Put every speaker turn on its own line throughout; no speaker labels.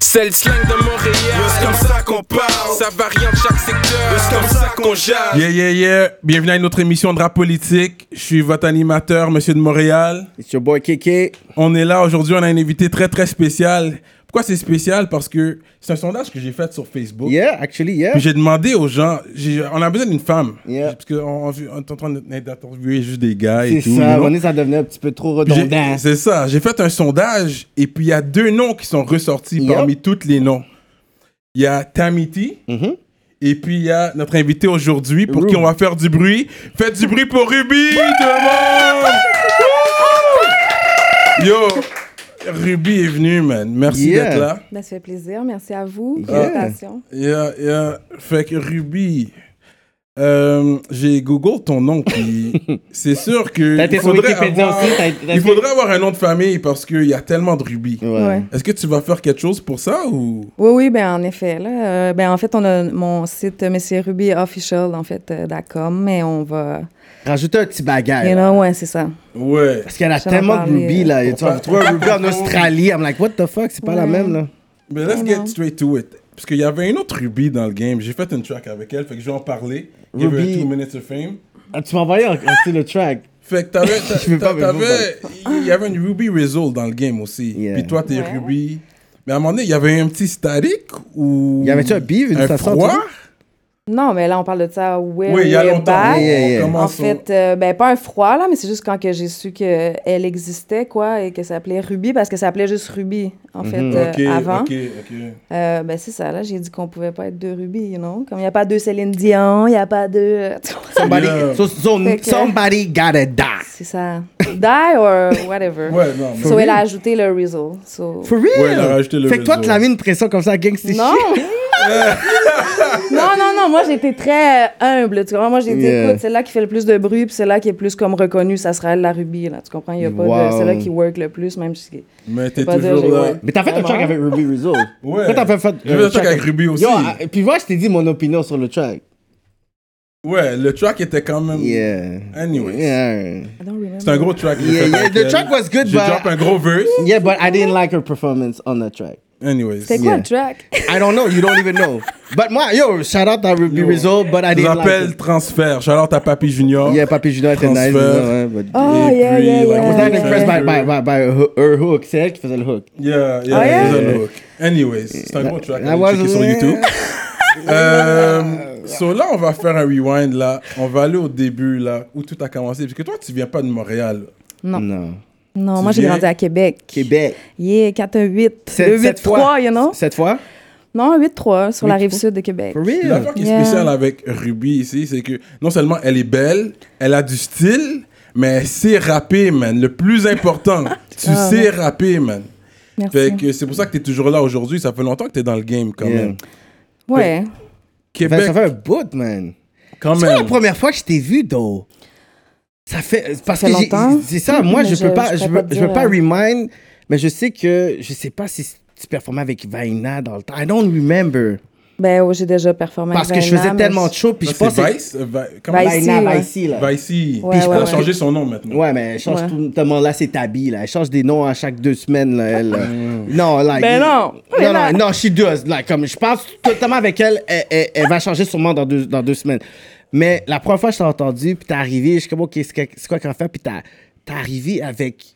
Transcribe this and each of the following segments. C'est le slang de Montréal.
C'est comme ça qu'on parle.
Ça varie en chaque secteur.
C'est comme ça qu'on jase.
Yeah, yeah, yeah. Bienvenue à une autre émission de rap politique. Je suis votre animateur, Monsieur de Montréal.
It's your boy Kéké.
On est là aujourd'hui, on a un invité très, très spécial. Pourquoi c'est spécial? Parce que c'est un sondage que j'ai fait sur Facebook.
Yeah, actually, yeah.
Puis j'ai demandé aux gens, j'ai- on a besoin d'une femme.
Yeah.
Parce qu'on on est en train de- d'interviewer juste des gars et
C'est
tout.
ça,
you know.
on est, ça devenait un petit peu trop
J'ai-
redondant.
C'est ça. J'ai fait un sondage et puis il y a deux noms qui sont ressortis
Yep.
parmi tous les noms. Il y a Tamiti et puis il y a notre invité aujourd'hui pour qui on va faire du bruit. Faites du bruit pour Ruby, tout le monde! Yo! Ruby est venue, man. Merci
Yeah.
d'être là.
Ben, ça fait plaisir. Merci à vous. pour
Yeah.
l'invitation.
Yeah, yeah. Fait que Ruby, euh, j'ai Google ton nom, puis c'est sûr que.
T'as été
il
sur
faudrait
Wikipédia
avoir-
aussi, t'as- t'as
Il
été-
faudrait avoir un nom de famille parce qu'il y a tellement de Ruby.
Ouais.
Est-ce que tu vas faire quelque chose pour ça ou.
Oui, oui, ben en effet. Là, euh, ben, en fait, on a mon site euh, Monsieur Ruby Official, en fait, euh, d'acom, mais on va...
Rajouter un petit bagage.
You know, ouais, c'est ça.
Ouais.
Parce qu'il y en a
J'en ai
tellement de
parlé,
Ruby,
euh,
là. Tu vas trouver un Ruby en Australie. I'm like, what the fuck, c'est pas la
Ouais.
même, là.
Mais let's
Non,
get
non.
straight to it. Parce qu'il y avait une autre Ruby dans le game. J'ai fait une track avec elle, fait que je vais en parler. Give her
Ruby.
two minutes of fame.
Ah, tu m'as envoyé en- aussi le track.
Fait que t'avais.
Je vais
t'a-
pas
t'a-
me voir.
t'avais- Il y avait une Ruby Result dans le game aussi.
Yeah.
Puis toi, t'es
Ouais.
Ruby. Mais à un moment donné, il y avait un petit static ou.
Y avait-tu un beef, une
Un
façon,
froid
toi?
Non, mais là, on parle de ça way,
Oui, il y a
way
longtemps.
back.
On
Yeah, yeah.
commence
Euh, En
au-
fait, euh, ben, pas un froid, là, mais c'est juste quand que j'ai su qu'elle existait, quoi, et que ça s'appelait Ruby, parce que ça s'appelait juste Ruby, en fait, euh,
Mhm. Ok,
avant.
ok, ok.
Euh, ben, c'est ça, là, j'ai dit qu'on pouvait pas être deux Ruby, you know? Comme il n'y a pas deux Céline Dion, il n'y a pas deux... euh,
Somebody,
Yeah.
so- so-
Fait que-
somebody gotta die.
c'est ça. Die or whatever.
Ouais, non, mais.
So, elle a ajouté le Rizzle. So...
For real?
Ouais, elle a rajouté le
fait que toi, tu
réseau.
l'as mis une pression comme ça à gangster
Non! non, non, non, moi j'étais très humble, tu comprends? Moi j'ai dit,
Yeah.
écoute, c'est là qui fait le plus de bruit, puis c'est là qui est plus comme reconnu, ça sera elle la rubis, là, tu comprends? Il y a pas
Wow.
de. C'est là qui work le plus, même si.
Mais t'es
pas dire,
toujours
j'ai-
là.
ouais.
Mais t'as fait un
Vraiment?
track avec Ruby Rizzo.
Ouais.
Pourquoi t'as fait, fait
J'ai fait un track avec Ruby aussi.
Yo, ah, puis moi, je t'ai dit mon opinion sur le track.
Ouais, le track était quand même.
Yeah.
Anyway.
Yeah.
I don't remember.
C'est un gros track. j'ai
Yeah,
fait
yeah,
avec
the
elle.
track was good,
J'ai
but-
drop un gros verse.
Yeah, but I didn't like her performance on that track.
Anyways.
C'était quoi
Yeah.
le track?
I don't know. You don't even know. But moi, yo, shout out to Ruby Rizzo, but I
Je
didn't like
rappelle
it.
transfert. J'allais ta Papi Junior.
Yeah, Papi Juno était nice.
Transfert.
ouais, but-
Oh,
Et
yeah,
puis,
yeah,
like,
yeah.
was
J'étais
that
yeah.
impressed by, by, by, by her, her hook. C'est elle qui faisait le hook.
Yeah, yeah,
Ah, yeah?
yeah. yeah. Anyways, c'est un gros track.
Oh, that
Allez
was-
checker sur YouTube. Euh, so là, on va faire un rewind là. On va aller au début là, où tout a commencé. Parce que toi, tu viens pas de Montréal.
Non.
Non.
Non,
Tu
moi j'ai
viens-
grandi à Québec.
Québec.
Yeah, 418.
Sept- sept
283,
fois.
you know?
Cette fois?
Non, 83 sur la rive
8-3.
sud de Québec.
For real?
L'affaire qui est
Yeah.
spéciale avec Ruby ici, c'est que non seulement elle est belle, elle a du style, mais elle sait rapper, man. Le plus important, tu
Ah,
sais rapper, man.
Merci.
Fait que c'est pour ça que t'es toujours là aujourd'hui. Ça fait longtemps que t'es dans le game quand
Yeah.
même.
Ouais.
Ben, ça
Québec,
fait un bout, man.
quand
C'est pas la
même.
première fois que je t'ai vu, though. Ça fait. euh, Parce
Ça fait
que j'ai-
longtemps.
c'est ça, moi,
Mais
je,
je-
peux pas.
je
Je,
pourrais
veux,
pas te
je veux
dire,
pas
euh.
remind, mais je sais que. Je sais pas si tu performais avec Vaina dans le temps. I don't remember.
Ben, ouais, j'ai déjà performé
Parce que
avec
je faisais
Vaina, mais
tellement de shows, puis
Ça,
je pense.
c'est
que-
Vice. euh, Vi- comment-
Vice.
Vaina,
ouais.
Vici, là.
Vicey.
Ouais,
Elle a
ouais,
changé son nom maintenant.
Ouais, mais elle change
Ouais.
tout- tellement là, c'est Tabi, là. Elle change des noms à chaque deux semaines, là, elle. là. Mm. non, like.
Ben non.
Non,
Mais là-
non, non, she does. Like, comme je pense totalement avec elle, elle, elle- elle va changer sûrement dans deux, dans deux semaines. Mais la première fois que je t'ai entendu, puis t'es arrivé, je suis comme, OK, c'est que- c'est quoi qu'on fait? Puis t'as- t'es arrivé avec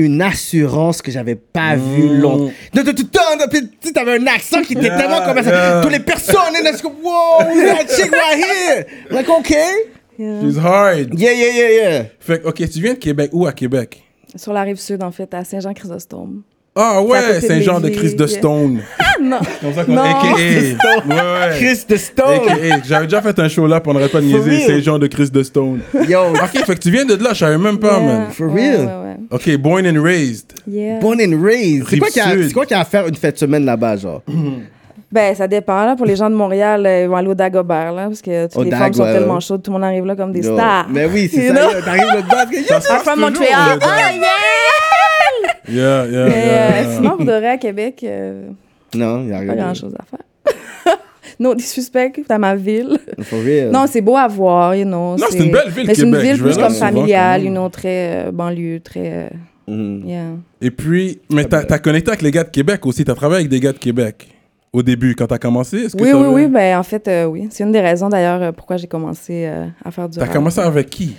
une assurance que j'avais pas
Mm.
vue longtemps. De tout puis tu sais, t'avais un accent qui était
Yeah,
tellement comme
yeah.
ça. Toutes les personnes, elles étaient comme, wow, that chick right here. Like, OK.
Yeah.
She's hard.
Yeah, yeah, yeah, yeah.
Fait que, ok, tu viens de Québec. Où à Québec?
Sur la rive sud, en fait, à Saint-Jean-Chrysostome.
Ah ouais,
côté de
c'est un genre de
Lévis. Ah,
Chris de Stone.
non!
Comme ça qu'on
Non.
AKA. Ouais, ouais.
Chris de Stone.
AKA. J'avais déjà fait un show là pour ne pas niaiser.
real.
C'est un genre de Chris de Stone.
Yo,
Ok, fait que tu viens de là, je savais même pas, man.
For
Ouais,
real?
Ouais, ouais.
Ok, born and raised.
Yeah.
born and raised. C'est quoi qu'il y a-
Rive-Sud.
c'est quoi qu'il y a à faire une fête de semaine là-bas, genre?
Ben, ça dépend, là. Pour les gens de Montréal, euh, ils vont aller au Dagobert, là, parce que toutes
Au
les femmes sont
Dagobert.
tellement chaudes, tout le monde arrive là comme des
Yo.
stars.
Mais oui, c'est
You
ça.
know?
là, T'arrives là-dedans. parce que,
Ça
yo,
se
I'm
passe
from
toujours,
Montreal!
le gars.
Oh, yeah!
Ah, Yeah, yeah,
Mais
yeah.
euh, sinon, vous devrez à Québec, euh,
Non, il y a
pas
rien.
grand-chose à faire. non, des suspects dans ma ville.
For real.
Non, c'est beau à voir, you know.
Non, c'est une belle ville,
Mais c'est une
Québec.
ville
Je vais
plus
là
comme
souvent, quand
familiale,
même.
une autre très euh, banlieue, très... euh,
Mm-hmm.
Yeah.
Et puis, mais t'as as connecté avec les gars de Québec aussi. T'as travaillé avec des gars de Québec au début, quand t'as commencé. Est-ce que
Oui,
t'as-
oui, oui. Ben, en fait, euh, oui. C'est une des raisons, d'ailleurs, euh, pourquoi j'ai commencé euh, à faire du
T'as
rap.
commencé avec qui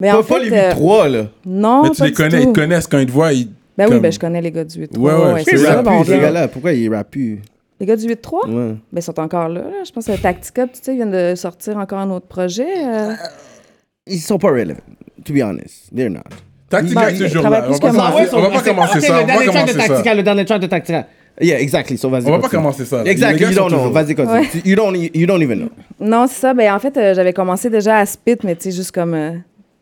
Mais
Pas,
en
pas
fait,
les
euh,
8-3, là.
Non,
Mais tu
pas
les
du
connais, ils
tout.
te connaissent quand ils te voient. Ils...
Ben oui,
comme-
ben je connais les gars du 8-3.
Ouais, ouais,
ouais,
c'est
c'est
Ils
ça,
ça,
rappent
bon,
plus, ces
ben,
gars-là. Pourquoi ils rappent plus?
Les gars du 8-3, ben,
Ouais.
ils sont encore là. là. Je pense que Tactica, tu sais, ils viennent de sortir encore un autre projet. euh.
Ils sont pas relevant, to be honest. They're not.
Tactica
Ils-
est toujours
ils
là.
travaillent
On Bah, va
plus
pas
que moi.
commencer- on va pas commencer ça. On
Le
va pas
dernier track de
commencer ça.
Tactica, le dernier track de Tactica. Yeah, exactly. So, vas-y.
On va pas
continue.
commencer ça, là. Les
Exactly.
gars
You
sont
don't know.
toujours-
Vas-y, continue.
Ouais.
Tu- You don't, e- you don't even know.
Non, c'est ça. Ben, en fait, euh, j'avais commencé déjà à spit, mais tu sais, juste comme euh,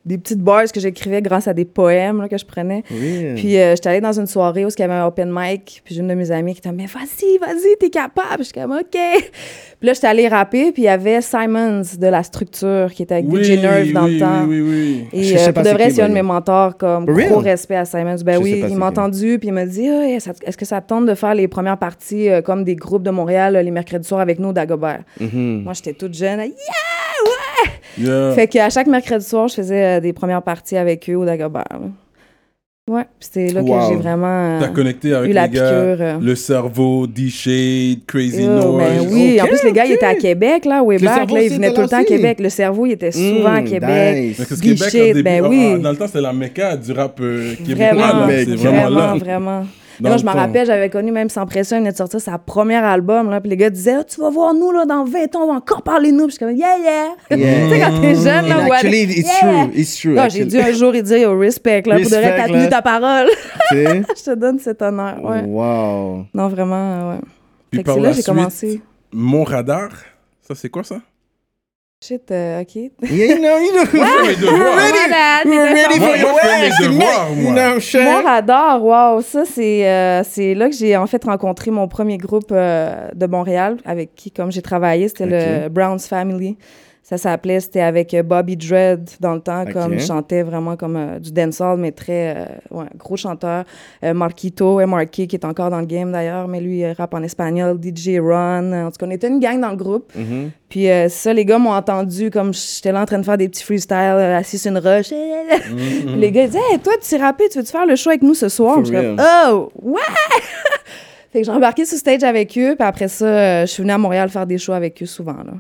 des petites bars que j'écrivais grâce à des poèmes là, que je prenais.
Oui.
Puis euh, j'étais allée dans une soirée où il y avait un open mic, puis j'ai une de mes amies qui était mais vas-y, vas-y, t'es capable. Je suis comme OK. Puis là, j'étais allée rapper, puis il y avait Simons de la structure qui était avec
Oui,
DJ Nerve dans
oui,
le temps.
Oui, oui, oui.
Et
Je sais
euh,
pas
pour de
c'est
vrai,
qui,
c'est un de
Bonnie.
mes mentors, comme
For real?
gros respect à Simons.
Je
Ben
sais
oui,
pas c'est
il
qui.
m'a entendu, puis il m'a dit Ah, ça- Est-ce que ça te tente de faire les premières parties euh, comme des groupes de Montréal euh, les mercredis soirs avec nous au Dagobert
Mm-hmm.
Moi, j'étais toute jeune. Yeah!
Ah.
Yeah.
Fait qu'à chaque mercredi soir, je faisais euh, des premières parties avec eux au Dagobert. là. Ouais, puis c'est là
Wow.
que j'ai vraiment. euh,
T'as connecté avec
eu la
les gars.
piqûre, euh.
Le cerveau, D-Shade, Crazy
Oh, ben
Noise.
oui, en
Ok,
plus, les gars,
ok.
ils étaient à Québec, là, way
Le
back,
cerveau
là, ils
aussi
venaient
était
tout le temps à
lancé.
Québec. Le cerveau, il était souvent à
Mm,
Québec.
nice.
Parce que
Guy
Québec,
Shade,
au début,
ben
ah,
oui.
dans le temps, c'était la mecca du rap euh, québécois.
Vraiment,
là.
Québec,
C'est
vraiment,
vraiment là.
vraiment.
Dans
Là,
le
je me
fond.
rappelle, j'avais connu même Sans Pression, il venait de sortir sa première album. Là, puis les gars disaient Ah, Tu vas voir, nous, là, dans 20 ans, on va encore parler de nous. Puis je suis comme Yeah, yeah.
Yeah.
tu sais, quand t'es jeune, là,
And
ouais.
actually, it's
Yeah.
true. It's true.
Non, j'ai dû
actually.
un jour y dire Yo, respect, là, pour de vrai,
Respect,
t'as
là. Mm.
tenu ta parole.
Tu sais?
je te donne cet honneur. Ouais.
Wow.
Non, vraiment, euh, ouais.
Puis
Fait que
par
c'est là
la
que j'ai
suite-
commencé.
Mon radar, ça c'est quoi ça?
Shit, euh, OK.
You know, you know.
Je
Ah!
fais mes devoirs.
Voilà,
We're
t'étais
ready
formé.
for
Moi,
your
moi, je fais mes
ass tonight.
devoirs, moi.
You know, shit.
Moi, Radar, wow, ça, c'est euh, c'est là que j'ai en fait rencontré mon premier groupe euh, de Montréal avec qui, comme j'ai travaillé, c'était le Browns Family. Ça s'appelait, c'était avec euh, Bobby Dredd dans le temps,
Ok.
comme il chantait vraiment comme euh, du dancehall, mais très euh, ouais, gros chanteur. Euh, Marquito, MRK, qui est encore dans le game d'ailleurs, mais lui, il rappe en espagnol, DJ Ron. En tout cas, on était une gang dans le groupe. Puis euh, c'est ça, les gars m'ont entendu, comme j'étais là en train de faire des petits freestyles, euh, assis sur une roche.
Mm-hmm.
Puis les gars ils disaient Hey, toi, tu sais rapper, tu veux-tu faire le show avec nous ce soir?
For
Puis je suis comme,
real.
Oh, ouais! fait que j'ai embarqué sur stage avec eux, puis après ça, euh, je suis venue à Montréal faire des shows avec eux souvent. Là.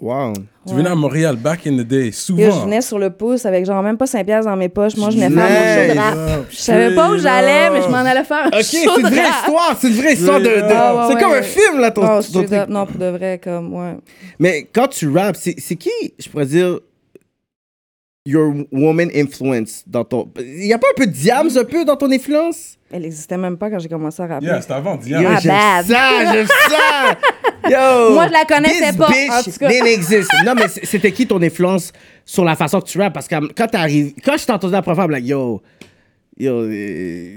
Wow.
Tu venais à Montréal back in the day,
Puis là, je
souvent.
venais sur le pouce avec genre même pas 5 piastres dans mes poches. Moi, je venais faire mon show de
Nice.
rap. Je savais pas où j'allais, mais je m'en allais faire un
Ok, c'est
show
une
de
vraie
rap.
histoire, c'est une vraie histoire de. de-
Ah, ouais,
c'est
ouais,
comme un
ouais.
film, là, ton,
Non,
ton
straight
truc.
up, non, pour de vrai, comme, ouais.
Mais quand tu rappes, c'est c'est qui, je pourrais dire, your woman influence dans ton. Il n'y a pas un peu de diams un peu dans ton influence?
Elle existait même pas quand j'ai commencé à rapper.
Yeah, c'était avant
Yo,
Diane.
Ah, bad.
j'aime ça, j'aime ça! Yo!
Moi, je la connaissais
this
pas, en
bitch
tout cas.
didn't exist. Non, mais c- c'était qui ton influence sur la façon que tu rappes? Parce que quand t'arrives, quand je t'ai entendu la première fois, I'm like, yo, yo, euh,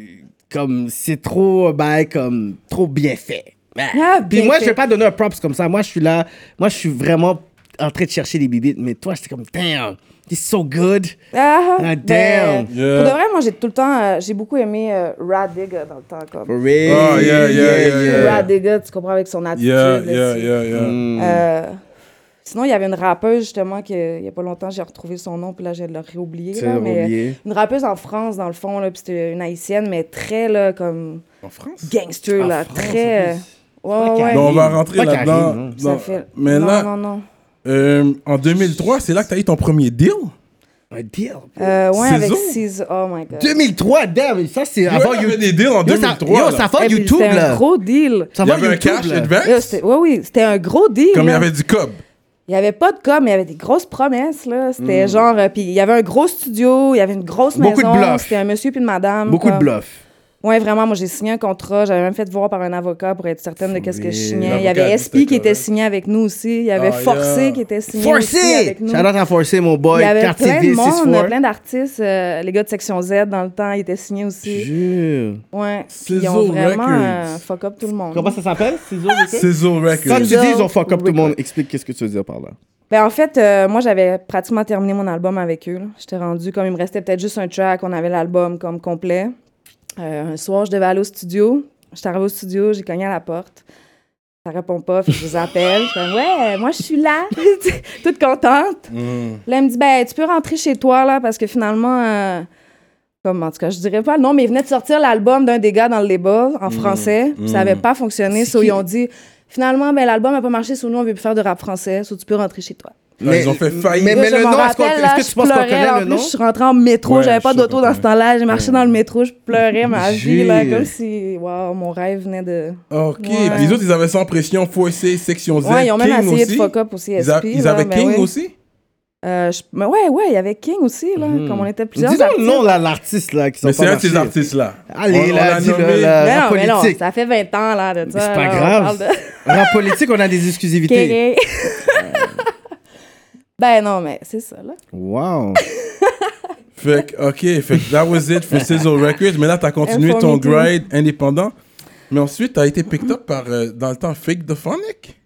comme c'est trop, ben, comme trop bien fait. Ben.
Ah,
Puis
bien
moi,
fait.
je vais pas donner un props comme ça. Moi, je suis là, moi, je suis vraiment en train de chercher les bibites, mais toi, j'étais comme, damn, it's so good.
Ah,
Ah,
ben,
damn.
Yeah.
Pour de vrai, moi, j'ai tout le temps, euh, j'ai beaucoup aimé euh, Radiga dans le temps, comme.
For real.
Oh, yeah, yeah, yeah, yeah.
Radiga, tu comprends, avec son attitude.
Yeah,
là,
yeah,
c'est-
yeah, yeah.
Mm.
Euh, sinon, il y avait une rappeuse, justement, qu'il n'y a pas longtemps, j'ai retrouvé son nom, puis là, je l'ai réoublié.
Tu
là,
l'as
mais,
oublié.
euh, Une rappeuse en France, dans le fond, là, puis c'était une haïtienne, mais très, là, comme
En France?
gangster,
En
là,
Ah, France,
très...
en
euh,
plus.
Ouais,
Pas
ouais.
carré.
Donc, on va rentrer
Pas
là-dedans.
Karim, non.
Ça
Non,
fait-
Mais
non,
là,
Non, non,
euh, en 2003, c'est là que t'as eu ton premier deal?
Un deal.
Euh, ouais,
Ciseaux?
avec Ciseaux. Oh my God.
2003, damn, ça, c'est
Avant,
avant
il y avait
YouTube.
des deals en
Yo, ça,
2003.
yo,
là.
ça fait
Eh, puis
YouTube,
C'était
là.
un gros deal.
Ça
Il y
va
avait un
YouTube,
cash
là.
Là,
advance,
c'était- oui, oui, c'était un gros deal.
comme il y
là.
avait du cob.
Il n'y avait pas de com, mais il y avait des grosses promesses. là. C'était genre. euh, puis il y avait un gros studio, il y avait une grosse
Hmm. Beaucoup de
maison.
bluff.
C'était un monsieur puis une madame.
Beaucoup de
comme.
bluff.
Ouais, vraiment. Moi, j'ai signé un contrat. J'avais même fait voir par un avocat pour être certaine de qu'est-ce que je signais. Il y
L'avocat
avait
habitait
SP qui
correct.
était signé avec nous aussi. Il y avait
Ah,
Forcé
yeah.
qui était signé aussi
Forcé!
avec nous.
Shout out à Forcé, mon
Il
boy.
y avait
Quartier
plein
V,
de monde,
6-4.
plein d'artistes. euh, les gars de Section Z, dans le temps, ils étaient signés aussi.
Jure.
Ouais. Puis Ils ont
Ciseaux
vraiment
Records.
euh, fuck up tout le monde.
Comment ça s'appelle? Ciseaux Records?
Sizzle
Quand tu
Records.
dis ils ont fuck up tout le monde, explique qu'est-ce que tu veux dire par là.
Ben, en fait, euh, moi, j'avais pratiquement terminé mon album avec eux. là. J'étais rendue, comme il me restait peut-être juste un track, on avait l'album comme complet. Euh, un soir, je devais aller au studio. J'étais arrivée au studio, j'ai cogné à la porte. Ça répond pas, fait que je les appelle. Je suis comme, ouais, moi, je suis là,
Mm.
toute contente. Là, elle me dit, ben, tu peux rentrer chez toi, là, parce que finalement, euh, Comme, en tout cas, je dirais pas le nom, mais il venait de sortir l'album d'un des gars dans le label en français. puis Ça avait pas fonctionné. So, ils ont dit, finalement, ben, l'album a pas marché. Sur nous, on veut plus faire de rap français. So, tu peux rentrer chez toi.
Là, ils ont fait faillite.
Mais-
Là, je
le
m'en
nom, est-ce qu'on-
rappelle,
est-ce
là,
que
je
tu penses qu'on
pleurais.
connaît
En
le
plus,
nom?
je suis rentrée en métro,
Ouais,
j'avais pas
je sais
d'auto
pas,
dans ce temps-là, j'ai marché dans le métro, je pleurais ma vie, là,
Jure.
comme si, waouh, mon rêve venait de...
Ah, Ok,
Ouais.
puis les autres, ils avaient sans pression, Fossé, Section Z.
Ouais, ils ont même
King
essayé
aussi.
de fuck up aussi,
Ils, a-
SP,
ils
là,
avaient
ben
King
oui.
aussi.
Euh, je- Mais ouais, ouais, il y avait King aussi, là,
Hmm.
comme on était plusieurs
Dis-donc le
artistes.
nom là, de l'artiste là qui sont
Mais c'est
pas
un de ces
marchés.
artistes-là.
Allez,
On- on
là,
l'a
dis-le,
nommé.
là,
Mais non,
rap
mais non,
politique.
ça fait 20 ans, là, de
Mais
ça.
c'est pas
là, on
grave.
parle de-
Rap politique, on a des exclusivités.
Kéré. ben non, mais c'est ça, là.
Wow.
Fait que, ok, fait que that was it for Sizzle Records. Mais là, t'as continué ton
Informité.
grind indépendant. Mais ensuite, t'as été picked up par, euh, dans le temps, Fake the Phonic.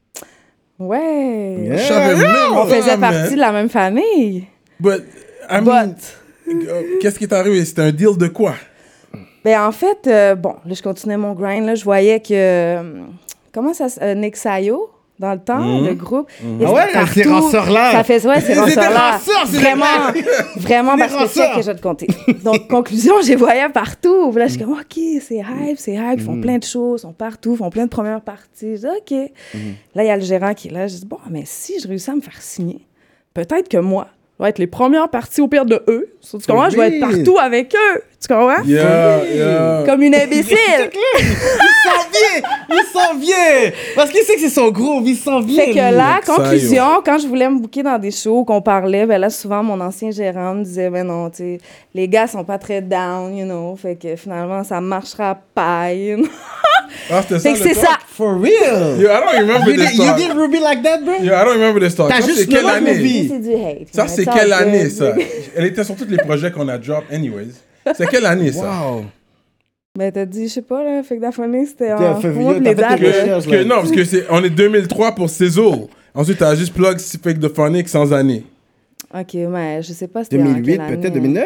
Ouais.
Je savais même
On
pas,
faisait
man.
partie de la même famille.
But, I mean, euh, qu'est-ce qui t'est arrivé? C'était un deal de quoi?
Ben en fait, euh, bon, là, je continuais mon grind. Là, je voyais que. euh, comment ça se. euh, Nick Sayo, dans le temps, le groupe. il
Ah ouais,
était partout.
ces ranceurs-là.
Ça fait ouais,
Ils
ces
étaient
ranceurs-là.
ranceurs, c'est
Vraiment,
des
vraiment,
Des
parce que c'est
ranceurs.
ça que je te comptais. Donc, conclusion, je les voyais partout. Puis là, je suis comme, OK, c'est hype, c'est hype. Ils font plein de choses, ils sont partout, ils font plein de premières parties. Je dis, OK. Là, il y a le gérant qui est là. Je dis, bon, mais si je réussis à me faire signer, peut-être que moi, je vais être les premières parties au pire de eux. Tu comprends? Je vais être
Oui.
partout avec eux. Tu comprends?
Yeah, yeah.
Ah, Comme une imbécile.
Il s'en vient! Il s'en vient! Parce qu'il sait que c'est son groupe, il s'en vient!
Fait que là,
ça,
conclusion, quand je voulais me booker dans des shows qu'on parlait, ben là, souvent, mon ancien gérant me disait, ben non, tu sais, les gars sont pas très down, you know. Fait que finalement, ça marchera pas, you know.
Ah, c'était ça.
Fait que
le
c'est
talk?
ça.
For real!
Yo, I don't remember
You
this
did, you
talk.
did Ruby like that, bro?
Yo, I don't remember this talk.
T'as
Ça,
juste
c'est quelle
nommé
année?
le beat.
C'est du hate.
Ça,
mais
c'est
it's all
quelle
good.
année, ça? Elle était sur tous les projets qu'on a drop, anyways. C'est quelle année, ça?
Wow!
Ben, t'as dit, je sais pas, là, fait que d'affoné, c'était
T'as
en...
fait-
Moi,
t'as
les
fait
dates,
tes
là.
recherches.
Parce que, non, parce que c'est, on est 2003 pour Cézo. Ensuite, t'as juste plug Fake the Phonic sans année.
OK, mais je sais pas, c'était en quelle
2008,
année,
peut-être
hein.
2009?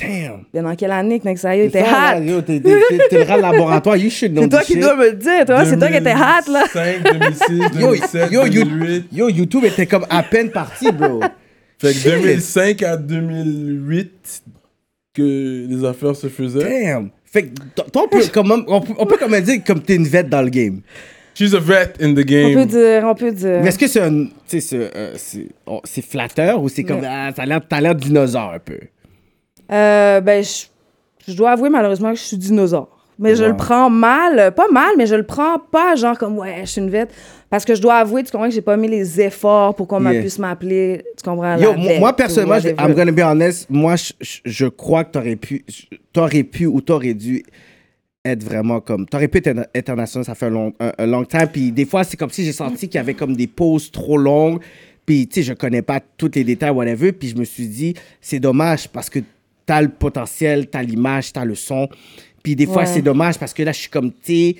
Damn!
Ben, dans quelle année que Nexayo était
Ça, là,
hot?
yo, T'es t'es- t'es- t'es le rat de laboratoire, you should know
C'est toi
this
qui
shit.
dois me le dire, toi. Ah, C'est toi qui étais hot, là.
5, 2006,
Yo,
2007,
yo, you-
2008.
yo, YouTube était comme à peine parti, bro.
Fait que
Shit.
2005 à 2008 que les affaires se faisaient.
Damn! Fait que, t- toi, on peut, quand même- on peut, on peut quand même dire comme t'es une vette dans le game.
She's a vet in the
On peut
game.
dire, on peut dire.
Mais est-ce que c'est un. Tu sais, c'est, euh, c'est oh, c'est flatteur ou c'est comme.
Ouais.
ah, t'as l'air- t'as l'air dinosaure un peu?
Euh, ben, je, je dois avouer malheureusement que je suis dinosaure. Mais je le prends mal, euh, pas mal, mais je le prends pas genre comme ouais, je suis une vête. Parce que je dois avouer, tu comprends, que j'ai pas mis les efforts pour qu'on m'a-
Yeah.
puisse m'appeler. Tu comprends?
Yo,
la
moi,
vête
moi,
ou
personnellement, je-
whatever.
I'm gonna be honest, moi, je, je- je crois que t'aurais pu, je- t'aurais pu ou t'aurais dû être vraiment comme, t'aurais pu être interna- international, ça fait un long, un, un long temps, puis des fois, c'est comme si j'ai senti qu'il y avait comme des pauses trop longues, puis tu sais, je connais pas tous les détails, whatever, puis je me suis dit, c'est dommage, parce que t'as le potentiel, t'as l'image, t'as le son, puis des fois,
Ouais.
c'est dommage, parce que là, je suis comme, tu sais,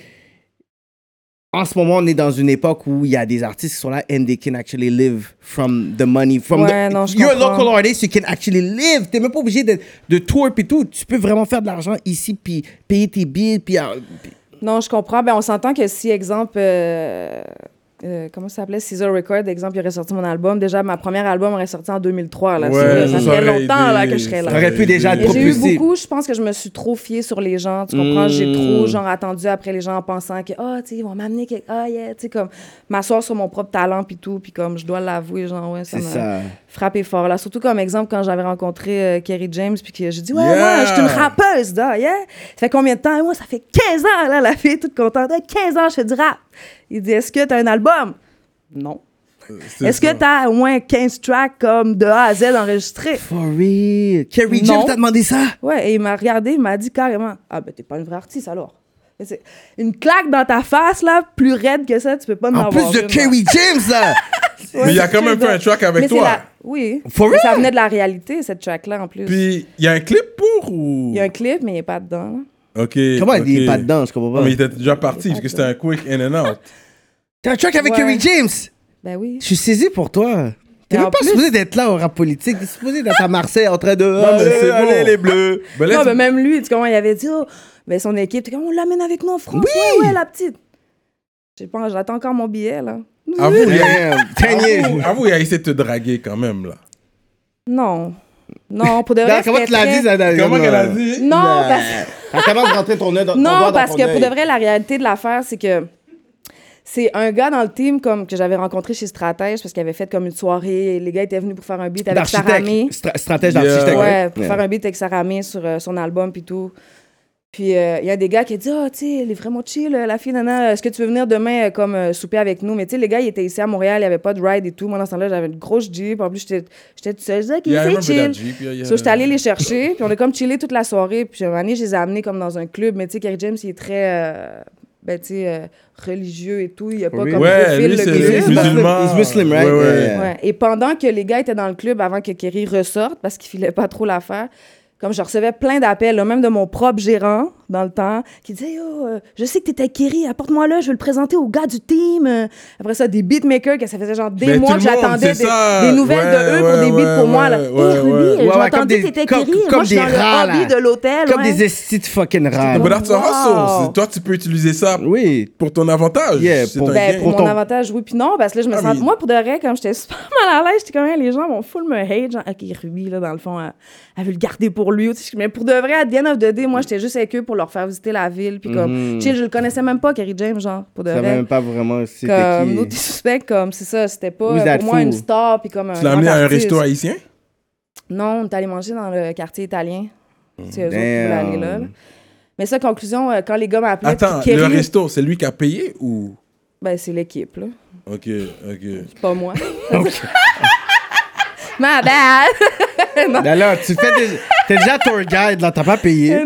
en ce moment, on est dans une époque où il y a des artistes qui sont là and they can actually live from the money. From
Ouais,
the,
non, je
you're a
comprends.
local artist, you can actually live. T'es même pas obligé de, de tour et tout. Tu peux vraiment faire de l'argent ici puis payer tes billes puis. ah, puis-
Non, je comprends. Ben, on s'entend que si, exemple, euh, euh, comment ça s'appelait? Caesar Record, exemple, il aurait sorti mon album. Déjà, ma première album aurait sorti en 2003. Là,
Ouais,
tu vois, ça
ça
fait
aurait
longtemps là,
aidé,
que je serais là.
ça aurait
T'aurais pu déjà
aidé.
être
Et J'ai eu
propulsé.
beaucoup, je pense que je me suis trop fiée sur les gens, tu comprends?
Hmm.
J'ai trop, genre, attendu après les gens en pensant que, ah, tu sais, ils vont m'amener quelque... Ah, yeah, tu sais, comme, m'asseoir sur mon propre talent puis tout, puis comme, je dois l'avouer, genre, ouais, ça
C'est ça.
m'a frappé fort, là. Surtout comme exemple, quand j'avais rencontré euh, Kerry James, puis que j'ai dit, ouais,
Yeah!
moi, je suis une rappeuse, là, yeah! Ça fait combien de temps? Moi, ça fait 15 ans, là, la fille, toute contente. Hey, 15 ans, je fais du rap! Il dit, est-ce que t'as un album? Non.
C'est
Est-ce que
ça.
t'as au moins 15 tracks, comme, de A à Z enregistrés?
For real. Kerry
Non.
James t'a demandé ça?
Ouais, et il m'a regardé, il m'a dit carrément Ah, ben, t'es pas une vraie artiste alors. Et c'est- Une claque dans ta face, là, plus raide que ça, tu peux pas
En
m'en
plus de Kerry James, là!
Mais il a quand même fait un track avec toi.
Oui.
For
Mais Ça
real?
venait de la réalité, cette track-là, en plus.
Puis, il y a un clip pour ou.
il y a un clip, mais il est pas dedans. là.
Ok.
Comment il
ok.
est pas dedans? Je comprends
Non,
pas.
mais il était déjà parti parce que c'était un quick in and out.
T'as un track avec
Ouais.
Kerry James?
Ben oui.
Je suis saisi pour toi. T'es
Et
même
en
pas
plus-
supposé d'être là au rap politique. T'es supposé d'être à Marseille en train de. euh, Non,
Ah, mais c'est bon.
les bleus.
Ben,
Non,
let's-
mais même lui, tu comment il avait dit Oh, ben, son équipe, t'es comme, on l'amène avec nous en France.
Oui!
Ouais, ouais, la petite. Je sais pas, j'attends encore mon billet, là.
Ah.
Avoue, il a- Ah,
Damn, 10 years.
avoue, avoue, il a essayé de te draguer quand même, là.
Non. Non, pour de vrai.
Comment
c'était
tu l'as
très-
dit, Ben. Zana?
Comment qu'elle a dit?
Non, parce que.
Elle commence à rentrer ton œil dans ton doigt
Non,
dans
parce
ton
que pour
œil.
de vrai, la réalité de l'affaire, c'est que c'est un gars dans le team comme que j'avais rencontré chez Stratège parce qu'il avait fait comme une soirée. Les gars étaient venus pour faire un beat avec Saramé.
D'architecte. Stra- stratège
Yeah.
d'architecte.
Ouais, pour
Ouais.
faire un beat avec Saramé sur euh, son album puis tout. Puis euh, il y a des gars qui disent Ah, tu sais, elle est vraiment chill, euh, la fille, nana. Est-ce que tu veux venir demain euh, comme euh, souper avec nous? Mais tu sais, les gars, ils étaient ici à Montréal, il n'y avait pas de ride et tout. Moi, dans ce temps-là, j'avais une grosse Jeep. En plus, j'étais j'étais toute seule. Je disais, OK,
Yeah, I
c'est
remember that
chill.
Jeep, yeah, yeah.
So, j'étais allée les chercher, puis on a comme chillé toute la soirée. Puis, à un moment donné, je les ai amenés comme dans un club. Mais, tu sais, Kerry James, il est très, euh, ben, tu sais, euh, religieux et tout. Il n'y a pas comme
Ouais,
profil
lui,
le
c'est
gars.
He's
musulman.
Muslim, he's Muslim, right?
Ouais, ouais.
Yeah.
Ouais. Et pendant que les gars étaient dans le club, avant que Kerry ressorte, parce qu'il filait pas trop l'affaire, comme je recevais plein d'appels, là, même de mon propre gérant dans le temps, qui disait Yo, euh, je sais que t'étais avec Kerry, apporte-moi là, je veux le présenter aux gars du team. Euh, Après ça, des beatmakers, que ça faisait genre des
Ben,
mois
tout
que
le monde,
j'attendais
c'est
des,
ça.
des nouvelles de
Ouais,
eux pour des
ouais,
beats pour
ouais,
moi. Là.
ouais,
Hey,
ouais,
Ruby,
ouais.
j'ai
Ouais, ouais, comme
entendu
des-
que t'étais
comme-
Kerry,
comme
moi je suis
des
dans le
rats,
hobby
là.
de l'hôtel.
Comme
ouais.
des estis de fucking rares.
Ah, But that's a hustle.
Wow.
C'est- Toi, tu peux utiliser ça
Oui.
pour ton avantage.
Yeah,
C'est
pour-
un
Ben,
gain.
pour mon
ton-
avantage, oui. Puis non, parce que là, je me
Ah,
sens.
mais-
Moi, pour de vrai, comme j'étais super mal à l'aise, j'étais comme, Hey, les gens vont full me hate. Genre, OK, Ruby, là, dans le fond, elle, elle veut le garder pour lui. ou tu sais, Mais pour de vrai, à The End of the Day, moi, j'étais juste avec eux pour leur faire visiter la ville. Puis comme, chill, je le connaissais même pas, Kerry James, genre, pour de
Je savais
vrai.
Mhm. même pas vraiment c'était
Comme, nous,
qui.
t'es suspect, comme, c'est ça, c'était pas
Who's
euh,
that
pour moi
fool?
une star. Puis comme un.
Tu l'as amené
grand
à un
artiste.
resto haïtien?
Non, on est allé manger dans le quartier italien. C'est eux autres qui voulaient
Oh, Damn.
aller là. là. Mais ça, conclusion, euh, quand les gars m'appelaient.
Attends,
puis
le
Kerry-
resto, c'est lui qui a payé ou.
Ben, c'est l'équipe, là.
Ok, ok.
Pas moi. Ma bad.
Ben là, tu fais des... T'es déjà tour guide, là, t'as pas payé.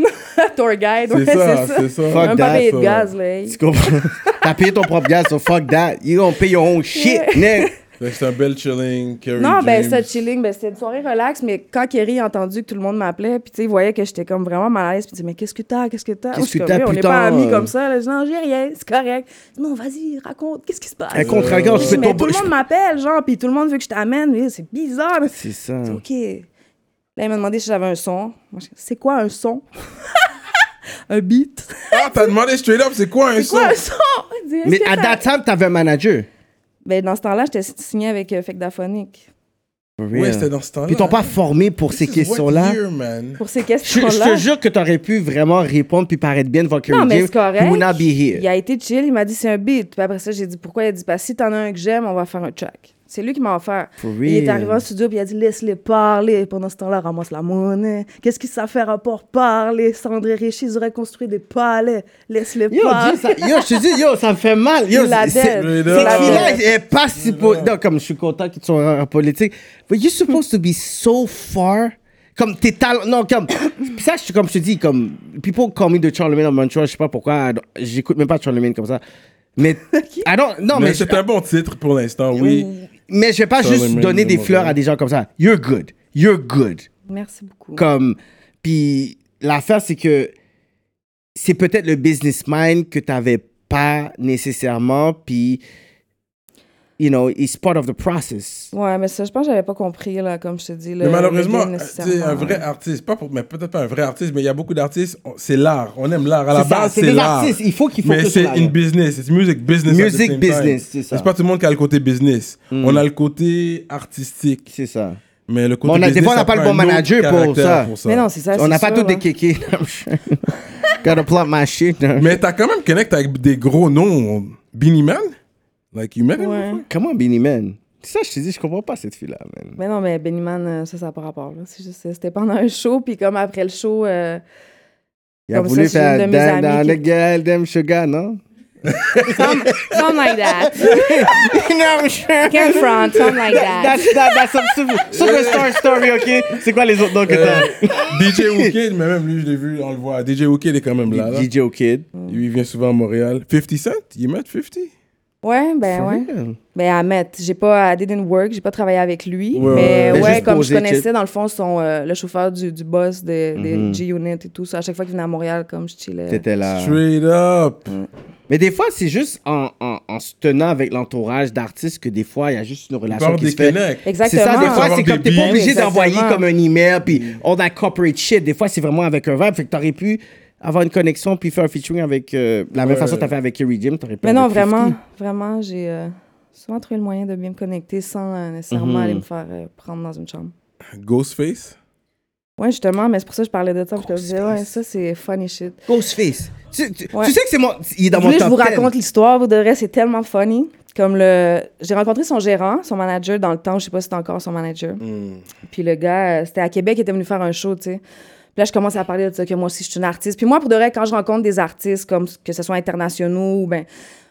Tour guide,
C'est
ouais,
ça,
c'est
c'est
ça.
ça.
Fuck
Même pas
that,
payé de
ça.
gaz, là. hey.
Tu comprends? t'as payé ton propre gaz, so fuck that. You gonna pay your own shit, nigga.
Fait que C'est un bel chilling. Kerry
Non,
James.
ben, c'était chill, ben, c'était une soirée relax, mais quand Kerry a entendu que tout le monde m'appelait, puis tu sais, il voyait que j'étais comme vraiment mal à l'aise, puis il dit, mais qu'est-ce que t'as, qu'est-ce que t'as?
Qu'est-ce
Moi, je suis
que
comme,
t'as,
Yo, on n'est
putain,
pas amis
euh.
comme ça, là. Je dis, non, j'ai rien, c'est correct. Je dis, non, vas-y, raconte, qu'est-ce qui se passe?
Un contre un gars,
Je
je
dis,
fais
mais
ton...
tout le monde m'appelle, genre, puis tout le monde veut que je t'amène, mais c'est bizarre. mais-
C'est ça.
OK. Là, il m'a demandé si j'avais un son. Moi, je- C'est quoi un son? un beat.
Ah, t'as demandé straight up, c'est quoi un
C'est quoi
son?
un son? Il dit, Est-ce
Mais
que
à that
t'as-
time, t'avais un manager.
Ben, dans ce temps-là, j'étais signée avec euh, Fecdaphonic.
For real.
Ouais, c'était dans ce temps-là.
Puis ils t'ont pas formé pour ces
This is what
questions-là.
year, man?
Pour ces
Je, je te
questions-là.
jure que t'aurais pu vraiment répondre puis paraître bien devant Kerry
Non, mais
James.
c'est correct.
You would not be here.
Il a été chill, il m'a dit c'est un beat. Puis après ça, j'ai dit pourquoi. Il a dit bah, si t'en as un que j'aime, on va faire un track. C'est lui qui m'a offert.
For
Il est
real.
arrivé en studio, puis il a dit laisse-les parler. Pendant ce temps-là, ramasse la monnaie. Qu'est-ce que ça fait rapport parler Sandré Richie, ils auraient construit des palais. Laisse-les
Yo,
parler.
dis ça- yo, je te dis, yo, ça me fait mal. Yo,
Il la
c'est- c'est-
Mais
cette
dead.
non.
fille-là, elle est pas si... po- Non, comme je suis content que tu sois en- en politique. But you're supposed to be so far... Comme tes talents... Non, comme... Puis ça, je, comme je te dis, comme... People call me de Charlemagne en Montreal, je sais pas pourquoi. I don't- J'écoute même pas Charlemagne comme ça. Mais... I don't- Non, mais...
Mais c'est un bon titre pour l'instant, oui.
Mais je vais pas juste
Charlemagne
donner des
de
fleurs
Montréal.
à des gens comme ça. You're good. You're good.
Merci beaucoup.
Comme, puis l'affaire, c'est que c'est peut-être le business mind que tu n'avais pas nécessairement, puis, you know, it's part of the process.
Ouais, mais ça, je pense que j'avais pas compris, là, comme je te dis. le-
Mais
le
malheureusement,
game,
tu sais,
nécessairement.
un vrai artiste, pas pour, mais peut-être pas un vrai artiste, mais il y a beaucoup d'artistes, on- c'est l'art. On aime l'art. À la
C'est ça,
base,
c'est
c'est
des
l'art.
artistes, il faut qu'ils
Mais
focusent sur
c'est
l'art.
une business. C'est music business. at the
Music
same
business,
time.
c'est ça. Hmm.
C'est pas tout le monde qui a le côté business. On a le côté artistique.
C'est ça.
Mais le côté
Mais on a- des
business,
fois, on n'a
ça
pas le
prend
bon
un autre
manager pour
caractère
ça.
Mais non, c'est ça.
On
c'est
n'a pas
sûr,
tous des
hein.
kékés. Gotta plot my shit. hein.
Mais t'as quand même connect avec des gros noms. Beanie Man? Like, you met him
Ouais.
before?
Comment Benny Man? C'est ça, je te dis, je comprends pas cette fille-là, man.
Mais non, mais Bennyman, euh, ça, ça n'a pas rapport. là. C'est juste, euh, C'était pendant un show, puis comme après le show, euh,
Il a
Comme ça,
voulu
c'est une
faire
de mes
Damn,
amies
damn,
qui-
girl, damn sugar, non?
something like that.
Non, je-
Can't front, something like that.
That's, that, that's some super- superstar story, ok? C'est quoi les autres noms que t'as?
DJ Wookid, mais même lui, je l'ai vu, on le voit. DJ Wookid est quand même là. là.
DJ Kid.
Lui, il vient souvent à Montréal. 50 Cent? You met 50?
Ouais, ben ouais. Mais Ahmed, j'ai pas, I didn't work, j'ai pas travaillé avec lui.
Ouais, ouais.
mais
Mais
ouais,
juste
comme je
poser,
connaissais
check.
dans le fond son, euh, le chauffeur du, du boss des, des
Mm-hmm.
G-Unit et tout ça. À chaque fois qu'il venait à Montréal, comme je chillais.
T'étais là.
Straight up.
Mais des fois, c'est juste en, en, en se tenant avec l'entourage d'artistes que des fois, il y a juste une relation
Bord
qui
des
se fait.
connects.
C'est
Exactement.
ça, des
Avoir
fois, c'est
des
comme t'es
billes.
pas obligé
Oui,
d'envoyer
exactement.
comme un email, puis all that corporate shit. Des fois, c'est vraiment avec un verbe. Fait que t'aurais pu avoir une connexion, puis faire un featuring avec. euh, la même
Ouais.
façon que t'as fait avec Kerry Jim, t'aurais pu.
Mais non,
avec
vraiment,
50.
vraiment, j'ai euh, souvent
Mm-hmm.
trouvé le moyen de bien me connecter sans euh, nécessairement aller me faire euh, prendre dans une chambre.
Ghostface?
Ouais, justement, mais c'est pour ça que je parlais de ça. Parce que je disais, ouais, ça, c'est funny shit.
Ghostface. Tu, tu,
Ouais.
tu sais que c'est mon. Il est dans
Vous
mon
voulez que je
top
vous
10.
raconte l'histoire, vous devrez, c'est tellement funny. Comme le, j'ai rencontré son gérant, son manager dans le temps, je sais pas si c'est encore son manager.
Hmm.
Puis le gars, euh, c'était à Québec, il était venu faire un show, tu sais. Puis là, je commence à parler de ça, que moi aussi, je suis une artiste. Puis moi, pour de vrai, quand je rencontre des artistes, comme que ce soit internationaux ou ben,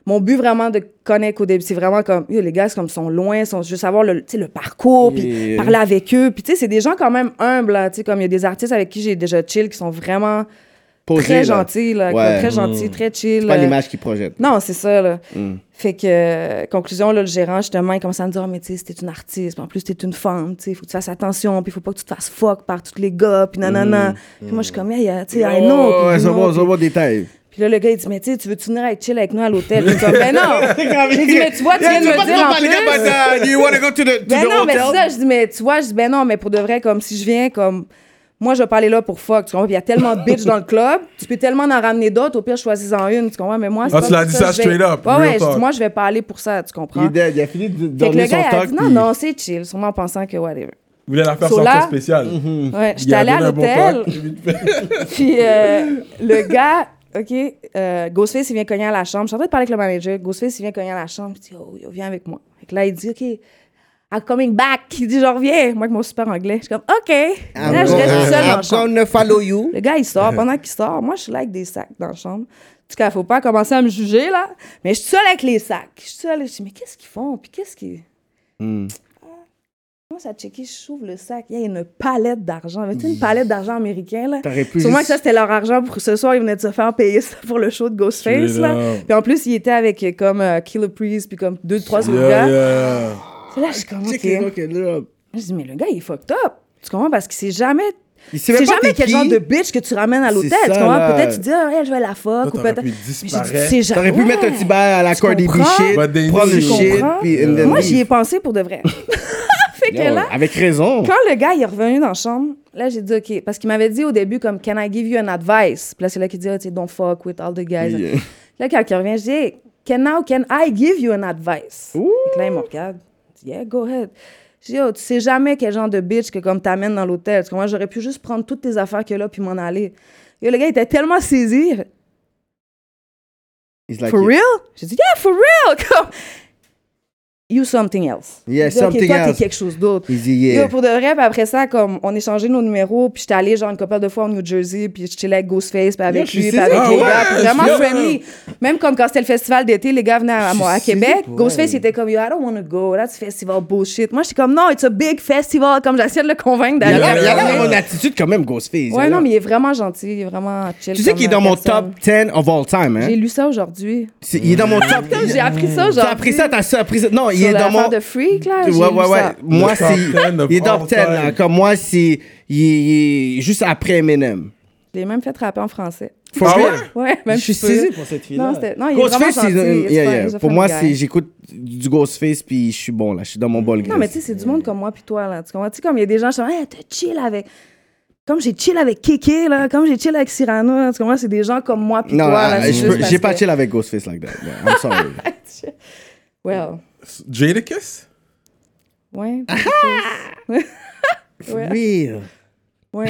mon but vraiment de connaître au début, c'est vraiment comme, yo, les gars, c'est comme ils sont loin, ils sont juste savoir le, tu sais, le parcours, puis
Yeah.
parler avec eux. Puis tu sais, c'est des gens quand même humbles, là, tu sais, comme il y a des artistes avec qui j'ai déjà chill, qui sont vraiment
Posé,
très
là.
gentils, là, comme
Ouais. Hmm.
très gentils, très chill.
C'est pas
euh,
l'image qu'il projette.
non, c'est ça, là.
Hmm.
Fait que, euh, conclusion, là, le gérant, justement, il commence à me dire, Ah, mais tu sais, si t'es une artiste, puis en plus, t'es une femme, tu sais, faut que tu fasses attention, puis faut pas que tu te fasses fuck par tous les gars, puis nanana. Puis moi, je suis comme, yeah, yeah, tu sais, I know.
Oh,
puis
Hmm. ouais, ça
non,
va,
puis-
ça va, détail.
puis là, le gars, il dit, mais tu sais, tu veux venir avec chill avec nous à l'hôtel? Puis je suis comme, ben non! J'ai dit, mais tu vois, tu viens de me dire en plus.
Do you wanna go to the, to
Ben
the
non, mais
hotel?
c'est ça, je dis, mais tu vois, je dis, ben non, mais pour de vrai, comme si je viens, comme. Moi, je vais pas aller là pour fuck, tu comprends? Puis il y a tellement de bitches dans le club, tu peux tellement en ramener d'autres, au pire, choisis-en une, tu comprends? Mais moi, c'est
Ah,
pas
tu l'as
pour
dit ça
je vais-
straight up,
Ouais,
real
ouais, je dis,
talk.
moi, je vais pas aller pour ça, tu
Il est
comprends?
dead, il a fini de
Fait que le
donner son
gars, il a
talk.
dit, non,
puis-
non, c'est chill, sûrement en pensant que whatever.
Il voulait la faire
So
sortir
là-
spéciale.
Ouais,
Il
j'étais
a
allée à
donné un bon
l'hôtel.
talk, vite fait.
Puis euh, le gars, OK, euh, Ghostface, il vient cogner à la chambre. Je suis en train de parler avec le manager. Ghostface, il vient cogner à la chambre. Il dit, oh, yo, viens avec moi. Fait que là, il dit, OK, I'm coming back. Il dit, je reviens. Moi, avec mon super anglais, je suis comme, OK. là, je reste
I'm
toute seule dans la chambre.
gonna follow you.
Le gars, il sort. Pendant qu'il sort, moi, je suis là avec des sacs dans la chambre. En tout cas, faut pas commencer à me juger, là. Mais je suis seule avec les sacs. Je suis seule. Je dis, mais qu'est-ce qu'ils font? Puis qu'est-ce qu'ils.
Hmm.
Moi, ça checker, je ouvre le sac. Il y a une palette d'argent. Mais tu une palette d'argent américain, là?
T'aurais pu
Sûrement
juste-
que ça, c'était leur argent pour ce soir. Ils venaient de se faire payer ça pour le show de Ghostface, là.
Straight up.
Puis en plus, il était avec euh, comme euh, Killer Priest, puis comme deux, trois autres
Yeah,
gars.
yeah.
Là, je suis comme,
Check it,
OK.
look it up.
Je dis, mais le gars, il est fucked up. Tu comprends? Parce qu'il s'est jamais
Il sait
c'est
même pas t'es
jamais quel
qui.
genre de bitch que tu ramènes à l'hôtel.
C'est
Tu
ça,
comprends?
là.
Peut-être tu dis, ah, elle, je vais à la fuck.
Toi,
Ou
t'aurais
peut-être.
pu
Mais j'ai dit,
disparaître.
c'est jamais.
T'aurais pu mettre un petit bail à la
Tu
Cardi B
comprends?
shit,
Bah, des
prendre le
nids.
shit,
comprends?
puis and then
Moi, j'y ai
leave.
pensé pour de vrai. fait que
Yeah,
là,
Avec raison.
quand le gars il est revenu dans la chambre, là, j'ai dit, OK. Parce qu'il m'avait dit au début, comme, Can I give you an advice? Puis là, c'est là qu'il dit, Ah, tu sais, don't fuck with all the guys.
Yeah.
Là, quand il revient, je dis, Hey, can, now, can I give you an advice? Fait que là, il me regarde. Il dit, Yeah, go ahead. Je dis, Yo, tu sais jamais quel genre de bitch que comme t'amènes dans l'hôtel. Parce que moi, j'aurais pu juste prendre toutes tes affaires que là puis m'en aller. Yo, le gars, il était tellement saisi. il fait,
He's like,
For real? J'ai dit, yeah, for real! Comme, you something else.
Yeah,
Il dit, OK,
something
toi,
else.
t'es quelque chose d'autre.
Il dit, yeah.
Yo, pour de vrai, puis après ça, comme, on échangeait nos numéros, puis j'étais allée, genre, une couple de fois au New Jersey, puis j'étais là avec Ghostface, puis
Yo,
avec
je
lui,
suis
puis avec
saisi.
les
Ah
gars,
ouais,
puis
je
vraiment
suis-
friendly. Même comme quand c'était le festival d'été, les gars venaient à, moi, à
suis
Québec,
saisi, ouais.
Ghostface, il était comme, yo, I don't wanna go, that's festival bullshit. Moi, j'étais comme, non, it's a big festival, comme j'essayais de le convaincre
Il
d'aller.
a l'air- il a
avec
l'air
lui.
d'avoir une attitude quand même, Ghostface. Il a
Ouais,
l'air-
non, mais il est vraiment gentil, il est vraiment chill.
Tu sais
comme,
qu'il est
euh,
dans mon
personne.
top 10 of all time, hein?
J'ai lu ça aujourd'hui.
C'est- Il est dans mon top
Putain, J'ai appris ça aujourd'hui.
T'as appris ça, t'as ça, appris ça. Non, il
Sur
est dans
l'affaire
mon.
de freak, là.
Ouais,
j'ai
ouais,
lu
ouais.
ça.
Moi,
Le
c'est.
top 10 of
Il est top
all
10, là.
time.
Comme moi, c'est. Il il est juste après Eminem.
Je l'ai même fait rapper en français.
For
Ah
real?
ouais?
Ouais, même
Je suis
si tu
saisi
peux.
pour cette fille-là.
Non, c'était- non, il est vraiment
Ghostface,
gentil.
c'est un-
it's
yeah,
fine,
yeah.
he's
Pour
a funny
moi,
guy.
c'est j'écoute du Ghostface puis je suis bon là, je suis dans mon bol.
Non, mais tu sais, c'est du monde comme moi puis toi, là. Tu comprends? Tu sais, comme il y a des gens qui sont hey, t'as chill avec... Comme j'ai chill avec Kéké, là. Comme j'ai chill avec Cyrano, là. Tu comprends? C'est des gens comme moi puis
non,
toi, là.
ah,
c'est
je
juste
peux-
parce
j'ai pas
que-
chill avec Ghostface like that. Yeah, I'm sorry.
Well,
Jadakiss?
ouais. Ouais.
Real.
Ouais,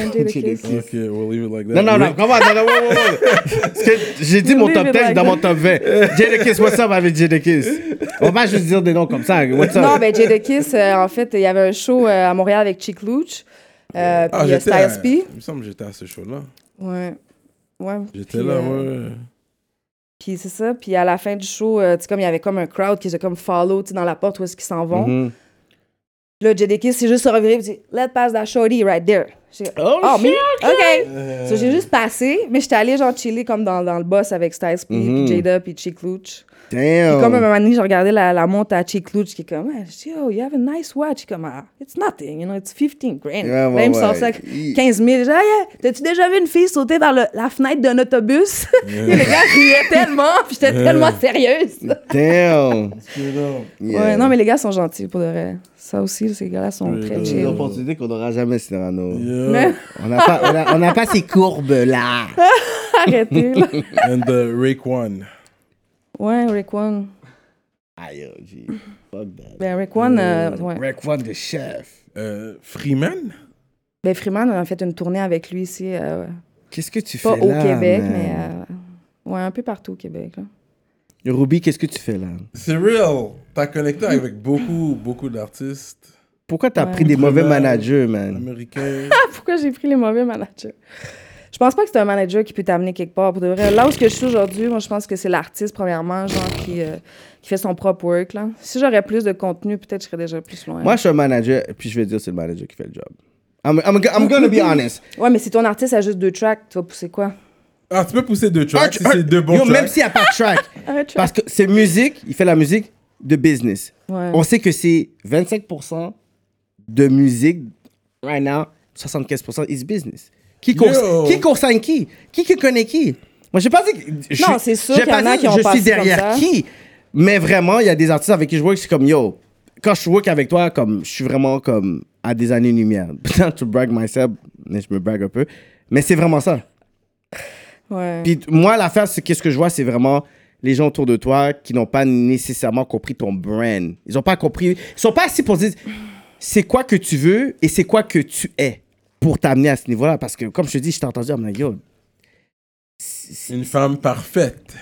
un Jada Kiss.
Ok, we'll leave it like that.
Non, non, non, comment? Non, non, ouais, ouais, ouais. Parce que j'ai dit mon
Oui,
top
mais
10
like-
dans mon top 20. Jadakiss, what's up avec Jadakiss? On va juste dire des noms comme ça. What's up?
Non, ben Jada Kiss, euh, en fait, il y avait un show euh, à Montréal avec Chick Looch. Euh, puis euh,
Ah, j'étais à-
Styles P.
Il me semble que j'étais à ce show-là.
Ouais. Ouais.
J'étais
puis,
là,
euh,
ouais.
Puis c'est ça. Puis à la fin du show, euh, tu sais, comme il y avait comme un crowd qui était comme follow, tu sais, dans la porte où est-ce qu'ils s'en vont.
Mhm.
Là, JDK, c'est juste se revirer et dit Let's pass that shorty right there. J'ai-
Oh, shit,
mais- OK. So, j'ai juste passé, mais j'étais allée genre chiller comme dans, dans le boss avec Styles P,
Mm-hmm.
puis Jada, puis Chick Looch. Puis
Damn.
comme à un moment donné, je regardais la, la montre à Chick Looch qui est comme Ah, je dis, Yo, you have a nice watch. Il est comme Ah, It's nothing, you know, it's 15 grand.
Ouais, ouais,
Là, il me sort
ouais.
ça
Il-
15 000. Je dis, Ah, yeah, T'as-tu déjà vu une fille sauter vers le- la fenêtre d'un autobus Et Le gars riait tellement, puis j'étais tellement sérieuse.
Damn. Yeah.
Ouais, non, mais les gars sont gentils pour de vrai. Ça aussi, ces gars-là sont très
C'est
chill.
une opportunité Euh, qu'on n'aura jamais, Cyrano.
Yeah.
On n'a pas, on a- on n'a pas ces courbes-là.
Arrêtez, là.
And uh, the Rake One.
Ouais, Rick One.
Aïe, oh, gee. Fuck that.
Ben, Rick One, euh, ouais.
Rec One, the chef.
Euh, Freeman?
Ben, Freeman, on a fait une tournée avec lui ici. euh,
Qu'est-ce que tu
pas
fais
au
là?
Québec,
man?
mais. euh, ouais, un peu partout au Québec. là.
Ruby, qu'est-ce que tu fais là?
Cyril, t'as connecté avec beaucoup, beaucoup d'artistes
Pourquoi t'as
Ouais.
pris des mauvais
Outre-mer.
managers, man?
américains.
Pourquoi j'ai pris les mauvais managers? Je pense pas que c'est un manager qui peut t'amener quelque part. Pour de vrai. Là où ce que je suis aujourd'hui, moi, je pense que c'est l'artiste, premièrement, genre, qui, euh, qui fait son propre work. Là. Si j'aurais plus de contenu, peut-être je serais déjà plus loin.
Moi, je suis un manager, puis je vais dire c'est le manager qui fait le job. I'm, I'm, I'm gonna be honest.
Ouais, mais si ton artiste a juste deux tracks, tu vas pousser quoi?
Ah, tu peux pousser deux
Un-
tracks si
un-
c'est deux bons
yo, Même
tracks.
s'il n'y a pas de track.
Un track.
parce que c'est musique, il fait la musique de business.
Ouais.
On sait que c'est 25% de musique, right now, 75% is business. Qui, cons
Yo.
qui consigne qui? Qui qui connaît qui? Moi, j'ai pas dit que. je
Non,
suis-
c'est sûr
j'ai
qu'il y
pas
en a
dit
qui ont
Je
passé
suis
comme
derrière
ça.
qui? Mais vraiment, il y a des artistes avec qui je work, c'est comme yo. Quand je work avec toi, comme je suis vraiment comme à des années-lumière. Putain, to brag myself, mais je me brag un peu. Mais c'est vraiment ça.
Ouais.
Puis moi, l'affaire, c'est qu'est-ce que je vois, c'est vraiment les gens autour de toi qui n'ont pas nécessairement compris ton brand. Ils n'ont pas compris. Ils sont pas assis pour dire c'est quoi que tu veux et c'est quoi que tu es pour t'amener à ce niveau-là. Parce que, comme je te dis, je t'ai entendu, I'm like, yo.
Une femme parfaite.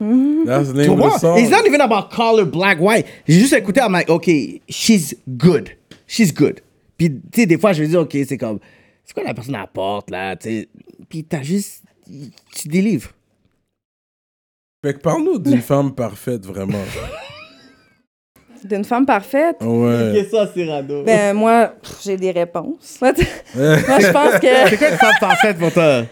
Mhm.
That's the name
Tu
of the
vois?
song.
It's not even about color, black, white. J'ai juste écouté, I'm like, OK, she's good. She's good. Puis, tu sais, des fois, je me dis, OK, c'est comme, c'est quoi la personne apporte, là, tu sais. Puis, t'as juste, tu délivres.
Fait que parle-nous d'une femme parfaite, vraiment. Ah
D'une femme parfaite?
Ouais.
ça, Cyrano?
Ben, moi, pff, j'ai des réponses. moi, je pense que.
C'est quoi une femme parfaite pour toi?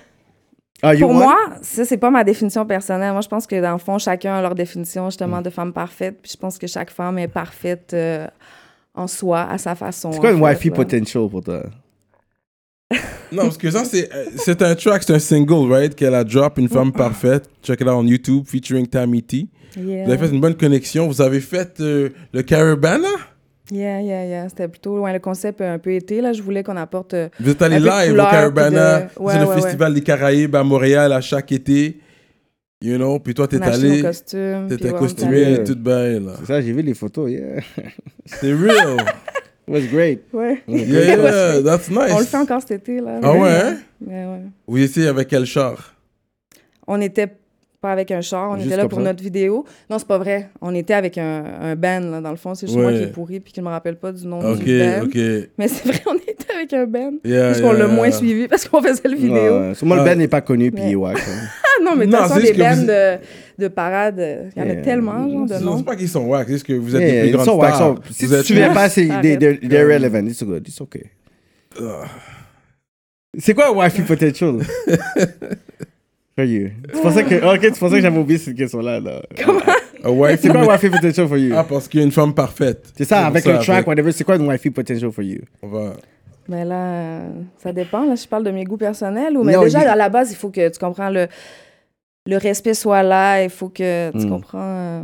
Ah, you
Pour
what?
moi, ça, c'est pas ma définition personnelle. Moi, je pense que dans le fond, chacun a leur définition justement
Mm.
de femme parfaite. Puis je pense que chaque femme est parfaite euh, en soi, à sa façon.
c'est quoi
en
une
fait,
wifey
là.
potential pour toi?
Non, parce que ça, c'est euh, c'est un track, c'est un single, right? Qu'elle a drop, Une femme parfaite. Check it out on YouTube, featuring Tammy T.
Yeah.
Vous avez fait une bonne connexion. Vous avez fait euh, le Caravana?
Yeah, yeah, yeah. C'était plutôt loin. Le concept a un peu été, là. Je voulais qu'on apporte. euh,
Vous êtes allé
Un peu de
live
couleur,
au Caravana.
puis de- ouais,
c'est le
ouais,
festival des Caraïbes à Montréal à chaque été. You know? Puis toi,
on
t'es
a acheté
allé.
nos costumes. puis
T'étais
ouais, on est
costumé
allé.
et toute belle. là.
C'est ça, j'ai vu les photos, yeah. It
C'est real.
was great.
Ouais.
yeah, yeah, that's nice.
On le fait encore cet été, là.
Ah ouais, hein?
Ouais, ouais.
Vous étiez avec quel char?
On était pas avec un char, on
Juste
était là
comme
pour
ça.
notre vidéo. Non, c'est pas vrai. On était avec un, un band, là, dans le fond. C'est juste
Ouais.
moi qui est pourri puis qui me rappelle pas du nom
Ok,
du band.
ok.
Mais c'est vrai, on était avec un Ben. band.
Yeah,
Parce qu'on
yeah,
l'a moins
yeah.
suivi parce qu'on faisait le vidéo.
Ouais, sûrement le
Ouais.
band n'est pas connu, puis
Ouais.
il est whack, hein.
Ah non, mais de
Non,
toute façon,
c'est
les
juste que
bands
vous-
de, de parade, euh, il y en a
Yeah.
tellement, genre, de
Non,
noms.
c'est pas qu'ils sont wack, c'est juste que vous êtes
Yeah,
des
ils
plus
sont
grandes
whack,
stars.
ils sont- Si
Vous
tu
êtes-
te souviens pas, c'est
Arrête.
they're, they're relevant. It's good, it's okay. C'est quoi un wifey potential? for you. Tu pensais que, ok, tu pensais que j'avais oublié cette question-là, là.
A wife
C'est quoi un wifey potential for you?
Ah, parce qu'il y a une femme parfaite.
C'est ça, avec
pour
un track, Oh,
avec-
whatever, c'est quoi une wifey potential for you?
on va-
Mais là, euh, ça dépend. Là, je parle de mes goûts personnels. Ou, mais
Non,
déjà,
il-
à la base, il faut que tu comprends le, le respect soit là. Il faut que
Hmm.
tu comprends. euh,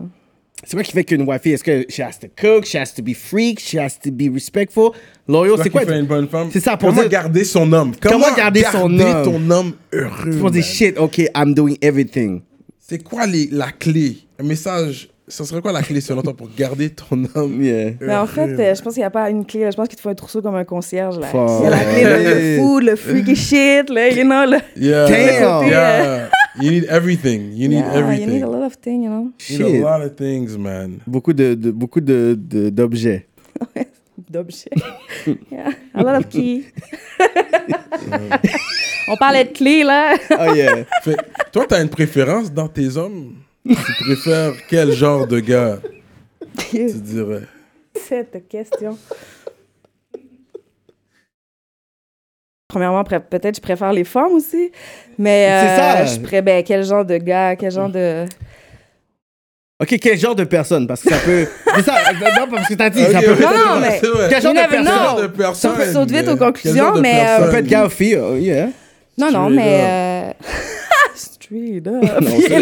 C'est quoi qui fait qu'une wifey, est-ce que she has to cook, she has to be freak, she has to be respectful, loyal,
Toi
c'est
qui
quoi?
fais une bonne femme.
C'est ça, pour
Comment
dire-
garder son homme
Comment garder son homme?
ton homme heureux.
Pour
man?
dire shit, ok, I'm doing everything.
C'est quoi les- la clé Un message, ça serait quoi la clé selon toi pour garder ton homme
Yeah.
Mais en fait, euh, je pense qu'il n'y a pas une clé. là. Je pense qu'il te faut un trousseau comme un concierge. Là.
Fuck.
Il y a la clé, là, le
Hey.
food, le freaky shit. Là, you know, le-
Yeah.
Damn.
Yeah. You need everything. You need
Yeah, you
everything.
need a lot of things, you know.
You need
Shit.
a lot of things, man.
Beaucoup de, de- beaucoup de, de- d'objets.
D'objets. yeah. A lot of keys. On parlait de clés, là.
Oh yeah.
Fait, toi, t'as une préférence dans tes hommes Tu préfères quel genre de gars Tu dirais.
Cette question. Premièrement, pré- peut-être je préfère les femmes aussi, mais
C'est
euh,
ça.
je pré- ben, quel genre de gars, quel genre de...
ok, quel genre de personne? Parce que ça peut. C'est ça, euh, non, parce que t'as dit, ça
Ok,
peut.
ouais,
Non,
c'est
mais-
vrai, c'est vrai.
Quel genre
You
de
never
personne?
know.
de personne.
Ça, on saute vite aux
euh,
conclusions,
quel genre de
mais, euh,
Ça peut être gars ou fille, oh, yeah.
Non, non,
Straight
mais... euh, Straight up.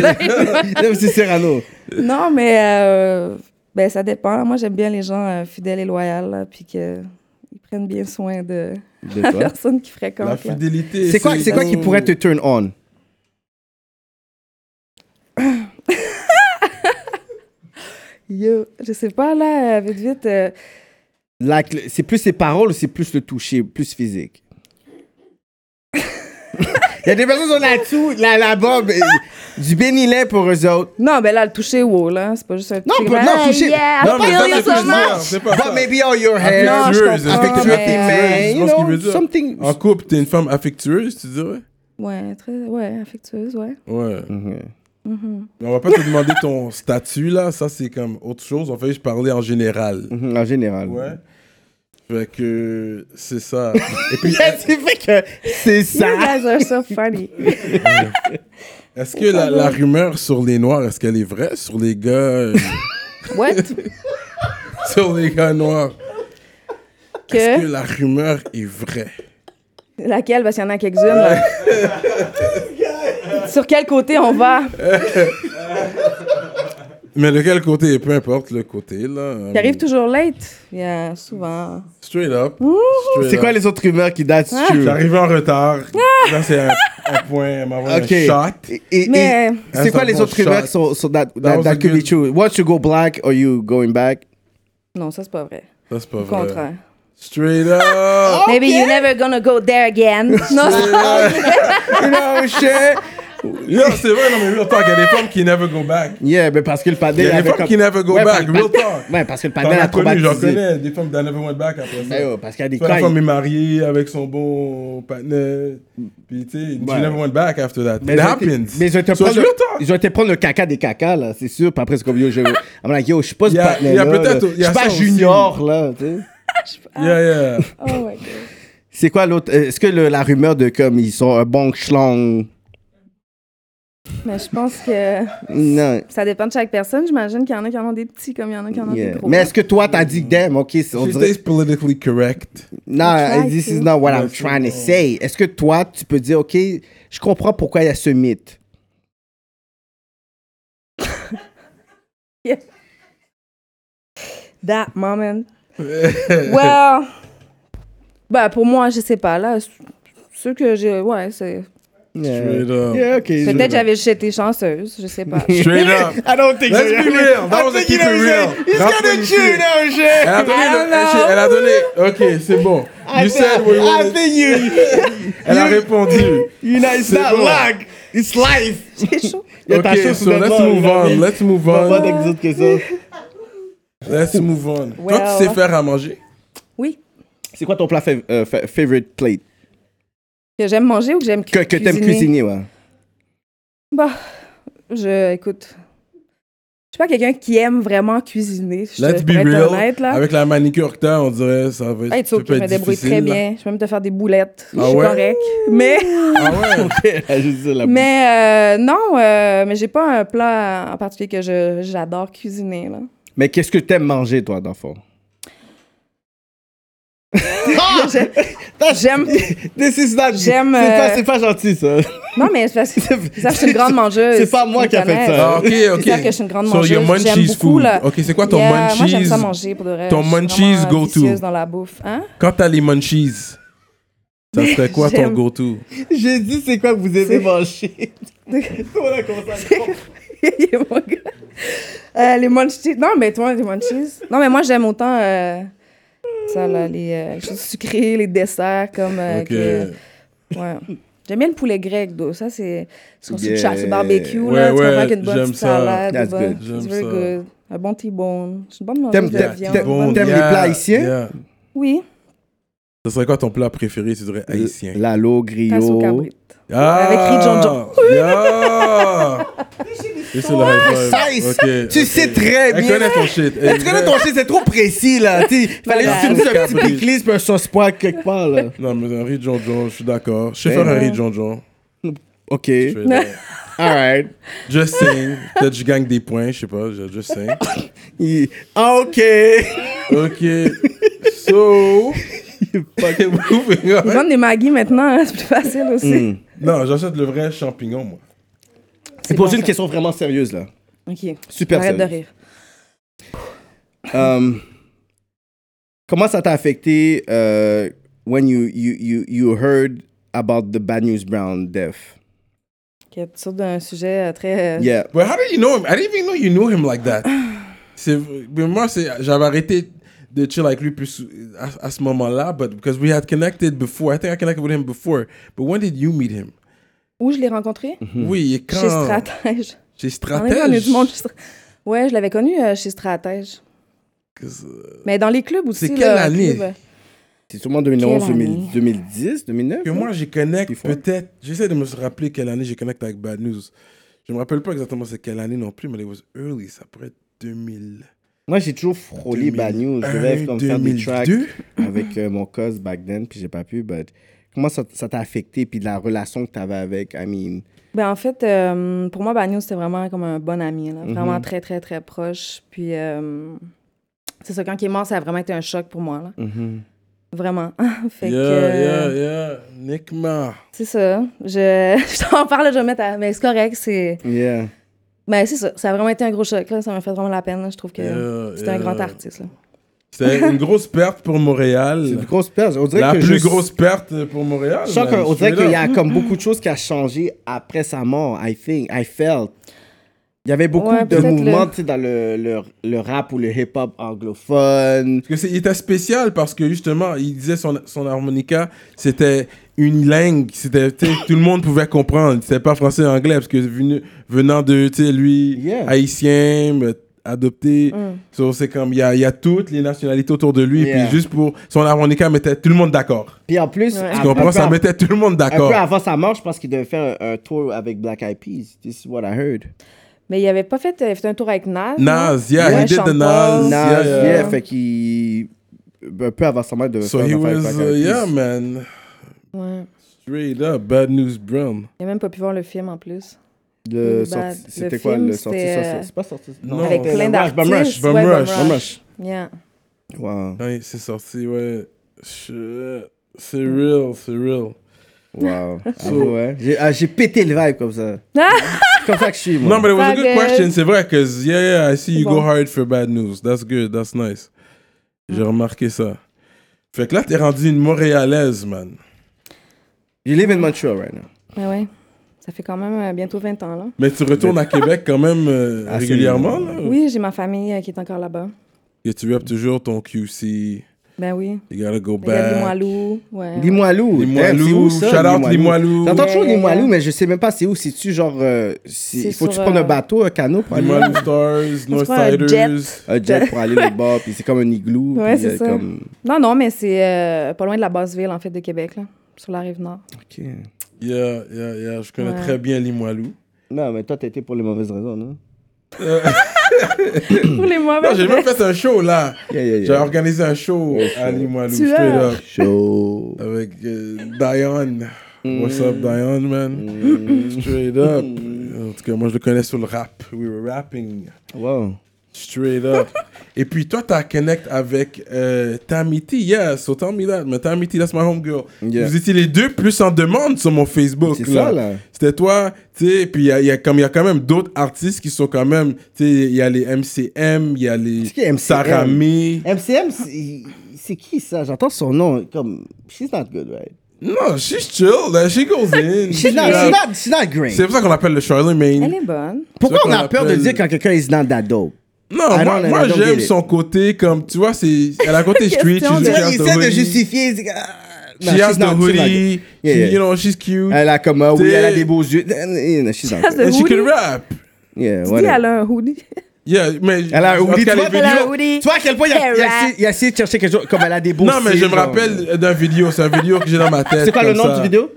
Là, c'est Cyrano.
non, mais... euh, Ben, ça dépend. Moi, j'aime bien les gens euh, fidèles et loyaux, là, puis que... Ils prennent bien soin de
De
la
toi.
personne qui
La
fréquente. là.
fidélité.
C'est quoi, c'est quoi qui pourrait te turn on?
Yo, je sais pas, là, vite, vite... euh,
Like, le- c'est plus ses paroles ou c'est plus le toucher, plus physique? Il y a des personnes qui sont là-dessous, là- là-bas, ben, du béni-lait pour eux autres.
Non, ben là, le toucher, wow, là. C'est pas juste un toucher.
Non, pas-
comme,
non,
hey,
toucher.
Yeah,
Non,
I
mais
feel
ça,
you
c'est
so
plus
much.
mort, c'est pas
But
ça. Ah,
maybe all your hair.
Non, je
Affectueuse,
comprends,
affectueuse.
mais-
Mais,
Tu
you
vois ce qu'il
know,
veut dire? Ah.
something-
En couple, t'es une femme affectueuse, tu dirais?
Ouais, très, ouais, affectueuse, ouais.
Ouais.
Mm.
Mais on va pas te demander ton statut, là. Ça, c'est comme autre chose. On fait juste parler en général.
Mhm, En général.
Ouais. Fait que c'est ça. Et puis,
C'est fait que c'est ça.
You guys are so funny.
est-ce que la, la rumeur sur les Noirs, est-ce qu'elle est vraie? Sur les gars... euh,
What?
sur les gars noirs, est-ce que
Que?
la rumeur est vraie?
Laquelle? Parce qu'il y en a quelques-unes, là. Sur quel côté on va?
Mais de quel côté? Peu importe le côté, là.
Qui arrive toujours late? Bien, souvent.
Straight up. Straight
C'est quoi
up.
les autres rumeurs qui datent sur
J'arrive en retard.
Ah!
Là, c'est un, un point. Elle m'a envoyé
Ok.
un shot.
Et- et-
Mais-
et
That's
c'est quoi
a
les
bon
autres rumeurs
shot.
qui sont so that,
That
that,
was
that
a
could be
good-
true? Once you go black, are you going back?
Non, ça, c'est pas vrai.
Ça, c'est pas
Au
vrai.
contraire.
Straight
Ah!
up.
Maybe you're never gonna go there again. non,
no shit! Oh!
Yo, c'est vrai, non, mais real talk. Il y a des femmes qui never go back.
Yeah, mais parce que le
Il
padel
y a des
avait
femmes
comme-
qui never go
Ouais,
back.
parce-
Real talk.
Ouais, parce que le
T'en
padel a
as connu, j'en
traumatisé. oh,
connais. Des femmes qui never went back après ça.
Ouais, ouais, parce qu'il y a des
Soit la
cas.
femme est mariée avec son bon partenaire. Puis, tu sais, she
Ouais.
never went back after that.
Mais
It
ils ont été-
happens.
Mais ils ont été
So
prendre
it's real talk.
le- ils ont été prendre le caca des cacas, là, c'est sûr. Puis après, c'est comme, yo, je I'm like, yo, je suis pas ce
Il y a-
partenaire.
il y a
là,
peut-être-
là.
il
Je
y a
suis pas
ça aussi.
junior, là, tu sais.
Yeah, yeah.
Oh my god.
C'est quoi l'autre? euh, Est-ce que le- la rumeur de comme ils sont un bon schlong?
Mais je pense que
Non.
ça dépend de chaque personne. J'imagine qu'il y en a qui en ont des petits comme il y en a qui en ont
Yeah.
des gros.
Mais est-ce que toi, t'as dit, damn, ok, c'est- on
She
dirait.
stays politically correct.
Non,
try
this
to.
is not what I'm
Ouais, c'est-
trying to say. Est-ce que toi, tu peux dire, ok, je comprends pourquoi il y a ce mythe?
That moment. well, bah pour moi, je sais pas. Là, ce que j'ai. Ouais, c'est.
Yeah.
Straight up.
Yeah, ok. je-
Peut-être j'avais j'étais chanceuse, je sais pas.
Straight up.
I don't think
Let's be real. That was a keep it real.
He's
That's what
gonna
you
chew
said.
no shit.
Elle a donné.
I don't
le- elle-
know.
Elle a donné. Ok, c'est bon.
I
You said
think-
what you
I
wanted.
think you,
Elle a répondu.
you know, it's
C'est
not
bon.
luck, it's life.
J'ai chaud.
Il y a ta
Ok,
chose
so
de
let's
bord,
move
là,
on.
mais-
Let's move
Pas
on.
d'exote que ça.
Let's move on. Toi,
Well.
tu sais faire à manger?
Oui.
C'est quoi ton plat fa- euh, fa- favorite plate
Que j'aime manger ou que j'aime cu-
que, que t'aimes cuisiner, ouais.
Bah, je. Écoute. Je suis pas quelqu'un qui aime vraiment cuisiner. Je
Let's
te-
be
pour être
real.
honnête, là.
Avec la manicure que t'as, on dirait ça va être.
Hey, tu
ça
sais, que
peut
je
être
me débrouille
difficile,
très
là.
bien. Je peux même te faire des boulettes.
Ah
je suis
ouais?
correct. Mais,
Ah ouais?
Juste dire la-
mais euh, non, euh, mais j'ai pas un plat en particulier que je- j'adore cuisiner. Là.
Mais qu'est-ce que t'aimes manger, toi, d'enfant
J'aime.
Ah! This is not.
J'aime,
C'est pas,
euh,
c'est pas gentil, ça.
Non, mais c'est parce que
C'est-
ça, je suis une grande mangeuse.
c'est pas moi
Ils
qui a fait
connaissent.
ça.
Ah, ok, ok.
Ils savent que je suis une grande
So,
mangeuse.
your
J'aime
munchies
beaucoup,
food.
là.
Ok, c'est quoi ton
Yeah, Moi, j'aime
munchies?
ça manger pour de vrai.
Ton
Je suis
munchies
vraiment
go-to.
vicieuse dans la bouffe. Hein?
Quand t'as les munchies, ça serait quoi ton
J'aime.
go-to?
J'ai dit, c'est quoi que vous aimez
C'est-
manger On a commencé à comprendre.
Il est mon gars. Euh, les munchies. Non, mais toi, les munchies. Non, mais moi, j'aime autant euh, ça, là, les euh, choses sucrées, les desserts, comme. euh,
Ok.
que- ouais. J'aime bien le poulet grec, d'eau. Ça, c'est ce qu'on
Yeah.
yeah. sur le barbecue,
Ouais,
là. Tu comprends
ouais,
qu'une bonne
j'aime
petite
ça.
salade.
That's
une bonne-
good.
It's
J'aime
very
ça.
good. Un bon T-bone. Je suis une bonne
T'aimes-
mangeuse de
t'aimes-
viande.
t'aimes-
bonne-
t'aimes- les plats haïtiens?
yeah.
Oui,
Ce serait quoi ton plat préféré, tu dirais haïtien? Ah!
Lalo,
tasse
griot.
au cabrit. Avec Rick John John.
Yeah. Et c'est le high
ça,
five.
il-
Ok, ok.
tu sais très
Elle
bien.
connaît ton shit.
Est-ce que là, ton shit, c'est trop précis, là? Il fallait
Voilà.
juste une
Tasse au
petite
cabri.
église puis un sauce poids quelque part, là.
Non, mais un riz John John, je suis d'accord. Je sais
Ben
faire un
non.
riz John John.
OK.
Je fais là,
Alright.
Just saying. Peut-être que je gagne des points, je sais pas. je- Just saying.
Il- Ah, OK.
Ok. So. Moving
Ils
on.
vendent des Maggi maintenant, hein, c'est plus facile
Hmm.
aussi.
Non, j'achète le vrai champignon, moi.
C'est
bon,
poser une
ça.
question vraiment sérieuse, là.
Ok.
Super
Arrête de
sérieuse.
rire.
Um, comment ça t'a affecté euh, when you, you, you, you heard about the Bad News Brown death?
Ok, tu sors d'un sujet euh, très. euh,
Yeah.
But how did you know him? I didn't even know you knew him like that. C'est, mais moi, c'est, j'avais arrêté de chill avec lui plus à, à ce moment-là, but because we had connected before. I think I connected with him before. But when did you meet him?
Où je l'ai rencontré?
Oui, et quand.
Mm-hmm.
Chez
Chez Stratège. On est connu
Stratège.
du monde chez Stra- Ouais, je l'avais connu euh, chez Stratège. Mais dans les clubs aussi.
C'est
là,
quelle
au
année?
club, euh,
C'est sûrement 2011,
Quelle année?
2000 2010, 2009.
Que moi, je connecte
Before.
peut-être. J'essaie de me rappeler quelle année je connecte avec Bad News. Je me rappelle pas exactement c'est quelle année non plus, mais it was early. Ça pourrait être 2000.
Moi, j'ai toujours frôlé Bad News. Je rêve comme faire des
2002.
tracks avec euh, mon cos back then, puis j'ai pas pu. But comment ça ça t'a affecté, puis de la relation que t'avais avec, I mean.
Ben, en fait, euh, pour moi, Bagno, c'était vraiment comme un bon ami. là. Vraiment très, très, très proche. Puis, euh, c'est ça, quand il est mort, ça a vraiment été un choc pour moi. là. Vraiment. fait que, euh,
Yeah, yeah, yeah. Nick Ma.
c'est ça. Je, je t'en parle, je vais mettre à... Mais c'est correct, c'est...
Yeah.
Ben, c'est ça. Ça a vraiment été un gros choc. Là. Ça m'a fait vraiment la peine. là. Je trouve que
Yeah,
c'était un
yeah.
grand artiste. là.
C'est une grosse perte pour
C'est une
Montréal.
grosse perte. On dirait
La
que
plus
je-
grosse perte pour Montréal.
Je sens
man.
qu'on- on dirait
Straight
qu'il y
up.
a comme beaucoup de choses qui a changé après sa mort, I think, I felt. Il y avait beaucoup
Ouais,
de
peut-être
mouvements
le-
tu sais, dans le, le, le rap ou le hip-hop anglophone.
Parce que c'est- il était spécial parce que justement, il disait son, son harmonica, c'était une langue, c'était tu sais, tout le monde pouvait comprendre. C'était pas français et anglais parce que venu- venant de tu sais, lui
Yeah.
haïtien, mais adopté, So, c'est comme il y a, il y a toutes les nationalités autour de lui.
Yeah.
Puis juste pour son harmonica mettait tout le monde d'accord.
Puis en plus,
Ouais.
un-
Tu
un
comprends,
peu
ça
en-
mettait tout le monde
Un
d'accord.
peu avant sa mort, je pense qu'il devait faire un, un tour avec Black Eyed Peas. This is what I heard.
Mais il avait pas fait... euh, Il avait fait un tour avec Naz. non?
Nas, yeah,
Ouais,
he did
Sean
the
Paul.
Nas,
Nas,
yeah,
yeah,
yeah.
fait qu'il... Un peu avant sa mort, il devait
So
faire
he
un affaire
was, uh,
avec euh, Black Eyed Peas.
yeah, man,
Ouais.
straight up, bad news brown.
Il a même pas pu voir le film, en plus.
Le
Bad.
sorti-
Le
C'était quoi
film,
le sorti?
c'était,
ça, ça-
euh,
C'est pas sorti.
Non.
Avec
c'était
plein
Rush,
d'artistes.
Bum Rush,
Bum
Ouais, Bum
Rush.
Bum Rush.
Yeah.
Wow,
Ouais, c'est sorti, ouais. Shit. C'est real, c'est real.
wow. Ah ouais. J'ai ah, j'ai pété le vibe comme ça. C'est comme ça que je suis, moi.
Non, but it was a
Pas
good
good.
question. C'est vrai, cause yeah, yeah, I see you
Bon.
go hard for bad news. That's good, that's nice. J'ai remarqué ça. Fait que là, t'es rendu une Montréalaise, man.
You live in Montreal right now.
Ben ouais. Ça fait quand même euh, bientôt 20 ans, là.
Mais tu retournes à Québec quand même euh,
Ah, c'est-
régulièrement, là?
Oui, j'ai ma famille euh, qui est encore là-bas.
Et tu rap toujours ton QC.
Ben oui.
You gotta go
Regarde
Ben,
les
back.
Moilou. Ouais.
Limoilou.
Limoilou,
Damn, c'est où ça,
shout out Limoilou.
J'entends toujours
Ah. Yeah, yeah,
Limoilou,
yeah.
mais je sais même pas c'est où. C'est-tu genre. euh, si-
C'est
Il faut que tu
sur,
prennes un
euh,
bateau, un canot pour aller.
Limoilou Stars,
prend un
Northsiders.
Un jet pour aller le bord, puis c'est comme un igloo.
Ouais,
puis,
c'est
euh,
ça.
Comme...
Non, non, mais c'est euh, pas loin de la basse ville, en fait, de Québec, là. Sur la rive nord.
Ok.
Yeah, yeah, yeah. Je connais
Ouais.
très bien Limoilou.
Non, mais toi, t'étais pour les mauvaises raisons, non?
Pour les mauvais.
Non, j'ai même fait un show, là.
Yeah, yeah, Oh,
J'ai
yeah.
organisé un show à Limoilou,
Tu
straight
as-
up.
Chaud.
avec euh, Dion. What's
Mm.
up, Dion, man? Straight up. En tout cas, moi, je le connais sur le rap. We were rapping.
Wow.
Straight up. Et puis, toi, t'as connect avec euh, Tamiti. Yeah, so tell me that. Mais Tamiti, that's my homegirl.
Yeah.
Vous étiez les deux plus en demande sur mon Facebook.
C'est ça, là.
C'était toi, tu sais. Puis, il y a, il y a comme- il y a quand même d'autres artistes qui sont quand même. Tu sais, il y a les MCM, il y a les
qui MCM?
Sarami.
MCM, c'est- c'est qui ça? J'entends son nom. Comme. She's not good, right?
Non, she's chill. Là. She goes in.
She's not, she's not, she's not great.
C'est pour ça qu'on l'appelle le Charlemagne.
Elle est bonne.
Pourquoi
C'est
on
ça
a
qu'on
peur de
appelle-
dire quand quelqu'un est dans that dope?
Non,
I
moi,
don't- I
moi
don't
j'aime
get it.
son côté comme, tu vois, c'est, elle a un côté street, she's
Question
a
de-
Tu vois,
girl
Il
the
essaie de
hoodie.
justifier. il dit, ah, non,
She has
she's
the
not- she's not good.
hoodie,
Yeah,
she-
yeah.
you know, she's cute,
Elle a comme, ah oui,
T'es-
elle a des beaux yeux. Eh, eh, She's not
She has
good.
the
and she can
hoodie.
rap.
Yeah,
Tu dis,
whatever.
elle a un hoodie.
Yeah, mais...
Elle a un
en tout
hoodie,
cas,
tu vois,
les
elle a
un
vidéos-
hoodie.
Tu vois à quel point il a, il a essayé, il a essayé de chercher quelque chose. Comme elle a des beaux
Non, mais
cils,
je me
genre.
rappelle d'un vidéo, c'est un vidéo que j'ai dans ma tête.
C'est quoi le
comme
nom
ça.
de vidéo?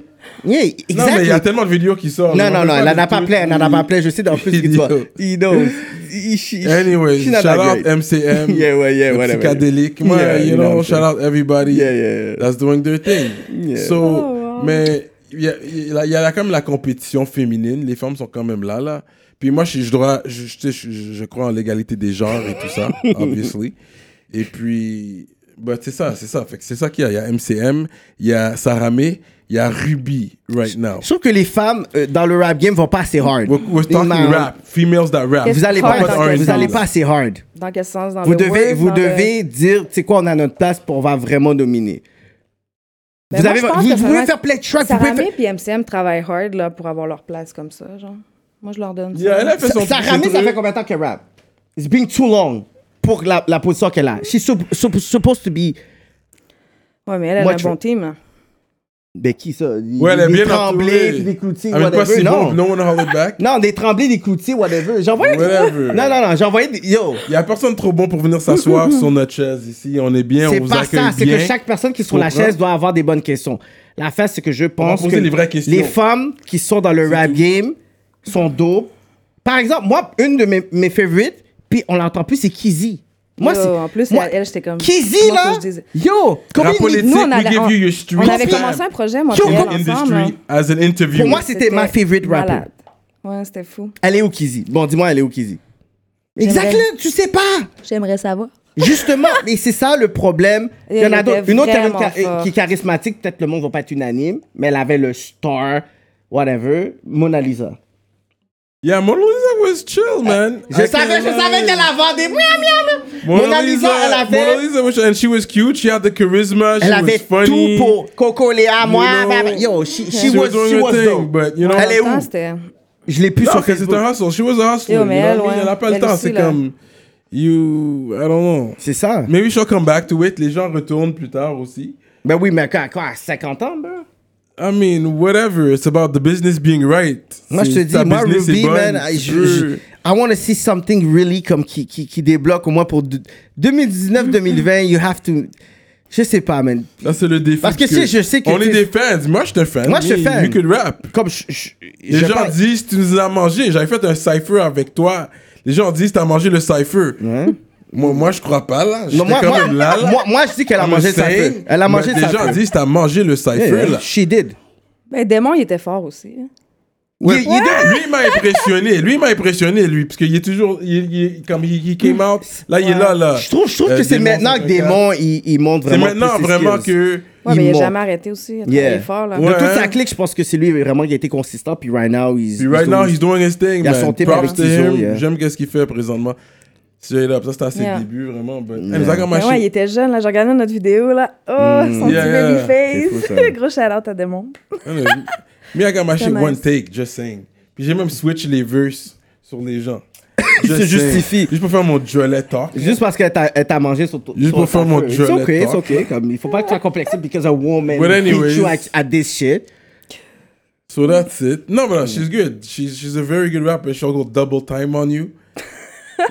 Yeah,
Non, mais il y a
exactement.
tellement de vidéos qui sortent.
Non,
je me
non, non,
rappelle
elle
pas
en a
du
pas
tout.
plein, elle en a pas plein, je sais, dans plus qu'il doit.
Vidéo.
He knows. He- she-
Anyway,
she not
shout
that
out
great.
MCM.
Yeah, ouais, yeah,
le
whatever.
Psychédélique. Moi,
Yeah,
you
you know
know,
what I'm
shout out everybody.
Yeah, yeah, yeah.
That's doing their thing.
Yeah.
So,
Oh, wow.
mais il y a, il y a- il y a quand même la compétition féminine. Les femmes sont quand même là, là. Puis moi, je, je dois, je, je- tu sais, je- je crois en l'égalité des genres et tout ça, obviously. Et puis, bah, c'est ça, c'est ça. Fait que c'est ça qu'il y a. Il y a MCM, il y a Saramé, il y a Ruby right now.
Je trouve que les femmes euh, dans le rap game vont pas assez hard.
We're, we're talking
Non.
rap, females that rap.
Vous allez pas,
Hard dans quel
vous
sens?
allez pas assez hard.
Dans quel sens? Dans
Vous
le
devez,
word,
vous
dans le-
devez dire, tu sais quoi, on a notre place pour on va vraiment dominer.
Ben,
vous
moi,
avez,
je
vous,
pense que
vous
ça
pouvez
va-
faire plein de tracks, vous pouvez
Saramé
faire.
puis MCM travaillent hard là, pour avoir leur place comme ça, genre. Moi, je leur donne ça.
Yeah, elle a fait son
Ça, ça ramène, ça
truc.
fait combien de temps qu'elle rap? It's been too long pour la, la position qu'elle a. She's sup- sup- supposed to be.
Ouais, mais elle, elle
Moi,
a un
je-
bon team.
Ben qui ça? Des-
Ouais, elle est
des
bien
tremblés,
entourée.
puis des cloutiers,
Elle est pas
whatever.
si
non.
bon, no one hold it back.
non, des tremblés, des cloutiers, whatever. J'envoyais.
Whatever.
Non, non, non, j'envoyais des. Yo!
Il y a personne trop bon pour venir s'asseoir sur notre chaise ici. On est bien,
C'est
on vous
pas
accueille
ça, c'est
bien.
que chaque personne qui est sur la
comprends?
chaise doit avoir des bonnes questions. La face, c'est que je pense
poser
que
les vraies questions.
les femmes qui sont dans le rap game sont dope. Par exemple, moi, une de mes, mes favorites, puis on l'entend plus, c'est Kizzy. Moi,
Yo,
c'est-
en plus,
moi,
elle- elle, j'étais comme,
Kizzy,
comment
là!
ça, je disais?
Yo!
Rap
Combien de
politique,
Nous, on
we
avait,
give
on,
you your street
on avait
time.
commencé un projet, moi,
Yo,
puis elle,
comment-
ensemble.
Industry
hein.
as an interview.
Pour moi, c'était ma favorite rapper.
malade. Ouais, c'était fou.
Elle est où, Kizzy? Bon, dis-moi, elle est où, Kizzy? Exactement, tu sais pas!
J'aimerais savoir.
Justement, mais c'est ça le problème. Il y en a
Elle
d'autres.
était
Une autre Karen
vraiment
Ca-
forte.
qui est charismatique, peut-être le monde va pas être unanime, mais elle avait le star, whatever, Mona Lisa.
Yeah, Mona Lisa was chill, man.
Eh, Je
I
savais,
can't
je savais
lie.
qu'elle avait des miam miam. Mona Lisa, elle avait-
Mona Lisa, was- and she was cute. She had the charisma. She
Elle
was
avait
funny.
tout pour Coco Léa, moi,
know,
bah, bah, yo, she, she
She
was,
was doing
she
her
was
thing,
dope.
but you know.
Elle est
Attends,
où?
c'était-
Je l'ai plus
Non,
sur
que c'est
Facebook.
un hustle. She was a hustler.
Yo,
you
mais
know
elle,
what I mean?
ouais.
Elle a pas le
Elle
temps.
aussi,
C'est
là.
comme. You. I don't know.
C'est ça.
Maybe she'll come back to it. Les gens retournent plus tard aussi.
Ben oui, mais quand, quand à 50 ans, ben.
I mean, whatever. It's about the business being right.
Moi, je te
C'est-
dis,
ta
moi,
business est
Ruby,
bonne,
man, I,
tu
je,
peux-
je- I want to see something really comme qui, qui, qui débloque au moins pour 2019-2020. You have to. Je sais pas, man.
Là, c'est le défi.
Parce que si je sais que
On est
tu-
des fans. Moi, je te fan.
Moi, je suis
Mais
fan.
You could rap.
Comme je. je-
Les
je
gens
parle-
disent, tu nous as mangé. J'avais fait un cypher avec toi. Les gens disent, t'as mangé le cypher. Moi, moi, je crois pas, là. J'étais
Non, moi,
quand
moi,
même là, là.
moi, moi, je dis qu'elle a
I'm
mangé sa
saying,
feuille. Elle a
mais
mangé
Les
sa
gens
feuille.
disent, t'as mangé le cypher, là.
She did.
Ben, Démon, il était fort aussi. hein.
Il- il- Lui, il m'a impressionné. Lui, il m'a impressionné, lui. Parce qu'il est toujours... Il, il- comme he, he came out, là, il est là, là.
Je trouve, je trouve
Euh,
que c'est
Démon,
maintenant que
54.
Démon, il, il montre
C'est
vraiment.
maintenant
plus ses
vraiment
skills.
que...
Ouais,
Il
mais il
monte.
n'a jamais arrêté aussi. Il a
Yeah.
travaillé fort, là.
De
Ouais.
toute sa clique, je pense que c'est lui vraiment qui a été consistant. Puis right now, he's.
Puis right
he's
now,
doing-
he's doing his thing,
Il a
man.
sauté par
Props
les
to
petits os,
him.
yeah.
J'aime qu'est-ce qu'il fait présentement. Straight up. Ça, c'était à ses
Yeah.
débuts, vraiment. but- Hey, Zach, I'm
Mais
actually-
Ben ouais, il était jeune, là. Je regardais notre vidéo, là. Oh, son
Yeah, yeah.
petit baby
Mm. C'est fou, ça.
face. Gros shout-out à Démon.
Non, non, Me, I got my shit
nice.
one take, just saying. Puis j'ai même switch les verses sur les gens. Just
se
saying.
justifie.
Juste pour faire mon Jolet talk.
Juste parce qu'elle t'a elle t'a mangé sur ton.
Juste
sur
pour
ton
faire mon
feu. It's
Joelette
okay, it's
talk.
okay. Comme, il faut pas que tu sois complexé because a woman
But
beat you
anyways.
at, at this shit.
So that's it. No, but no, she's good. She's, she's a very good rapper. She'll go double time on you.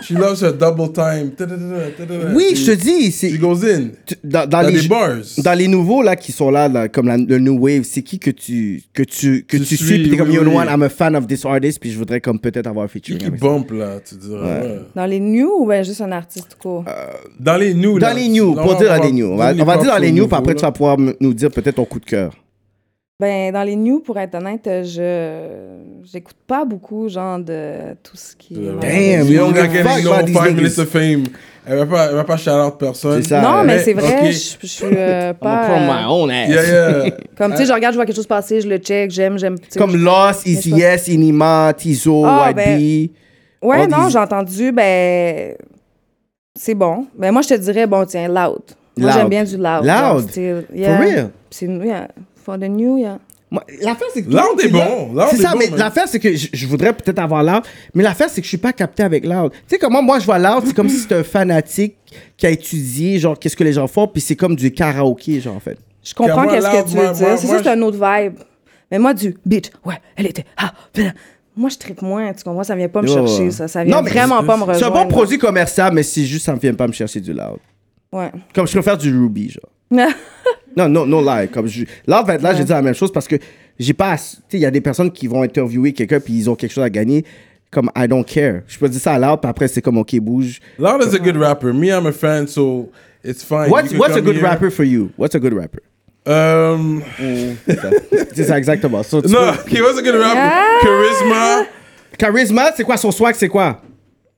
she loves her double time. Ta-da-da-da, ta-da-da.
Oui,
She-
je te dis, c'est.
She goes in.
tu- Dans, dans
T'as
les,
des bars.
dans les nouveaux là qui sont là, là, comme la- le new wave, c'est qui que tu que tu que
Tu
tu, suis,
suis,
puis t'es comme
oui,
you know
oui.
what, I'm a fan of this artist puis je voudrais comme peut-être avoir un featuring.
Qui
avec
bump là, tu dirais. ouais.
Dans les news ou ben juste un artiste court?
Euh.
Dans les news.
Dans
là,
les
tu-
news,
là,
pour
on
dire
va-
dans les news. On va,
donne
on va
props
dire dans
aux
les news,
nouveaux,
puis après
là.
tu vas pouvoir m- nous dire peut-être ton coup de cœur.
Ben, dans les news, pour être honnête, je j'écoute pas beaucoup, genre, de tout ce qui est...
Damn,
you
you
don't
don't
got
give a
any
fuck
no
about these
five
niggas.
minutes of fame. Elle va pas, elle va pas shout out personne. Eh,
C'est ça.
Non, mais c'est vrai,
ok.
je je suis euh, pas... euh,
own ass.
Yeah, yeah.
Comme, tu sais, je regarde, je vois quelque chose passer, je le check, j'aime, j'aime... tu sais,
Euh. Comme
je-
Lost, Easy
Mais ça-
Yes, ben. Inima, Tizo,
Ah,
YB.
Ouais,
on
non,
dit-
j'ai entendu, ben... C'est bon. Ben, moi, je te dirais, bon, tiens, loud. Moi,
Loud.
j'aime bien du loud. genre,
Loud?
style,
real?
C'est... Yeah. For the new, yeah.
Moi, L'affaire, c'est que.
Loud est bon, Loud
C'est
est
ça,
bon,
Ah, mais
man.
l'affaire, c'est que je, je voudrais peut-être avoir Loud, mais l'affaire, c'est que je suis pas capté avec Loud. Tu sais, comment moi, je vois Loud, c'est comme si c'était un fanatique qui a étudié, genre, qu'est-ce que les gens font, puis c'est comme du karaoké, genre, en fait.
Je comprends
Comme moi,
qu'est-ce
loud,
que tu
moi,
veux
moi,
dire. c'est
moi,
ça, c'est
je-
un autre vibe. Mais moi, du bitch, ouais, elle était. Ah, putain. moi, je tripe moins, tu comprends? Ça vient pas me
Ouais,
chercher,
ouais.
ça. Ça vient
Non, mais
vraiment pas me rejoindre.
C'est un bon produit commercial, mais c'est juste, ça me vient pas me chercher du Loud.
Ouais.
Comme je préfère du Ruby, genre.
ouais,
Non, non, non, là, comme je... Là, va être là, j'ai dit la même chose parce que j'ai pas... ass- Tu sais, il y a des personnes qui vont interviewer quelqu'un puis ils ont quelque chose à gagner. Comme, I don't care. Je peux dire ça à Loud, puis après, c'est comme, OK, bouge.
Loud is a good rapper. Me, I'm a fan, so it's fine.
What's,
You can
what's a
come
good
here.
rapper for you? What's a good rapper?
Um,
c'est ça, exactement. So, tu
no,
peux-
he was a good rapper.
Ah!
Charisma.
Charisma, c'est quoi son swag, c'est quoi?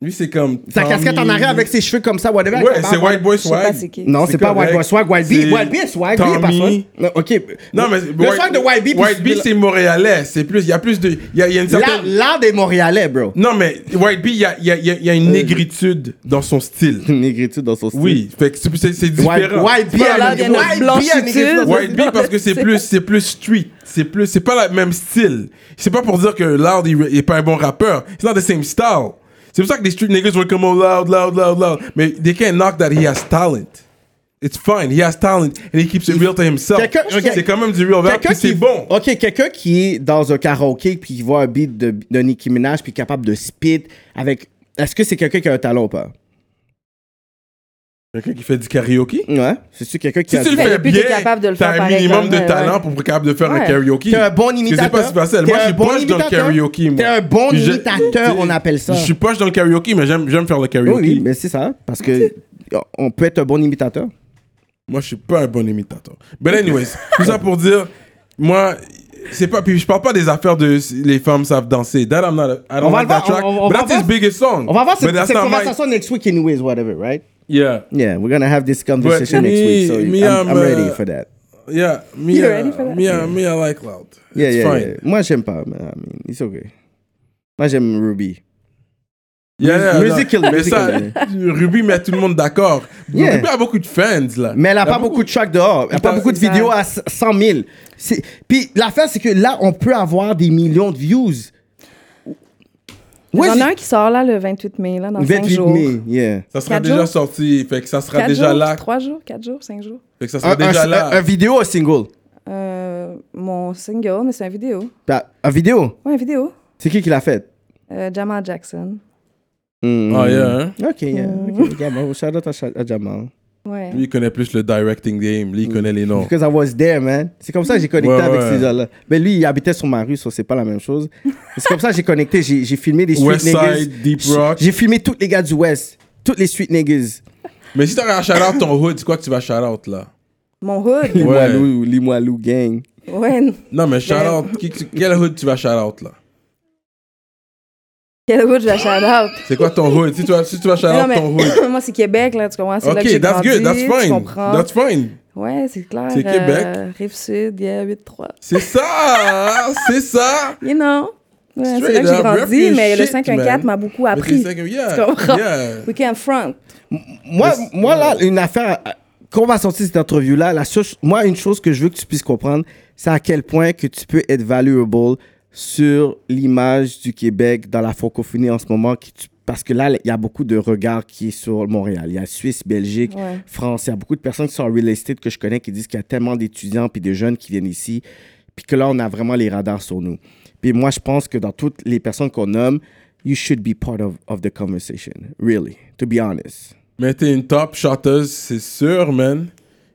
Lui, c'est comme.
Sa
Tommy.
casquette en arrière avec ses cheveux comme ça, whatever.
Um, Ouais,
avec sa
c'est
barbe.
White Boy
Je sais pas
Swag.
c'est qui.
Non, c'est pas
correct.
White Boy Swag. White B,
C'est
White B est swag. lui, il est pas swag.
Tommy.
Non, OK.
Non, mais.
Le swag de White B. puis-
White B, c'est montréalais. C'est plus. Il y a plus de. Il y a, il y a une
L'art
certaine.
l'art des Montréalais, bro.
Non, mais White B, il y a, il y a- il y a- il y a une négritude dans son style.
Négritude Hmm, dans son style.
Oui, fait que c'est- c'est c'est
White,
différent.
White B,
pas l'art
elle-
de notre
White B, elle-
blanchitude.
White B parce que c'est plus c'est plus street, c'est plus c'est pas le même style. C'est pas pour dire que Loud il, il est pas un bon rappeur. It's not the same style. C'est pour ça que les street niggas were comme oh, loud, loud, loud, loud. Mais they can't knock that he has talent. It's fine. He has talent and he keeps it real to himself.
Quelqu'un- regarde-
C'est quand même du real rap,
Quelqu'un
puis c'est
qui- Oh.
bon.
OK, quelqu'un qui est dans un karaoké puis qui voit un beat de, de Nicki Minaj puis capable de spit avec. Est-ce que c'est quelqu'un qui a un talent ou pas?
Quelqu'un qui fait du karaoke.
Ouais. C'est-tu quelqu'un qui
Si
a.
tu le
fais
fais
plus,
bien,
t'es capable de le
t'as
faire
un
pareil
minimum
comme,
de
ouais.
talent pour être capable de faire un
Ouais.
karaoke.
T'es un bon
Parce
imitateur.
que C'est pas si facile.
T'es
Moi, je
un
suis
bon
proche dans le
imitateur.
karaoke. moi.
T'es un bon
Puis je-
imitateur, on appelle ça.
Je suis proche dans le karaoke, mais j'aime j'aime faire le karaoke.
Oui, oui, mais c'est ça. Parce que on peut être un bon imitateur.
Moi, je suis pas un bon imitateur. But anyways, tout ça pour dire, moi, c'est pas. Puis je parle pas des affaires de si les femmes savent danser. That I'm not. A, I don't
On va
like
le
that
voir,
track.
on- on- on
but
va
that's his
voir.
biggest song.
On va voir cette,
But that's
cette
not my-
conversation next week, anyways, whatever, right?
Yeah,
Yeah, we're gonna have this conversation
But
next week. So
me- me,
I'm,
I'm,
I'm ready
uh,
for that.
yeah. Me,
You're
uh,
ready for that?
me, uh, me, I like loud.
Yeah,
It's
yeah,
fine.
yeah. Moi, j'aime pas. mais, I mean, it's okay. Moi, j'aime Ruby.
Yeah, yeah,
Mus-
non.
musical,
mais ça,
musical.
Ruby met tout le monde d'accord.
Yeah.
Ruby a beaucoup de fans là.
Mais elle a pas beaucoup de tracks dehors. Elle a pas
Putain,
beaucoup de
c'est ça.
vidéos à c- 100 000. C'est- Puis l'affaire, c'est que là, on peut avoir des millions de views.
Il
Ouais,
y en
c'est-
a un qui sort là le 28 mai, là, dans 5
28
jours.
mai, yeah.
Ça sera
Quatre
déjà
jours.
sorti, fait que ça sera
4
déjà
jours,
là,
3 jours, 4 jours, 5 jours.
fait que ça sera
Un,
déjà
un-
là.
un- un vidéo, un single.
Euh, mon single, mais c'est un vidéo.
Bah, un vidéo.
Ouais, un vidéo.
C'est qui qui l'a fait?
Euh, Jamal Jackson.
Hmm.
Ah yeah, hein?
Ok, yeah. Ok, Jamal. Shout out à, Sha- à Jamal.
Ouais.
lui il connaît plus le directing game, lui il connaît les noms.
Because I was there, man. C'est comme ça que j'ai connecté
Ouais,
avec
ouais.
ces gens-là. Mais lui, il habitait sur ma rue, so c'est pas la même chose. C'est comme ça que j'ai connecté. J'ai j'ai filmé des street
West
niggas.
Side, Deep Rock.
J'ai filmé tous les gars du West. Tous les street niggas.
Mais si t'aurais un shout out ton hood, c'est quoi que tu vas shout out là?
Mon hood.
Les
Ouais.
Moilou, les Moilou gang.
ouais.
Non, mais shout out. qui- tu- Quel hood tu vas shout out là
Quel hood je vais shout out.
C'est quoi ton hood Si tu vas, si tu vas shout
Non,
out
mais
ton hood.
moi, c'est Québec, là, tu comprends? C'est là que
Ok,
j'ai
that's
grandi,
good, that's
Tu
fine.
comprends?
That's fine.
Ouais, c'est clair.
C'est Québec.
Rive-Sud, yeah, 8-3.
C'est ça, hein, c'est ça.
You know. Ouais, c'est
Straight
là que j'ai
up, rep
grandi,
your
mais le
shit,
514
man.
m'a beaucoup
Mais
appris.
c'est- yeah,
Tu comprends?
yeah.
We can front.
Moi,
Mais c'est-
moi là, une affaire. euh, Quand on va sortir cette interview-là, la seule- moi, une chose que je veux que tu puisses comprendre, c'est à quel point que tu peux être valuable sur l'image du Québec dans la francophonie en ce moment. qui tu- parce que là, il y a beaucoup de regards qui est sur Montréal. Il y a Suisse, Belgique,
Ouais.
France. Il y a beaucoup de personnes qui sont en real estate que je connais qui disent qu'il y a tellement d'étudiants puis de jeunes qui viennent ici. Puis que là, on a vraiment les radars sur nous. Puis moi, je pense que dans toutes les personnes qu'on nomme, you should be part of, of the conversation. Really, to be honest.
Mais t'es une top chanteuse, c'est sûr, man.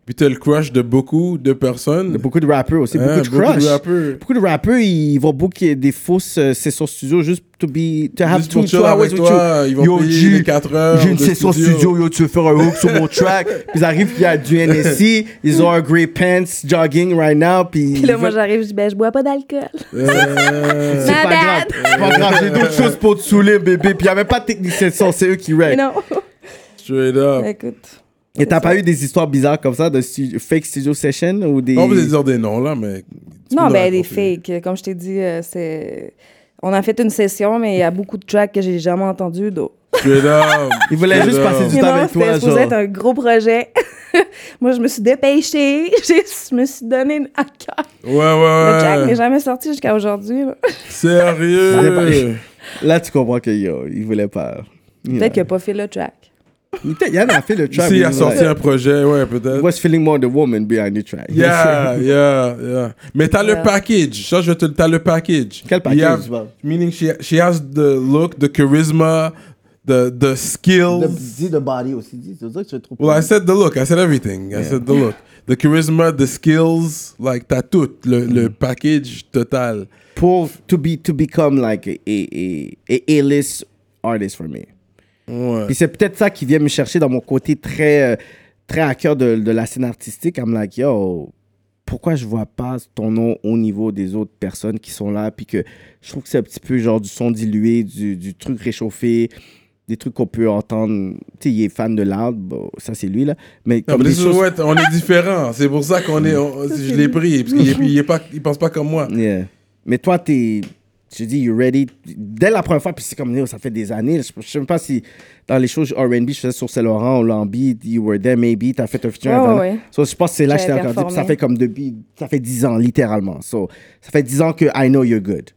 Puis t'as le crush de beaucoup de personnes.
Il y a beaucoup de rappeurs aussi,
Hein,
beaucoup de crush.
rappeurs.
Beaucoup de rappeurs, ils vont booker des fausses euh, sessions studio juste to be to have
Juste
two,
pour
two
chill
hours
avec
with
toi,
you.
ils vont
Yo,
payer
G,
les quatre heures
J'ai une
de
session
studio.
studio, yo, tu veux faire un hook sur mon track. Puis ils arrivent, il y a du NSC, ils ont un grey pants jogging right now, puis
Puis là, moi,
ils veulent-
j'arrive, je dis, ben, je bois pas d'alcool.
Euh,
c'est
My
pas
bad.
grave, c'est pas grave, j'ai d'autres choses pour te saouler, bébé. Puis il n'y avait pas de technicien de son, c'est eux qui
You
règlent.
know?
straight up.
Écoute.
Et t'as pas eu des histoires bizarres comme ça de stu- fake studio session ou des.
On va dire des noms là, mais. tu
Non,
peux nous
ben, des
raconter.
fakes. Comme je t'ai dit, euh, c'est. On a fait une session, mais il y a beaucoup de tracks que j'ai jamais entendus. donc.
Straight up.
Ils voulaient
straight
juste
up.
passer du
You
temps
know,
avec
C'était
toi,
supposé
genre.
être un gros projet. Moi, je me suis dépêchée. J'ai- Je me suis donné à cœur.
Ouais,
Le
ouais,
track n'est
ouais.
jamais sorti jusqu'à aujourd'hui. là.
Sérieux.
Euh. Là, tu comprends que yo, il voulait pas. You
Peut-être
know.
qu'il n'a pas fait le track.
Peut-être Yann a fait le track.
Si, il
mais
a
il
sorti
was
un projet, ouais,
like,
peut-être.
Was feeling more the woman behind the track.
Yeah, yeah, yeah. Mais t'as le
Yeah.
package. Ça, je te T'as le package.
Quel package,
You have-
tu parles?
Meaning she, she has the look, the charisma, the, the skills.
Dis de body aussi. Dis, c'est ça que tu trouves.
Well, I said the look. I said everything. I said the look. The charisma, the skills. Like, t'as tout. Le,
Mm.
le package total.
Pour to be to become like a a a, a list artist for me.
Ouais.
Puis c'est peut-être ça qui vient me chercher dans mon côté très euh, très à cœur de, de la scène artistique. I'm like yo. Pourquoi je vois pas ton nom au niveau des autres personnes qui sont là, puis que je trouve que c'est un petit peu genre du son dilué, du, du truc réchauffé, des trucs qu'on peut entendre. Tu sais, il est fan de loud, bon, ça c'est lui là, mais
Non,
comme
mais
des
c'est-
choses-
ouais, on est différents. C'est pour ça qu'on est. on- je l'ai pris. Parce qu'il est- il est pas, il pense pas comme moi.
Yeah. Mais toi, t'es. Je dis, you ready. Dès la première fois, puis c'est comme, yo, ça fait des années. Je, je sais même pas si dans les choses RB, je faisais sur Saint-Laurent, ou Lambie, you were there, maybe, t'as fait un feature.
Ouais,
avant.
ouais, ouais.
So, je pense que c'est là que
J'avais
j'étais encore. Ça
performé.
fait comme depuis. Ça fait 10 ans, littéralement. So, ça fait 10 ans que I know you're good.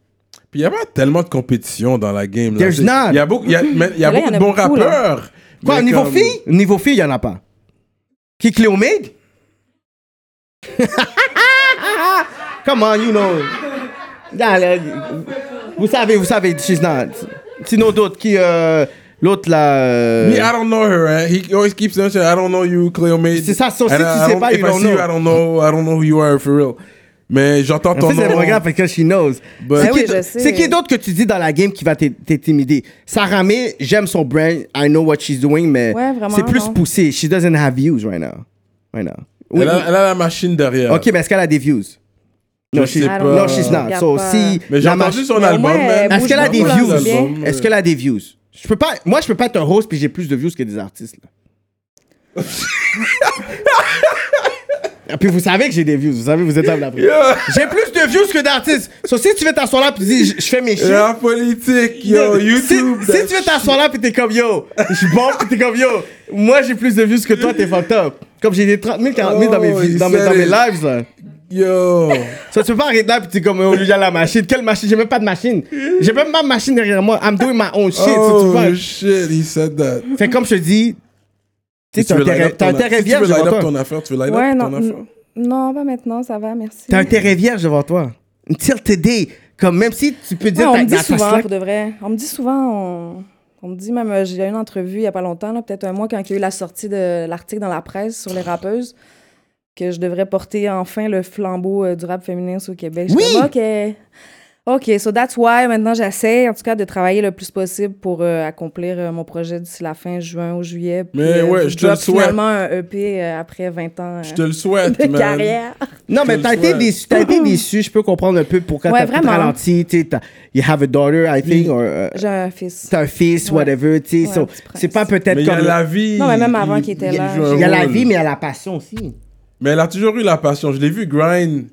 Puis il n'y a pas tellement de compétition dans la game.
There's
Il y a beaucoup, y a- mais y a
Là, y
beaucoup de
en a
bons
beaucoup, là.
rappeurs.
Quoi,
Mais
niveau
comme-
fille Niveau fille, il y en a pas. Qui Cléomède? Come on, you know. Non, là, vous savez, vous savez, she's not. Sinon d'autres qui euh, l'autre là. euh,
Me, I don't know her. eh? He always keeps saying, I don't know you, Cleo Maid.
C'est ça, so si
And
tu
I- I
sais
don't-
pas,
if
you
I
don't
see you,
know.
I don't know, I don't know who you are, for real. Mais j'entends
En
ton
fait,
nom.
elle me regarde parce que she knows.
But-
C'est
Ah
qui
oui,
d-
je sais.
c'est qui d'autre que tu dis dans la game qui va t'é- t'intimider? Sarah May, j'aime son brand, I know what she's doing, mais
Ouais, vraiment,
c'est plus
non.
poussé. She doesn't have views right now. Right now. Oui,
elle, a,
oui.
elle a la machine derrière.
OK, mais est-ce qu'elle a des views?
Je
Non,
sais
she's,
pas.
non, she's not.
Regarde
So,
pas.
si
Mais j'ai
la
entendu
mach-
son
Mais au
album.
moins,
man.
elle
Est-ce qu'elle a
bouge
des
beaucoup,
views?
là, c'est bien.
Est-ce qu'elle a des views? Je peux pas... Moi, je peux pas être un host puis j'ai plus de views que des artistes. là. Ah, puis vous savez que j'ai des views. Vous savez, vous êtes là pour la prière. J'ai plus de views que d'artistes. So, si tu veux t'asseoir là puis tu dis, je je fais mes shit.
La politique, yo,
Si-
YouTube.
si, tu veux t'asseoir là puis t'es comme yo, je suis bon puis t'es comme yo, moi j'ai plus de views que toi, t'es fucked up. Comme j'ai des 30 000, 40 000 dans mes,
Oh,
vi-
il
dans mes, dans
savait.
mes lives là.
Yo.
Ça, tu peux pas arrêter là, puis tu es comme, oh, lui, il y a la machine. Quelle machine? J'ai même pas de machine. J'ai même pas de machine derrière moi. I'm doing my own shit. so tu
Oh
vois.
shit, he said that.
Fait comme je te dis, tu sais,
Si
t'as
veux
intérêt-
line up ton
t'as intérêt
affaire- si tu veux
vierge
line
devant
up ton
toi.
affaire, tu veux line
Ouais,
up
non.
ton affaire.
n- Non, pas maintenant, ça va, merci.
T'as intérêt vierge devant toi. Until today. Comme même si tu peux
Ouais,
dire,
on
t'as-
me dit
t'as- t'as
souvent,
slack.
pour de vrai. On me dit souvent, on, on me dit même, euh, j'ai eu une entrevue il y a pas longtemps, là, peut-être un mois, quand il y a eu la sortie de l'article dans la presse sur les rappeuses, que je devrais porter enfin le flambeau euh, du rap féminin au Québec. Je suis
Oui!
comme, OK. OK, so that's why maintenant j'essaie, en tout cas, de travailler le plus possible pour euh, accomplir euh, mon projet d'ici la fin juin ou juillet. puis,
Mais ouais,
vous
je te le
drop
souhaite.
Finalement, un EP euh, après 20 ans euh,
Je te le souhaite,
de
man.
carrière.
Non,
Je
mais
le
t'as été
souhaite.
déçu. T'as été déçu. Je peux comprendre un peu pourquoi
Ouais,
t'as peut-être
vraiment.
ralenti. Tu sais, t'as- you have a daughter, I think,
Oui.
or euh,
J'ai un fils.
t'as un fils,
Ouais.
whatever. Tu sais,
Ouais,
so,
un petit prince.
c'est pas
Mais
peut-être
il y a
comme.
la vie.
Non, mais même avant qu'il
il
était
joue
là,
un
Il y a la
rôle.
vie, mais il y a la passion aussi.
Mais elle a toujours eu la passion. Je l'ai vu grind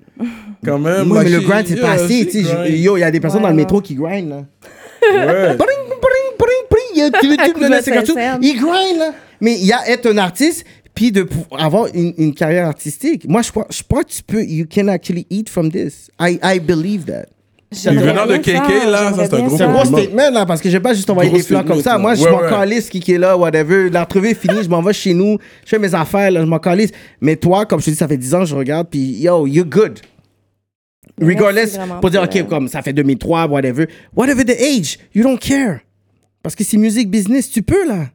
quand même.
Oui,
Like,
mais le
she-
grind, c'est
yeah,
passé.
she
tu sais,
grind.
je- Yo, il y a des personnes
Ouais,
dans le
non.
métro qui grind, là.
Ouais.
Bring, bring, bring, bring. Il y a- Tu veux- tu veux me donner
de
ces cartouches?
sincère.
Il grind, là. Mais il y a être un artiste, puis de pou- avoir une, une carrière artistique. Moi, je crois, je crois que tu peux. You can actually eat from this. I, I believe that.
J'aimerais
venant de
bien
Kéké,
ça,
là, ça,
j'aimerais
c'est un
bien
gros
C'est un
ça.
gros
Compliment.
statement, là, parce que j'ai pas juste envoyé
Gros
des fleurs comme
statement,
ça. Moi, je
ouais,
m'en
ouais.
calisse, qui qui est là, whatever. L'entrevue est finie, je m'en vais chez nous, je fais mes affaires, là, je m'en calisse. Mais toi, comme je te dis, ça fait 10 ans que je regarde, puis yo, you're good. Regardless,
Merci vraiment
pour dire,
pour, euh,
OK, comme ça fait 2003, whatever. Whatever the age, you don't care. Parce que c'est musique, business, tu peux, là.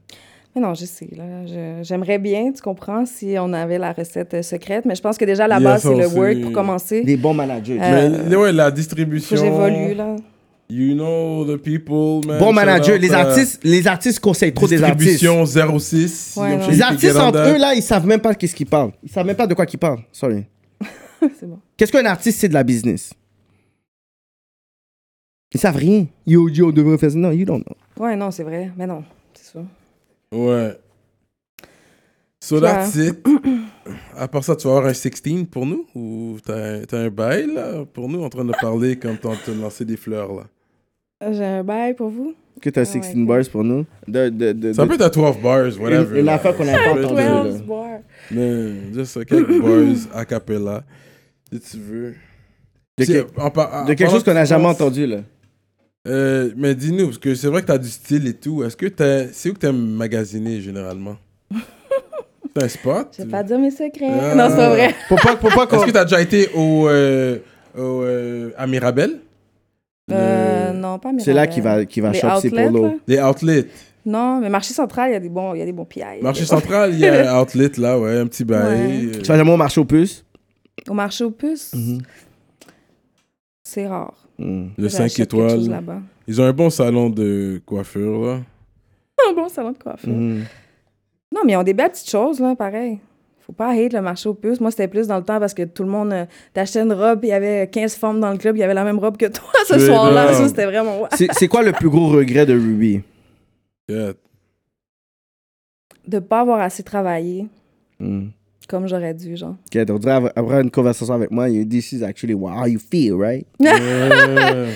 Mais non, je sais. là. Je- J'aimerais bien, tu comprends, si on avait la recette euh, secrète, mais je pense que déjà, à la
Yes,
base,
on
c'est le
sait.
work pour commencer.
Des bons managers.
Euh,
Mais ouais, la
Faut
distribution.
que j'évolue, là.
You know the people, man.
bons
Shout
managers.
out,
Les
euh,
artistes, les artistes conseillent trop des artistes.
Distribution 06.
Ouais,
Yo,
non.
she
Les
can
artistes
get on
entre
that.
eux, là, ils savent même pas qu'est-ce qu'ils parlent. Ils savent même pas de quoi qu'ils parlent. Sorry.
c'est bon.
Qu'est-ce qu'un artiste, c'est de la business? Ils savent rien. Yo, yo, on devrait faire ça. Non, you don't know.
Ouais, non, c'est vrai. Mais non, c'est ça.
Ouais. So
Toi.
that's it. À part ça, tu vas avoir un 16 pour nous ou t'as un, t'as un bail là, pour nous en train de parler comme t'en te lancer des fleurs là.
Euh, J'ai un bail pour vous.
Que t'as
Ah ouais,
16
ok.
bars pour nous. De, de, de,
Ça
de-
peut être à 12 bars, whatever.
une
là.
affaire qu'on a pas
Ça peut être,
entendue,
euh,
là.
12 boire.
Mais juste euh, quelques bars a cappella, si tu veux.
de
Si,
que-
euh, en par- en
de quelque
parlant
chose qu'on
de
n'a jamais
danse,
entendu, là.
euh, mais dis-nous, parce que c'est vrai que t'as du style et tout. Est-ce que t'as- c'est où que t'aimes magasiner généralement T'as un spot
Je vais pas dire mes secrets.
Ah.
Non, c'est pas vrai.
Faut pas, faut pas qu'on.
Est-ce que t'as déjà été au, euh, au, euh, à Mirabel
Euh,
Le-
non, pas mes
C'est là
rabais.
qu'il va, qu'il va
Les
shop ses
outlets,
polos.
là.
Les outlets.
Non, mais Marché Central, il y a des bons, il y a des bons PI.
Marché central, il y a un outlet là, ouais, un petit bail. euh,
Ouais.
Tu vas jamais au marché aux puces?
Au marché aux puces,
Mm-hmm.
c'est rare.
Hmm.
Le 5
J'achète quelque chose
étoiles.
là-bas.
Ils ont un bon salon de coiffure là.
Un bon salon de coiffure.
Hmm.
Non, mais ils ont des belles petites choses, là, pareil. Faut pas hate le marché aux puces. Moi, c'était plus dans le temps parce que tout le monde. euh, T'achetais une robe, il y avait 15 formes dans le club, il y avait la même robe que toi ce
Mais
soir-là.
non.
Ça, c'était vraiment. ouais.
C'est c'est quoi le plus gros regret de Ruby?
Yeah.
De pas avoir assez travaillé
Hmm.
comme j'aurais dû, genre.
Ok, on dirait av- avoir une conversation avec moi, you, this is actually how you feel, right?
Ouais.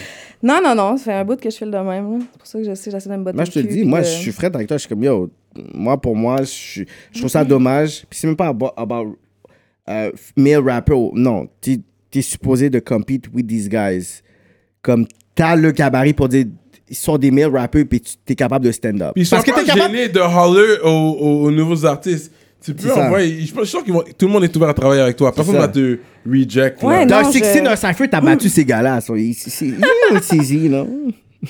Non, non, non, ça fait un bout que je file de même, là. C'est pour ça que je sais, j'essaie de me botter.
Moi, je te
le
le
cul,
dis,
puis
moi,
de-
je suis frais avec toi. Je suis comme, yo, moi, pour moi, je, suis- je trouve ça dommage. Puis c'est même pas about, about euh, male rapper. Non, t'es es supposé de compete with these guys. Comme, t'as le gabarit pour dire, ils sont des male rappers, puis tu t'es capable de stand-up.
Puis ils sont
Parce que
pas
t'es capable...
gênés de holler aux, aux- aux nouveaux artistes. Tu
C'est
peux
ça.
envoyer. Je suis sûr que tout le monde est ouvert à travailler avec toi. Personne
ça.
va te reject. là.
Ouais, Eh, non.
Dans 16,
je-
dans Cypher, t'as battu ces gars-là. so, il- C'est c'est- c'est easy, là.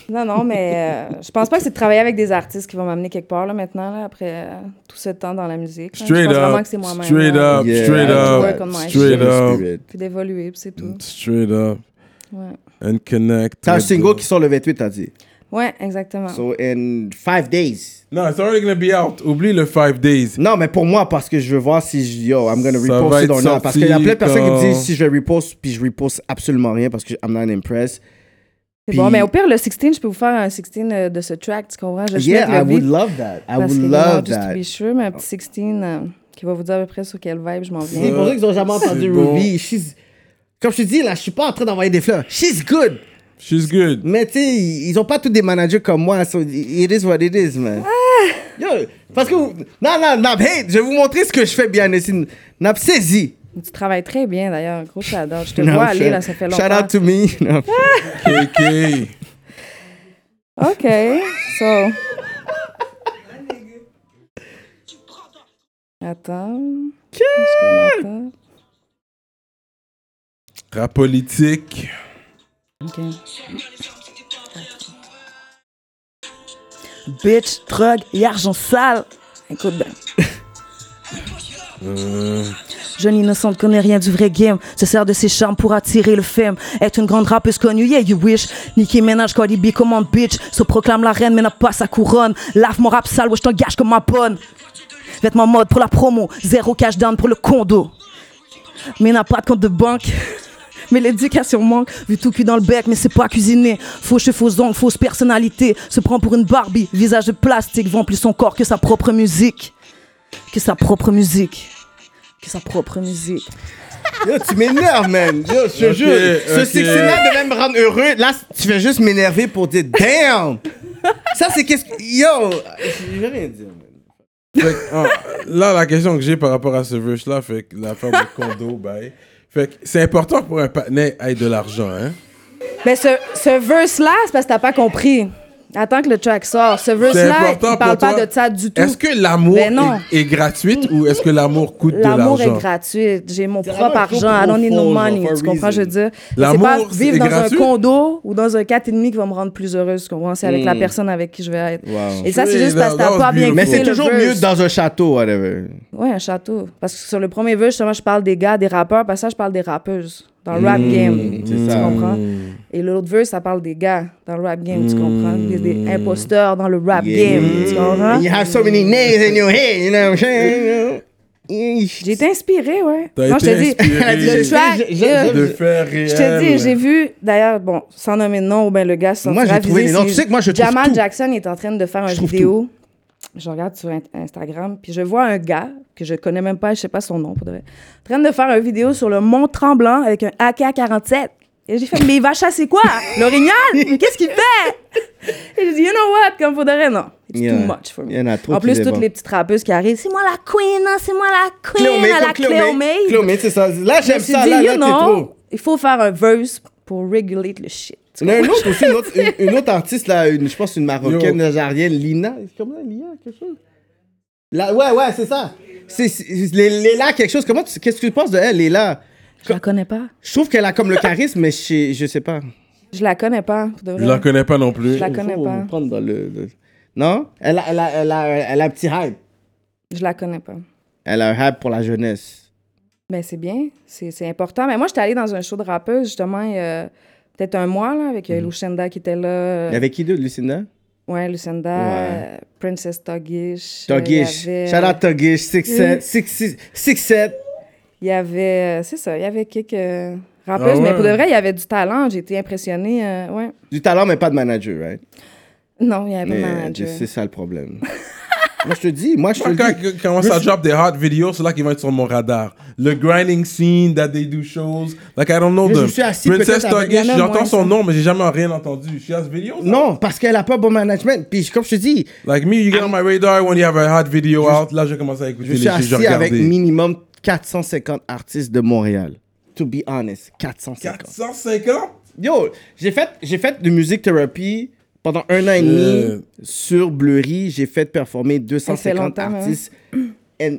Non, non, mais euh, je pense pas que c'est de travailler avec des artistes qui vont m'amener quelque part là, maintenant, là, après euh, tout ce temps dans la musique. là. je
Straight
pense vraiment
up,
que c'est moi-même.
straight
là.
up,
Yeah.
straight
Work on
up,
my
straight up,
Spirit.
Puis d'évoluer, puis c'est tout.
straight up,
Mm.
Ouais.
and connect.
T'as un
with
single
the-
qui sort le 28, t'as dit.
ouais, exactement.
So, in five days.
Non, it's already gonna be out. Oublie le 5 days.
Non, mais pour moi, parce que je veux voir si je, yo, I'm gonna
Ça va
repost it
être
or not. Parce qu'il y a
sorti
plein de personnes qui me disent
quand-
si je repost, puis je repost absolument rien parce que I'm not impressed.
C'est bon,
Puis-
mais au pire, le 16, je peux vous faire un 16 euh, de ce track, tu comprends? Je
Yeah, I
vais
would love that. I
Parce
would
que
love
just to
that.
be sure, mais un petit 16 euh, qui va vous dire à peu près sur quelle vibe je m'en
C'est
viens.
pour ça qu'ils ont jamais entendu
C'est bon.
Ruby. She's- Comme je te dis, là, je suis pas en train d'envoyer des fleurs. She's good.
She's good.
Mais tu sais, ils ont pas tous des managers comme moi. So it is what it is, man.
Ah.
Yo, parce que. vous- Non, non, Nap, hey, je vais vous montrer ce que je fais bien ici. Nap, saisis.
Tu travailles très bien d'ailleurs, gros j'adore. Je te vois aller là, ça fait longtemps.
Shout out to me. Nap.
KK.
OK, so. Attends. Qu'est-ce qu'on
Rap politique.
attend? OK. Bitch, drogue et argent sale. Écoute bien.
Jeune innocente connaît rien du vrai game. Se sert de ses charmes pour attirer le femme. Être une grande rappeuse connue, yeah, you wish. Nicki Minaj, Cardi B, comme un bitch. Se proclame la reine, mais n'a pas sa couronne. Lave mon rap sale, ouais, je t'engage comme ma bonne. Vêtements mode pour la promo. Zéro cash down pour le condo. Mais n'a pas de compte de banque. Mais l'éducation manque, vu tout cuit dans le bec, mais c'est pas cuisiné. Fauche et faux ongles, fausse personnalité. Se prend pour une Barbie, visage de plastique, vend plus son corps que sa propre musique. Que sa propre musique. Que sa propre musique.
Yo, tu m'énerves, man. Yo, je te
Ok,
jure. Ce
ok.
16 là devait me rendre heureux. Là, tu fais juste m'énerver pour dire damn. Ça, c'est qu'est-ce que. Yo, je vais rien dire, man.
Fait que, ah, là, la question que j'ai par rapport à ce verse-là, fait que l'affaire de condo, bye. Fait que c'est important pour un partenaire ait de l'argent, hein.
Mais ce, ce verse-là, c'est parce que t'as pas compris. Attends que le track sort. Ce
C'est
verse-là,
important
il parle
pour
pas
toi.
de ça du tout.
Est-ce que l'amour
Ben non.
est, est gratuit ou est-ce que l'amour coûte de
L'amour est
l'argent?
gratuit. J'ai mon propre
vraiment
argent.
un
I don't need no
faux, genre,
money.
for a
Tu comprends,
reason.
je veux dire. C'est
L'amour,
pas
c'est
vivre dans
gratuit?
un condo ou dans un 4,5 qui va me rendre plus heureuse. Tu comprends? C'est avec
Hmm.
la personne avec qui je vais être.
Wow.
Et ça, c'est
Oui,
juste parce que
that-
t'as
that
pas
was
bien
beautiful.
Mais
écouté
c'est
le
toujours
verse.
mieux dans un château, whatever.
Ouais, un château. Parce que sur le premier verse, justement, je parle des gars, des rappeurs. Parce que ça, je parle des rappeuses dans le rap game.
c'est
Tu
ça.
comprends? Et l'autre verse, ça parle des gars dans le rap game. Tu comprends? Des, des imposteurs dans le rap
Yeah.
game. Tu comprends?
You have so many names in your head, you know what I'm saying?
J'ai été inspirée, ouais.
T'as
Moi, je te
été
dis,
inspirée.
le track,
Je- je-
euh,
De faire réel.
Je te dis, j'ai vu, d'ailleurs, bon, sans nommer de nom, ou ben le gars s'en
Moi, j'ai trouvé les noms. Tu sais que moi, je trouve
Jamal
tout.
Jackson est en train de faire un
trouve
vidéo. Je regarde sur in- Instagram, puis je vois un gars que je connais même pas, je sais pas son nom, pour de vrai, en train de faire une vidéo sur le Mont-Tremblant avec un AK-47. Et j'ai fait, mais il va chasser quoi? L'orignal? Mais qu'est-ce qu'il fait? Et j'ai dit, you know what? Comme pour de vrai, non. It's
Yeah.
too much for me.
Il y en a trop
en
qui
plus, toutes
débordent.
les petites rappeuses qui arrivent, c'est moi la queen, hein, c'est moi la queen, à la Cléomé.
Cléomé, c'est ça. Là,
Je
j'aime
me suis
ça.
dit,
Là, là,
you
t'es
know,
trop.
il faut faire un verse pour regulate le shit. tu
Il y en a un
comprends?
autre aussi, une autre, une, une autre artiste, là, une, je pense une Marocaine,
Yo.
algérienne, Lina. Comment Lina, quelque chose? Là, ouais, ouais, c'est ça. C'est c'est- les- Léla, quelque chose. Comment tu- Qu'est-ce que tu penses de elle, Léla?
Je la connais pas.
Je trouve qu'elle a comme le charisme, mais je, sais- je sais pas.
Je la connais pas. pour de
Je la
vrai.
connais pas non plus.
Je la connais
Faut
pas.
vous prendre dans le- le- Non? Elle a, elle, a, elle, a, elle a un petit hype.
Je la connais pas.
Elle a un hype pour la jeunesse.
Mais c'est bien, c'est c'est important. Mais moi, j'étais allée dans un show de rappeuse, justement, il y a peut-être un mois, là, avec
Mm-hmm.
euh, Lucinda qui était là. euh,
Avec qui d'autre, Lucinda?
Ouais, Lucinda, euh, Princess Togish. euh, il y
Togish.
avait-
Shout out Togish. 6-7.
Mm.
6-7.
Il y avait, euh, c'est ça, il y avait quelques euh, rappeuses.
Ah
Mais
ouais?
pour de vrai, il y avait du talent. J'ai été impressionnée. euh, ouais.
Du talent, mais pas de manager, right?
Non, il y avait
Mais
pas
je-
manager.
C'est ça le problème. moi, je te dis. Moi, je te
Moi, Quand
dis.
quand- quand ça drop des hot videos, c'est là qu'ils vont être sur mon radar. Le grinding scene, that they do shows. Like, I don't know
Là, je
them.
suis assis
Princess
peut-être avec-
Togish,
Il y en a
j'entends
moins,
son
ça.
nom, mais j'ai jamais rien entendu. She has videos?
Non, parce qu'elle a pas bon management. Puis, comme je te dis,
Like me, you get on my radar when you have a hot video out. Là, je commence à écouter
je
les
suis
choses, je
assis avec
regardais.
minimum 450 artistes de Montréal. To be honest, 450.
450?
Yo, j'ai fait, j'ai fait de music therapy pendant un an et demi sur Bleury. J'ai fait performer
Ça fait
250
longtemps, hein.
artistes. And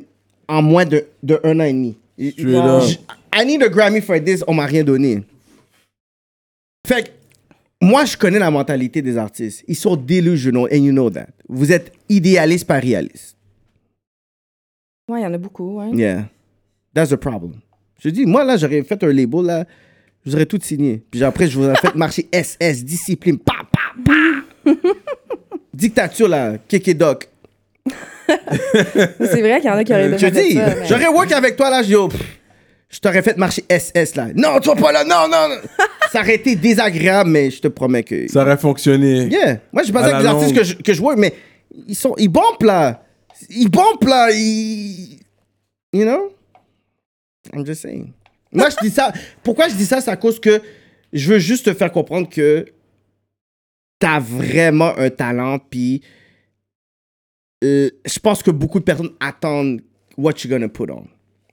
en moins de, de un an et demi. Et-
Straight up.
J- I need a Grammy for this, on m'a rien donné. Fait que, moi, je connais la mentalité des artistes. Ils sont delusional, and you know that. Vous êtes idéaliste par réaliste.
Ouais, il y en a beaucoup, ouais.
Yeah. That's the problem. Je dis, moi, là, j'aurais fait un label, là, je vous aurais tout signé. Puis après, je vous aurais fait marcher SS, discipline, pa, pa, pa. Dictature, là, kéké doc.
C'est vrai qu'il y en a qui auraient
Je
déjà fait
dis,
ça, mais-
j'aurais work avec toi, là, je dis, oh, pff, je t'aurais fait marcher SS, là. Non, toi pas là, non, non, non. Ça aurait été désagréable, mais je te promets que.
Ça aurait fonctionné.
Yeah. Moi, je
À
pensais
la
que les artistes
longue.
que je, que je vois, mais ils sont, ils bombent, là. Ils bombent, là. Ils... You know? I'm just saying. Moi, je dis ça. Pourquoi je dis ça? C'est à cause que je veux juste te faire comprendre que t'as vraiment un talent, puis euh, je pense que beaucoup de personnes attendent what you're gonna put on.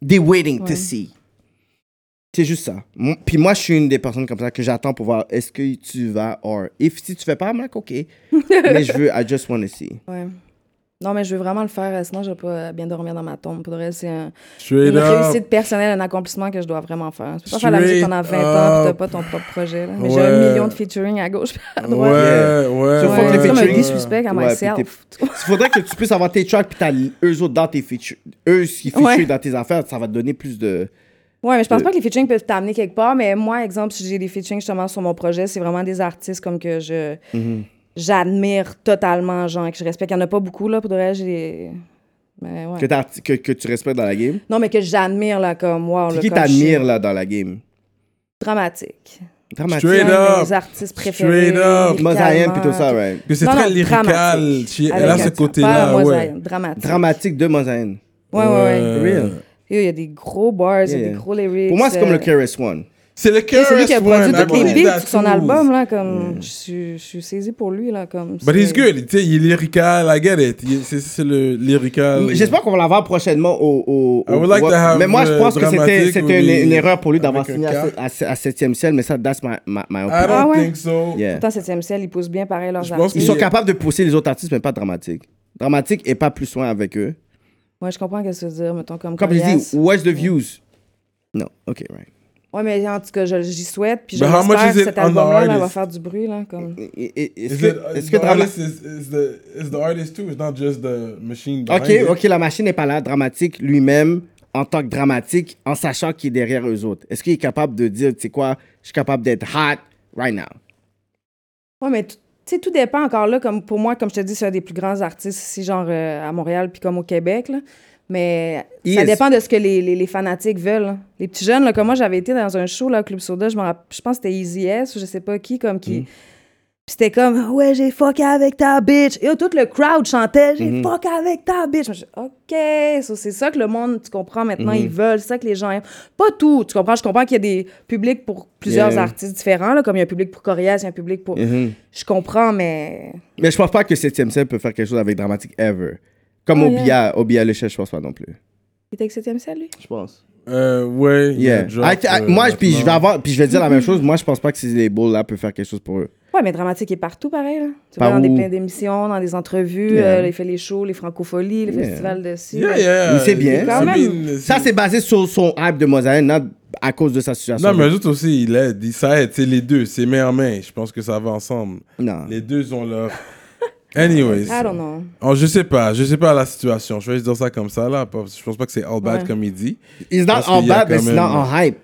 They're waiting to
Ouais.
see. C'est juste ça. Mon- Puis moi, je suis une des personnes comme ça que j'attends pour voir est-ce que tu vas or. Et si tu fais pas, Mac, ok. Mais je veux, I just wanna see.
Ouais. Non, mais je veux vraiment le faire, euh, sinon je vais pas euh, bien dormir dans ma tombe. Pour le reste, c'est un-
Straight
une
up.
réussite personnelle, un accomplissement que je dois vraiment faire. Tu peux pas faire la musique
Straight
pendant 20 ans pis t'as
up.
pas ton propre projet. là. Mais j'ai
Ouais.
un million de featuring à gauche et à droite.
Ouais, ouais.
Sur
Ouais,
Fuck les
c'est comme un
featuring.
disrespect à
Ouais, puis
myself.
t'es- Il faudrait que tu puisses avoir tes tracks puis t'as l- eux autres dans tes features. Eux, qui featurent
Ouais.
dans tes affaires, ça va te donner plus de.
Ouais, mais je pense pas que les featuring peuvent t'amener quelque part, mais moi, exemple, si j'ai des featuring justement sur mon projet, c'est vraiment des artistes comme que je. J'admire totalement, genre, que je respecte. Il y en a pas beaucoup, là, pour de vrai, j'ai. Mais ouais.
Que, t'as- que, que tu respectes dans la game.
Non, mais que j'admire, là, comme, wow,
C'est
là,
qui
comme je suis
t'admire, là, dans la game
Dramatique.
Dramatique.
Straight
C'est un de
up.
mes artistes préférés.
Straight up.
Mosaïen,
lyricalement,
puis tout ça, right.
Que c'est
Non,
très
non,
lyrical.
dramatique.
She- Elle
Avec
a ce
un-
côté-là,
pas
ouais.
mosaïen, Dramatique.
Dramatique de Mosaïen.
Ouais, ouais, ouais.
Real.
Yo, Il y a des gros bars, il y a
Yeah,
des
yeah.
gros lyrics.
Pour moi, c'est comme le
euh,
KRS One.
C'est le hein,
et
cœur.
C'est lui qui a produit
One,
tous les
Apple
beats sur son album, là, comme... Je suis- je suis saisie pour lui, là, comme...
But
c'est-
he's good. Tu sais, il est lyrical. I get it. Il- C'est c'est le lyrical.
J'espère qu'on va l'avoir prochainement au. au,
Ah I would
au-
like to have,
mais moi, je
euh,
pense que c'était
Dramatique
c'était
ou
une, une
les-
erreur pour lui d'avoir
avec
signé
un
à,
K.
à, 7e ciel, mais ça, that's my, my, my
I
opinion.
don't
Ah ouais?
think so.
Yeah.
Pourtant, 7e ciel, ils poussent bien pareil leurs
Je pense
artistes.
Ils sont
Et-
capables de pousser les autres artistes, mais pas Dramatique. Dramatique est pas plus loin avec eux.
Ouais, je comprends ce que tu veux dire, mettons, comme...
Comme je
Corias.
dis, where's the views? Non, ok, right.
Ouais, mais en tout cas, je- j'y souhaite, puis
But how much
j'espère
is
que
it
cet
on the
album-là, là, va
artist?
faire du bruit, là, comme...
Et- et- Est-ce
Is
que,
it,
est-ce
is
que
the
Dramatique.
artist is, is the is the artist too? It's not just the machine behind
Ok,
it.
ok, la machine n'est pas là. Dramatique lui-même, en tant que dramatique, en sachant qu'il est derrière eux autres. Est-ce qu'il est capable de dire, tu sais quoi, je suis capable d'être hot right now?
Ouais, mais tout- tu sais, tout dépend encore là. Comme pour moi, comme je te dis, c'est un des plus grands artistes ici, genre euh, à Montréal, puis comme au Québec. là. Mais
He
ça
is.
dépend de ce que les, les, les fanatiques veulent. là. Les petits jeunes, là, comme moi, j'avais été dans un show, là, au Club Soda, je, me rapp- je pense que c'était Easy S ou je sais pas qui, comme qui.
Hmm.
Puis c'était comme, ouais, j'ai fuck avec ta bitch. Et tout le crowd chantait,
Mm-hmm.
j'ai fuck avec ta bitch. Moi, je OK, so c'est ça que le monde, tu comprends maintenant, ils
Mm-hmm.
veulent, c'est ça que les gens aiment. Pas tout, tu comprends, je comprends qu'il y a des publics pour plusieurs
Yeah. Mm-hmm.
artistes différents, là, comme il y a un public pour Corias, il y a un public pour. Je comprends, mais.
Mais je pense pas que 7ème scène peut faire quelque chose avec dramatique ever. Comme
Oh,
Obia, Obia le chef, je pense pas non plus.
Il était avec 7 ciel, lui?
Je pense.
Euh, ouais. il a
Yeah.
drop,
I- I-
euh,
moi, puis je vais
maintenant.
avoir, puis je vais dire la même chose. Moi, je pense pas que ces labels là peuvent faire quelque chose pour eux.
Ouais, mais Dramatique est partout pareil, là. Tu
Par
vois, dans des
où?
plein d'émissions, dans des entrevues,
Yeah.
euh, il fait les shows, les francopholies, les
Yeah.
festivals de ci,
Yeah,
là.
yeah.
Mais c'est bien.
I
Quand
mean,
Ça, c'est basé sur son hype de Mosaïen, non à cause de sa situation.
Non, mais eux autres aussi, il aide, ça aide, c'est les deux, c'est main en main. Je pense que ça va ensemble.
Non.
Les deux ont leur.
Ah.
Anyways.
I don't know.
Oh, je sais pas, je sais pas la situation. Je vais juste dire ça comme ça là. parce que Je pense pas que c'est all bad
Ouais.
comme il dit.
It's not
Parce
en
qu'il y a
bas,
quand
mais c'est
même-
not en hype.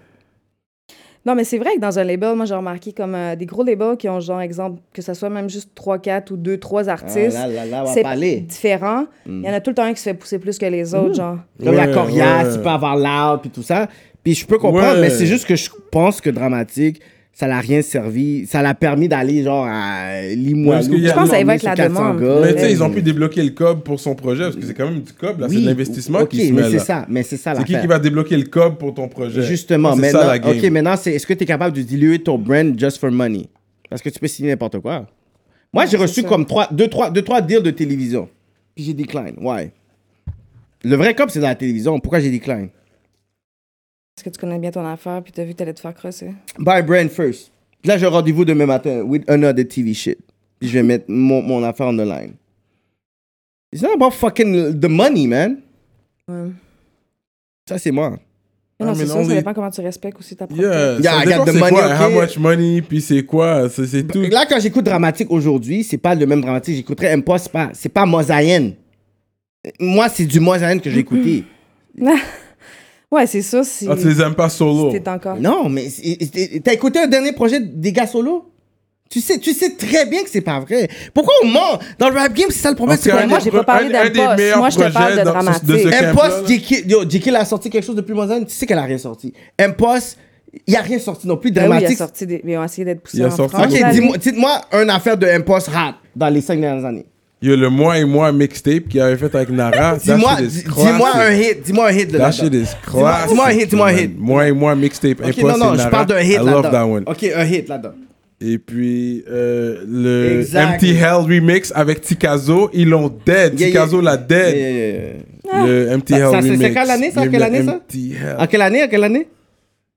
Non, mais c'est vrai que dans un label, moi, j'ai remarqué comme euh, des gros labels qui ont, genre, exemple, que ça soit même juste 3, 4 ou 2, 3 artistes.
Ah, là, là, là, on va parler. Hmm.
c'est différent. Il y en a tout le temps un qui se fait pousser plus que les autres, genre.
Comme la
Ouais,
coriace,
ouais.
tu peux avoir l'art, puis tout ça. Puis je peux comprendre,
Ouais.
mais c'est juste que je pense que dramatique, ça l'a rien servi. Ça l'a permis d'aller genre à
Parce
Limoilou.
qu'il y a- Je pense
que ça évoque
sur
la
400
demande.
gars.
Mais tu sais, ils ont pu débloquer le cob pour son projet parce que c'est quand même du cob là, c'est
Oui,
de l'investissement
ok,
qui se met
mais c'est
là.
ça, mais c'est ça
C'est qui
l'affaire.
qui va débloquer le cob pour ton projet Ah,
Justement,
c'est
maintenant,
ça la game.
ok, maintenant, c'est est-ce que tu es capable de diluer ton brand just for money? Parce que tu peux signer n'importe quoi. Moi, j'ai
c'est
reçu
ça.
comme trois, deux, trois, deux, trois deals de télévision. Puis j'ai decline. Why? Le vrai cop, c'est dans la télévision. Pourquoi j'ai decline?
Parce que tu connais bien ton affaire, puis t'as vu que t'allais te faire crosser.
Buy brand first. Puis Là, j'ai rendez-vous demain matin with another TV shit. Puis je vais mettre mon, mon affaire en the line. It's not about fucking the money, man. Ça, c'est moi.
Mais non,
Ah, mais
c'est
non,
sûr, ça
les-
dépend comment tu respectes aussi ta propre.
Yeah,
Yeah,
ça
I
dépend
got the
c'est
money,
quoi,
ok.
how much money, puis c'est quoi, c'est c'est tout.
Là, quand j'écoute Dramatique aujourd'hui, c'est pas le même Dramatique. J'écouterais M. Pas, c'est pas, c'est pas Mosaïenne. Moi, c'est du Mosaïenne que j'ai écouté.
Mm-hmm.
Ouais, c'est ça. Si
Ah, tu les aimes pas solo.
si t'es encore. Ben
Non, mais c'est- c'est- t'as écouté un dernier projet des gars solo? Tu sais, tu sais très bien que c'est pas vrai. Pourquoi on ment? Dans le rap game, c'est ça le problème.
Parce
c'est
qu'un
qu'on
moi,
ment.
des
j'ai pas
pro-
parlé
un- un des
d'Impulse.
meilleurs
Moi, je te
projets
parle de
dans- sur-
Dramatique.
ce camp-là,
Impost,
là.
JK, yo, JK, il a sorti quelque chose depuis Mosaïenne. Tu sais qu'elle a rien sorti. Impost, il a rien sorti non plus.
Ben oui, il a
Dramatique.
sorti des... Mais on a essayé d'être poussé
Il a
en
sorti
France.
des-
là,
ok,
Vas-y.
dis-moi, dites-moi une affaire de Impost rap dans les cinq dernières années.
Il y a le moi et moi mixtape qu'il avait fait avec Nara. that
Dis-moi
shit is
dis-
classic.
dis-moi un hit. Dis-moi un hit
That
de là-dedans.
shit is
Dis-moi-
classic.
Dis-moi un hit, dis-moi un
man.
hit.
Moi et moi mixtape.
Ok,
Impossible
non, non, je
Nara.
parle d'un
I
hit là-dedans.
love that one.
Ok, un hit là-dedans.
Et puis, euh, le
Exact.
Empty Hell remix avec Tikazo, ils l'ont dead.
Yeah,
Tikazo
yeah.
l'a dead.
Yeah, yeah, yeah.
Le Empty
Ça-
Hell
ça, c'est- c'est
remix.
quelle année, ça?
Le
Quelle année, ça?
Empty Hell.
En quelle année? En quelle année?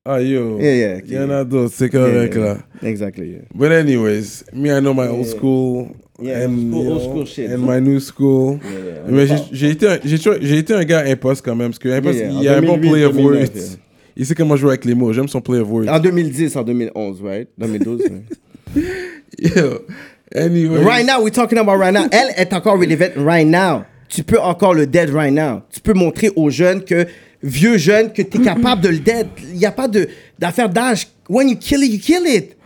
Ah, yo.
Yeah, yeah, ok.
Il y en a d'autres, c'est correct, là.
Exactly. yeah.
But anyways, me I know my old school
Yeah,
and
old
you know,
school shit.
and my new school. Mais j'ai- j'ai été un- j'ai toujours- j'ai été un gars imposte quand même parce que imposte,
Yeah, yeah,
il y a
en
un bon
2008,
play of
2009,
words.
yeah. Ah,
Il sait comment jouer avec les mots. J'aime son play of words.
En 2010, en 2011, right? 2012. ouais.
Yo. Anyways.
right now, we're talking about right now. Elle est encore relevant right now. Tu peux encore le dead right now. Tu peux montrer aux jeunes que, vieux jeunes, que tu es capable de le dead. Il n'y a pas de- d'affaire d'âge. When you kill it, you kill it.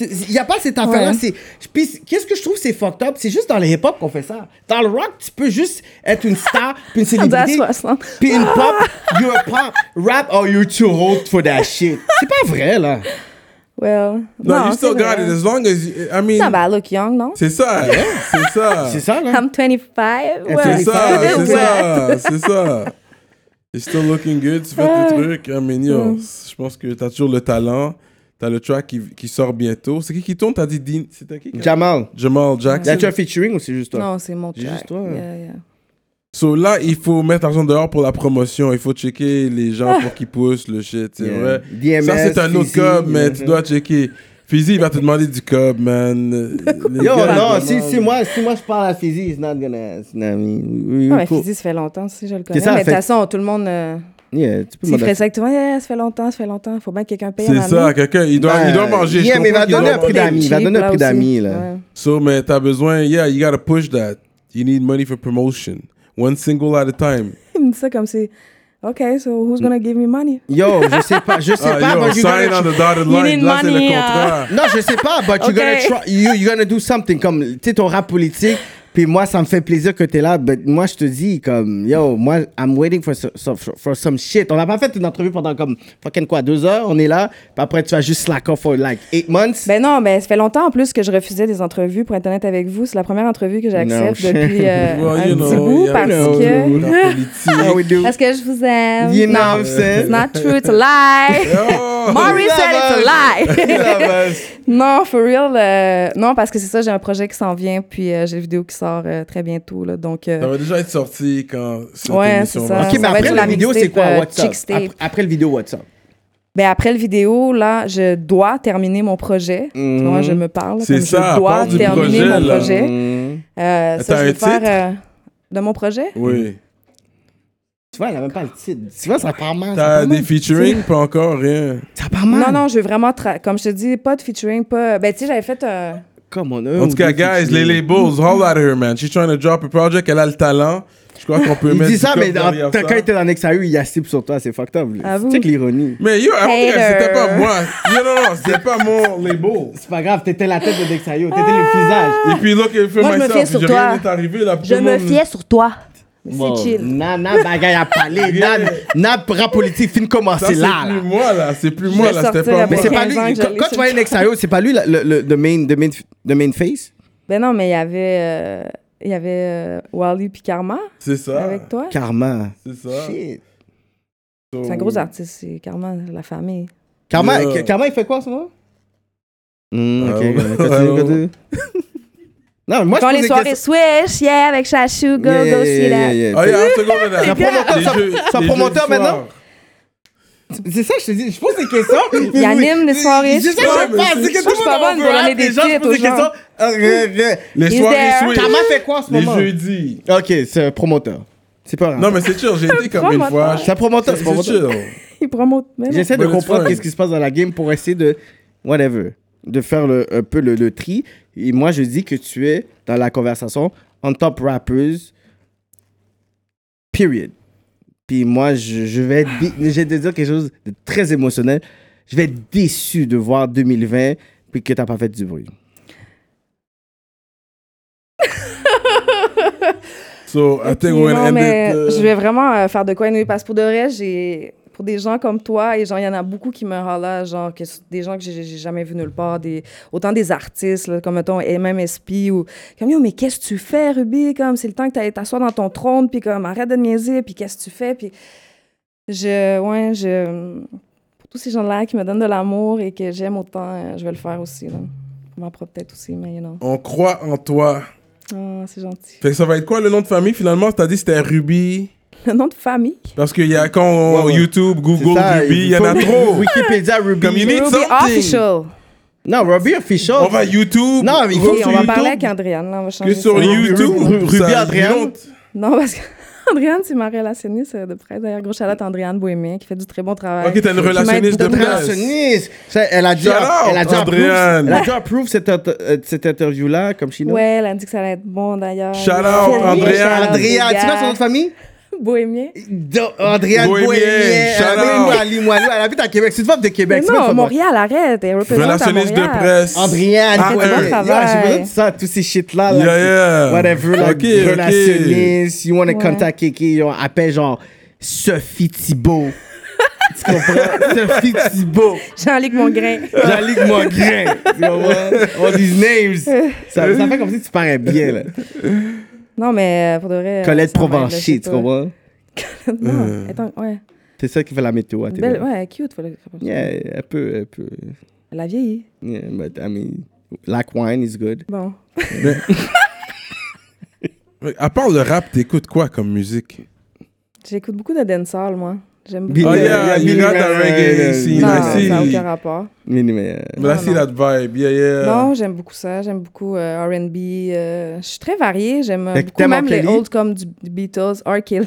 Il n'y a pas cette affaire-là.
Ouais.
c'est- Puis, Qu'est-ce que je trouve c'est fucked up? C'est juste dans le hip-hop qu'on fait ça. Dans le rock, tu peux juste être une star, puis une
dirait
célébrité,
60.
puis une pop, you're a pop, rap, or you're too old for that shit. C'est pas vrai, là.
Well,
No, you
c'est
still got
vrai.
it as long as you, I mean.
Non, ben, I look young, non?
C'est ça. hein? C'est ça.
C'est ça, là.
I'm 25. Ouais.
C'est ça,
Ouais.
c'est
Ouais.
ça, c'est ça. You're still looking good, tu fais tes trucs. I mean, yo, je pense que t'as toujours le talent. T'as le track qui, qui sort bientôt. C'est qui qui tourne T'as dit Dean. C'était qui qui a-
Jamal,
Jamal
y a-tu
Jackson.
un featuring ou c'est juste toi?
Non, c'est mon
J'ai
track.
juste toi, hein.
Yeah, yeah.
So là, il faut mettre l'argent dehors pour la promotion. Il faut checker les gens pour qu'ils poussent le shit, c'est
Yeah.
vrai.
DMS,
Ça, c'est un autre
Fizzy,
cob, mais
yeah.
tu dois checker. Fizzy, il va te demander du cob, man. Les
Yo,
gars,
non,
ils
si,
demandent-
si, moi, si moi je parle à Fizzy, it's not gonna. it's not- we- we-
Non, Ah, mais
cool.
Fizzy, ça fait longtemps, si je le connais.
ça,
mais de
fait-
toute façon, tout le monde. euh,
Yeah, tu peux
S'il
demander
ferait
à-
ça avec toi, yeah, ça fait longtemps, ça fait longtemps. Faut bien que quelqu'un paye un
C'est ça,
moment.
quelqu'un, il doit,
Ben,
il doit manger. je
yeah, mais il va
comprends qu'il
donner
doit
un prix
manger.
d'ami, il va donner un
Cheap,
prix
là,
d'ami,
aussi.
là.
Ouais.
So, mais t'as besoin, yeah, you gotta push that. You need money for promotion. One single at a time.
Il me dit ça comme si. OK, so
Mm.
who's gonna give me money?
Yo, je sais pas, je sais
Ah,
pas,
yo,
but you're
sign
gonna.
on the dotted
You
line.
need
Là, c'est le
money,
contrat.
Non, je sais pas, but you're gonna
Ok.
try. You, you're gonna do something. Comme, tu sais, ton rap politique, puis moi, ça me fait plaisir que t'es là, but moi, je te dis, comme, yo, moi, I'm waiting for, so- so- for some shit. On n'a pas fait une entrevue pendant, comme, fucking quoi, deux heures, on est là, puis après, tu vas juste slack off for like eight months.
Ben non, mais ça fait longtemps en plus que je refusais des entrevues pour être honnête avec vous. C'est la première entrevue que j'accepte
Non.
depuis euh,
Well,
un
you
petit
know,
bout
yeah,
parce
you know,
que.
la politique.
Yeah, we do.
Parce Ben, que je vous aime.
You know
Non,
what I'm saying?
It's not true, it's a lie.
Yo!
Maurice said it's a lie.
Love us.
Non, for real. euh, non, parce que c'est ça, j'ai un projet qui s'en vient, puis euh, j'ai une vidéo qui sort euh, très bientôt. Là, donc, euh,
Ça va déjà être sorti quand cette
Ouais,
émission
c'est ça.
va
Ah,
Ok, mais
va être
après
sur
la
la
vidéo,
mixtape,
c'est quoi
euh,
WhatsApp?
Chicks Tape.
Après, après le vidéo WhatsApp.
ben, après le vidéo, là, je dois terminer mon projet. Tu vois,
Mhm.
je me parle.
C'est
comme
ça,
je dois
parle du
terminer
projet,
mon
là.
projet. Euh,
T'as
ça, je
un
vais faire
titre?
euh, de mon projet.
Oui.
Tu vois, elle a même pas le titre. Tu vois, ça part mal. Ça
T'as
part
des
mal.
featuring, pas encore rien.
Ça part mal.
Non, non, je veux vraiment, tra- comme je te dis, pas de featuring, pas. Ben, tu sais, j'avais fait un.
Comme on a.
En tout cas, guys, les labels, all out here, man. She's trying to drop a project, elle a le talent. Je crois qu'on peut
Il
mettre.
dit
du
ça,
coq
mais dans-
derrière ça.
quand il était dans NextAU, il a cible sur toi. C'est fucked up. là.
Avoue.
Tu sais que l'ironie.
Mais yo, I don't care,
Hater.
c'était pas moi. Yo, non, non, c'était pas mon label.
C'est pas grave, t'étais la tête de Nexayo. T'étais le visage.
Et puis, look, if
Moi, je me
myself,
fiais sur
j'ai
toi.
rien n'est arrivé, là,
Je
tout le
me
monde-
fiais sur toi.
Wow.
C'est chill.
Non, non, bagaille à parler.
Yeah.
Non, non, rap politique, fin
Ça,
commencer
c'est
là.
plus
là.
moi, là. C'est plus moi,
vais
là. C'était
sortir
pas
la
Mais
moi.
c'est pas
quinze
lui.
ans que je
Quand
l'ai
quand tu
sur
voyais
le-
Nexayo, c'est pas lui la- le le- the main the main the main face?
Ben non, mais il y avait. euh, Il y avait euh, Wally puis Karma
C'est
Ah.
ça.
avec toi.
Karma.
C'est ça.
Shit.
C'est un
Oh.
gros artiste, c'est Karma, la famille.
Karma,
Yeah.
Karma, il fait quoi en ce moment? Mmh, ok.
Ah ouais.
continue, continue. non, mais moi,
Quand
je pose
les
des
soirées
questions.
swish, yeah, avec Chachou, go,
Yeah, yeah,
go, see
yeah,
that.
yeah, yeah.
Oh, yeah, un second, là.
C'est un promoteur,
Les
ça-
jeux-
c'est un
les
promoteur,
jeux du
maintenant?
soir.
C'est ça, je te dis, je pose des questions.
Il anime les soirées.
C'est ça, que
Ouais,
je
mais
pense.
c'est-
C'est que
je
tout
suis
le
pas
monde
bonne pour
overlap
donner
les
des
gens, je
titres
pose des
aux gens.
questions. Euh, euh, euh.
Les
Is
soirs,
there-
ils switch.
Karma fait quoi en ce
Les
moment?
jeudis.
Ok, c'est un promoteur. C'est pas grave.
Non, mais c'est sûr, j'ai été comme une fois.
C'est un promoteur, c'est un
C'est
promoteur.
sûr.
Ils promotent même.
J'essaie de
But it's
comprendre
fun.
qu'est-ce qui se passe dans la game pour essayer de. Whatever. De faire le, un peu le, le tri. Et moi, je dis que tu es, dans la conversation, on top rappers. Period. Puis moi, je, je vais être. dé- Je vais te dire quelque chose de très émotionnel. Je vais être déçu de voir 2020 puis que t'as pas fait du bruit.
So, I think we'll
Non,
end
mais
it. euh,
je vais vraiment euh, faire de quoi nous parce que pour de vrai, j'ai pour des gens comme toi et genre il y en a beaucoup qui me râlent genre que c'est des gens que j'ai j'ai jamais vu nulle part des autant des artistes là, comme mettons MMSP ou comme yo mais qu'est-ce que tu fais Ruby comme c'est le temps que t'ailles t'asseoir dans ton trône puis comme arrête de niaiser puis qu'est-ce que tu fais puis je ouais je pour tous ces gens là qui me donnent de l'amour et que j'aime autant euh, je vais le faire aussi là pour ma propre tête aussi mais non
On croit en toi.
c'est gentil
Fait que ça va être quoi le nom de famille finalement T'as dit c'était Ruby.
le nom de famille
Parce qu'il y a quand on-
Ouais, ouais.
YouTube, Google,
C'est ça,
Ruby, il y en a
faut-
trop.
Wikipédia, Ruby.
Comme you need
Ruby
something.
official
Non, Ruby Official.
On va YouTube.
Non, mais il
va
faut
Oui,
sur
on va
YouTube,
parler avec Andréane, là, on va changer.
Que sur
ça.
Ruby, Ruby,
YouTube.
Ruby,
ça
Adrienne.
monte.
Non, parce que Andréane, c'est ma relationniste euh, de près. D'ailleurs, gros shout-out à Andréane Bohémien, qui fait du très bon travail.
Ok, t'as une
Qui m'aide
relationniste de
beaucoup.
presse.
Relationniste. Ça, Elle a dit,
Shout out,
elle a dit approve-
Adrienne.
elle a dit approve cette, inter- euh, cette interview-là, comme chez nous.
Ouais, elle a dit que ça allait être bon, d'ailleurs.
Shout-out,
Shout-out,
Andréane.
shout-out,
Andrea,
les
tu vois son nom de
gars.
famille?
Bohémien.
Do- Andrea
Bohémien,
Bohémien.
shout out.
Bohémien, Limoilou, Elle habite à Québec. C'est une femme de
Mais
Québec. c'est pas
non,
une femme-
Montréal, arrête. elle représente à
Relationniste de
Montréal.
presse.
Andrea,
Ah,
Bohémien.
ouais.
bon travail.
Yeah, J'ai besoin de ça, tous ces shit-là. là.
Yeah, yeah.
Whatever, like,
Ok, ok.
relationniste. You wanna
Ouais.
contact Kiki, genre, appelle genre Sophie Thibault. tu comprends? Sophie Thibault.
Jean-Luc Mongrain.
J'alligue mon grain. Tu comprends? All these names. Ça, ça fait comme si tu parais bien, là.
Non, mais euh, pour de vrai. euh,
Colette
ça m'aide, là, je
Provencher,
sais
tu
pas.
comprends?
Euh.
Ah,
Non, attends, ouais.
C'est ça qui fait la météo à
Une
TV.
Belle, ouais, cute. faut le-
Yeah, un peu, un peu.
Elle a vieilli.
Yeah, but I mean, like wine is good.
Bon.
Mais À part le rap, t'écoutes quoi comme musique
J'écoute beaucoup de dancehall, moi. J'aime beaucoup.
Billy-
Oh, yeah, you got that
Billy-
reggae scene,
Non,
I see.
Ah, ça n'a aucun rapport.
Mini- mais, euh,
But I
Non,
see
non.
that vibe. Yeah, yeah.
Non, j'aime beaucoup ça. J'aime beaucoup euh, R&B. euh, je suis très variée. J'aime euh,
Fait que
beaucoup
t'aimes
même
R.
les
Kelly?
old comme du, du Beatles. R. Kelly.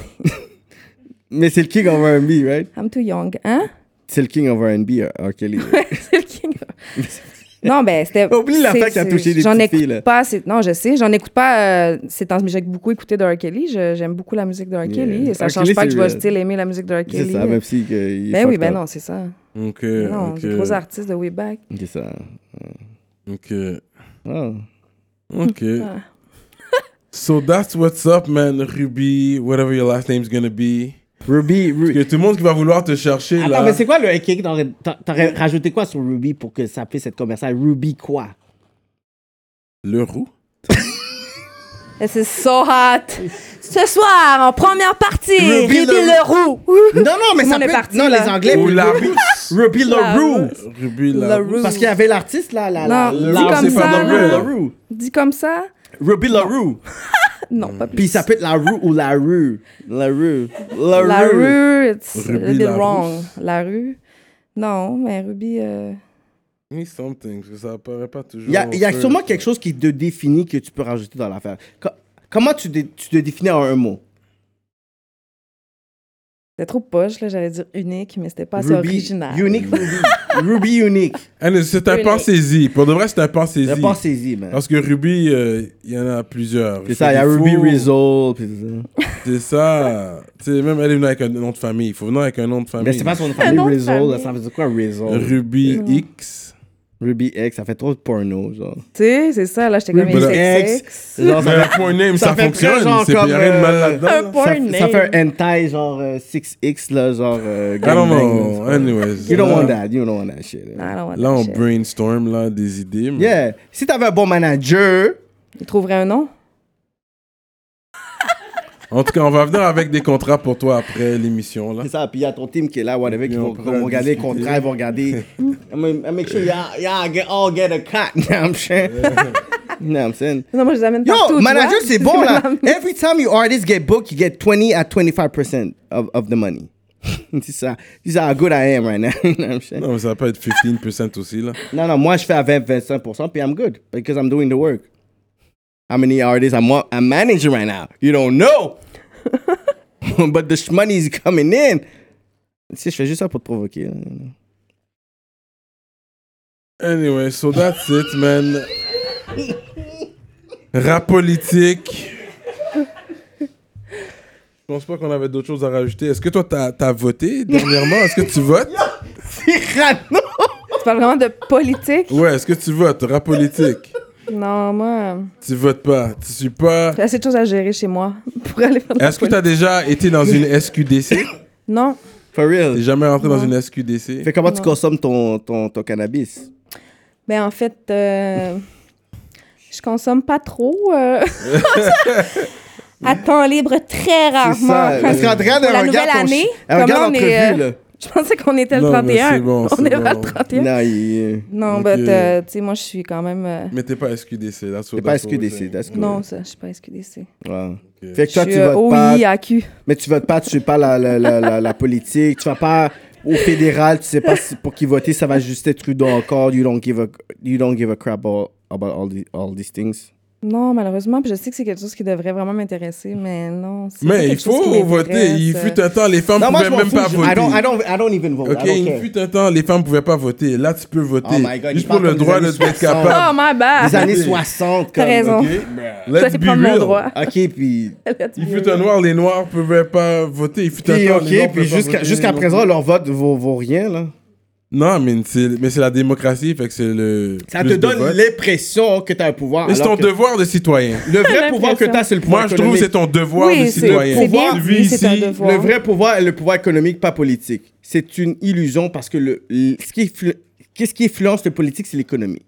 mais c'est le king of R&B, right?
I'm too young. Hein?
C'est le king of R&B, R. Kelly.
C'est le king. Non, ben, c'était.
Oublie la
c'est-
fac qui a
c'est-
touché les
J'en
petites
écoute
filles, là.
pas. c'est- Non, je sais. J'en écoute pas. euh, ces temps, mais j'ai beaucoup écouté de R. Kelly. Je- J'aime beaucoup la musique de R. Kelly. Et ça
R.
change
Kelly,
pas que
c'est
je vais
real.
still aimer la musique de R.
c'est
Kelly.
ça, même si. que il est
ben oui,
fucked
ben
up.
non, c'est ça.
Ok.
non,
ok,
c'est gros artiste de way back.
C'est ça.
Ok.
Oh.
Ok.
Ah.
So that's what's up, man. Ruby, whatever your last name's gonna be.
Ruby,
Il y
Ruby.
a tout le monde qui va vouloir te chercher
Attends,
là.
mais c'est quoi le cake? T'aurais- t'a- T'aurais rajouté quoi sur Ruby pour que ça puisse être commercial? Ruby quoi?
Le roux.
Et c'est so hot. Ce soir, en première partie,
Ruby
Ruby Leroux.
Non, non, mais ça
Tout le monde
peut
est
être-
parti,
Non,
là.
les Anglais.
Ou la
Ruby LaRue.
Ruby la roux.
Parce qu'il y avait l'artiste, là. là, là
Non,
la-
dis
la-
comme
c'est pas
ça,
LaRue,
là.
LaRue.
Dit comme ça?
Ruby LaRue.
Non, pas plus.
Puis ça peut être la rue ou la rue. La rue. La rue.
La rue, it's a
Ruby
little
Larousse.
wrong. La rue. Non, mais Ruby. euh,
Need something, parce que ça apparaît pas toujours.
Il y a, il y a
First.
sûrement quelque chose qui te définit que tu peux rajouter dans l'affaire. Co- comment tu, dé- tu te définis en un mot?
C'était trop poche, là. J'allais dire unique, mais c'était pas assez Ah, original.
Unique Ruby. Ruby unique.
Ah, mais C'est un
Unique.
pensée-y. Pour de vrai, c'est un pensée-y.
J'ai pas saisi, man.
Parce que Ruby, euh, il y en a plusieurs.
Ah, C'est ça, il y a
Fait qu'il
Ruby
faut-
Rizzo. puis c'est ça.
C'est ça. tu sais, même elle est venue avec un nom de famille. Il faut venir avec un nom de famille.
Mais c'est pas son
nom de
famille Rizzo, là,
famille.
ça veut dire quoi Rizzo?
Ruby X.
Ruby X, ça fait trop de porno, genre.
Tu sais, c'est ça, là, j'étais comme
Ruby
unisex.
X. Genre,
Mais le point name, ça,
fait
fonctionne.
très genre
C'est
comme,
y a rien de mal
euh,
là-dedans.
Un
là.
porn
ça,
name.
ça fait un hentai, genre euh, 6X, là, genre. euh,
I don't
gangbang,
know.
là, c'est pas-
Anyways. uh,
You don't
là,
want that. You don't want that shit. là.
Non, non,
Là, on
shit.
brainstorm là, des idées. mais-
Yeah. Si t'avais un bon manager,
Il trouverait un nom?
En tout cas, on va venir avec des contrats pour toi après l'émission. là.
c'est ça. Puis il y a ton team qui est là, whatever, qui
Puis
vont
on
qui
pourra
vont regarder les
discuter.
contrats, ils vont regarder. I mean, I make sure y'all, y'all get, all get a cut. You know what I'm saying? You know what I'm saying?
Non, moi, je les amène partout.
Yo,
tu
manager,
vois?
c'est bon là.
Madame-
Every time you artists get booked, you get 20 à 25% of, of the money. This is, how, this is how good I am right now. You know what I'm saying?
Non, mais ça peut être 15% aussi. là.
Non, non, moi je fais à 20-25%, puis I'm good. Because I'm doing the work. How many artists I'm, I'm managing right now? You don't know. But the money is coming in. Tu sais, je fais juste ça pour te provoquer. là.
Anyway, so that's it, man. Rap politique. Je pense pas qu'on avait d'autres choses à rajouter. Est-ce que toi, t'as as voté dernièrement? Est-ce que tu votes?
Cyrano!
Tu parles vraiment de politique?
Ouais, est-ce que tu votes? Rap politique.
Non, moi,
Tu votes pas. Tu suis pas.
j'ai assez de choses à gérer chez moi pour aller faire de la
Est-ce que
politique.
t'as déjà été dans une SQDC?
Non.
T'es
For real.
jamais rentré dans une SQDC?
Fait comment tu
Non.
consommes ton, ton, ton cannabis?
Ben, en fait, euh, je consomme pas trop. euh, à temps libre, très rarement.
C'est ça.
Quand-
Parce qu'Andréane,
Ah, pour
elle
la
regarde
nouvelle
ton
année,
chi- elle regarde
comment on est,
l'entrevue,
euh,
là.
Je pensais qu'on était le
Non, mais
31.
c'est bon,
on
c'est
est pas
bon.
le 31.
Non, il...
Non,
Ok.
mais euh, tu sais, moi, je suis quand même. euh,
Mais t'es pas SQDC, là.
T'es pas SQDC, that's cool.
non, ça, je suis pas SQDC.
Ouais. Fait que
Je
toi, tu
suis euh,
votes pas.
OIAQ.
Mais tu votes pas, tu sais pas la, la, la, la, la politique, tu vas pas au fédéral, tu sais pas si- pour qui voter, ça va juste être Trudeau encore. You don't give a, you don't give a crap all- about all, the- all these things.
Non, malheureusement, puis je sais que c'est quelque chose qui devrait vraiment m'intéresser, mais non. c'est pas
Mais il
quelque chose qui
faut voter.
m'intéresse. euh.
Il fut un temps, les femmes
Non, moi, je
pouvaient même
m'en fous.
pas
je-
voter.
I don't, I don't, I don't even vote.
Ok,
I don't
il
care.
fut un temps, les femmes pouvaient pas voter. Là, tu peux voter.
Oh my God, il
Juste pour
parle
le
comme
droit
des
de-
années
d'être
60.
Oh,
capable.
my bad!
Les années 60.
T'as
comme-
raison.
Ok?
Oh, Ça,
Let's
c'est
be
prendre mon
real.
droit.
Ok, puis.
Il fut un noir, les noirs pouvaient pas voter. Il fut un
Puis,
temps, les noirs
ok,
pouvaient
puis
pas
jusqu'à
voter,
jusqu'à
les noirs-
présent, leur vote vaut, vaut rien, là.
Non, mais c'est mais c'est la démocratie, fait que c'est le.
Ça
plus
te
de
donne
vote.
l'impression que t'as un pouvoir.
Mais c'est
alors
ton
que
devoir de citoyen.
Le vrai pouvoir que t'as, c'est le pouvoir
Moi, je trouve que c'est
économique.
ton devoir
Oui,
de
c'est-
citoyen.
c'est bien
Tu
dit,
vis
c'est un
ici,
devoir.
Le vrai pouvoir est le pouvoir économique, pas politique. C'est une illusion parce que le, le- ce, qui influ- qu'est-ce qui influence le politique, c'est l'économie.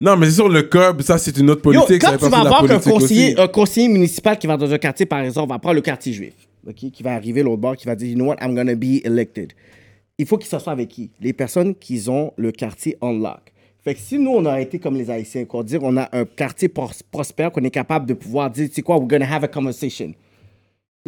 Non, mais c'est sur le COB, ça, c'est une autre
Yo,
politique. ça fait
quand tu
partie
vas
de la
avoir un
politique
conseiller,
aussi.
un conseiller municipal qui va dans un quartier, par exemple, va prendre le quartier juif, ok, qui va arriver l'autre bord, qui va dire, you know what, I'm gonna be elected. Il faut qu'il s'assoie avec qui Les personnes qui ont le quartier en lock. Fait que si nous, on aurait été comme les Haïtiens, qu'on dire, on a un quartier pros- prospère, qu'on est capable de pouvoir dire, tu sais quoi, we're gonna have a conversation.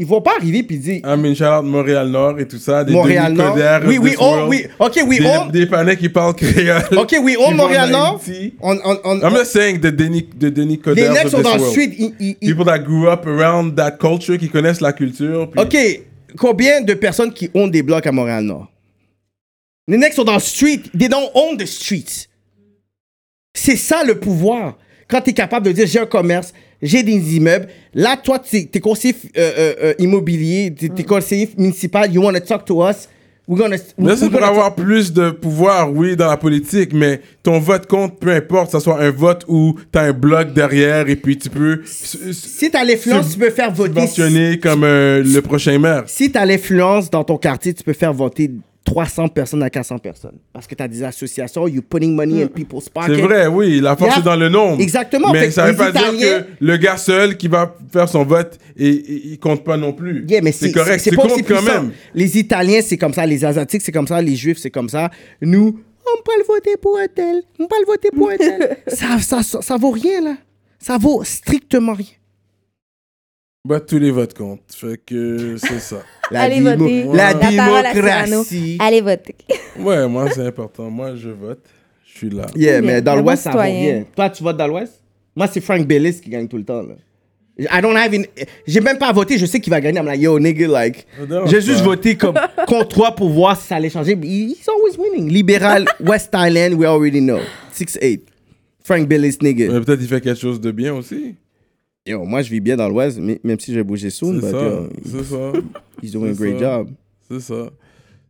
Ils vont pas arriver puis dire,
Ah, mais une shout-out Montréal-Nord et tout ça. Des
euh, Montréal
Denis
Nord.
Coderre,
Oui, oui,
This
on,
World,
oui. Ok, oui,
des,
on.
des panais qui parlent créole.
Ok, oui,
qui
on
vont
Montréal
en
Nord.
Haïti.
On, on, on,
I'm not saying de Denis, de Denis
les
Coderre.
Nets
of
sont dans
this
le
world.
sud. ils- ils- ils-
People that grew up around that culture, qui connaissent la culture. puis-
Ok, combien de personnes qui ont des blocs à Montréal Nord? Les Nets sont dans le street. They don't own the streets. C'est ça le pouvoir. Quand tu es capable de dire j'ai un commerce, j'ai des immeubles, là, toi, tu es conseiller euh, euh, euh, immobilier, tu es conseiller municipal, you want to talk to us, we're gonna.
Mais
we're
c'est pour
gonna
avoir plus de pouvoir, oui, dans la politique, mais ton vote compte, peu importe, ça soit un vote où t'as un bloc derrière et puis tu peux su- su-
Si tu as l'influence,
Sub-
tu peux faire voter
subventionner comme euh, le prochain maire.
si tu as l'influence dans ton quartier, tu peux faire voter 300 personnes à 400 personnes. Parce que tu as des associations, you're putting money in people's pockets.
Mm. C'est vrai, oui, la force
Yeah.
est dans le nombre.
Exactement, fait
Mais
que
ça veut
les
pas
Italiens-
dire que le gars seul qui va faire son vote, et, et- il compte pas non plus.
Yeah, mais
c'est correct,
c'est
tu
pas aussi
comptes quand
puissant.
même.
Les Italiens, c'est comme ça. Les Asiatiques, c'est comme ça. Les Juifs, c'est comme ça. Nous, on peut le voter pour un tel. On peut le voter pour un tel. ça, ça, ça, ça vaut rien, là. Ça vaut strictement rien.
Bah, tous les votes comptent. Fait que c'est ça.
La
Allez
démo-
voter.
La
La parole à Cyrano.
démocratie.
Allez voter.
Ouais, moi, c'est important. Moi, je vote. Je suis là.
Yeah,
Très
mais
bien.
dans
Le bon
l'Ouest, ça va
citoyen.
bien. Toi, tu votes dans l'Ouest? Moi, c'est Frank Bellis qui gagne tout le temps, là. I don't have any- J'ai même pas voté, je sais qu'il va gagner. I'm like, yo, nigga, like...
Non,
J'ai juste
pas.
voté comme contre toi pour voir si ça allait changer. But he- He's always winning. Libéral, West Island, we already know. 6-8. Frank Bellis, nigga.
Mais peut-être il fait quelque chose de bien aussi.
Yo, moi, je vis bien dans l'Ouest, mais- même si je vais bouger soon,
C'est
but
ça.
yo,
C'est ça.
he's doing a
c'est
great
ça.
job.
C'est ça.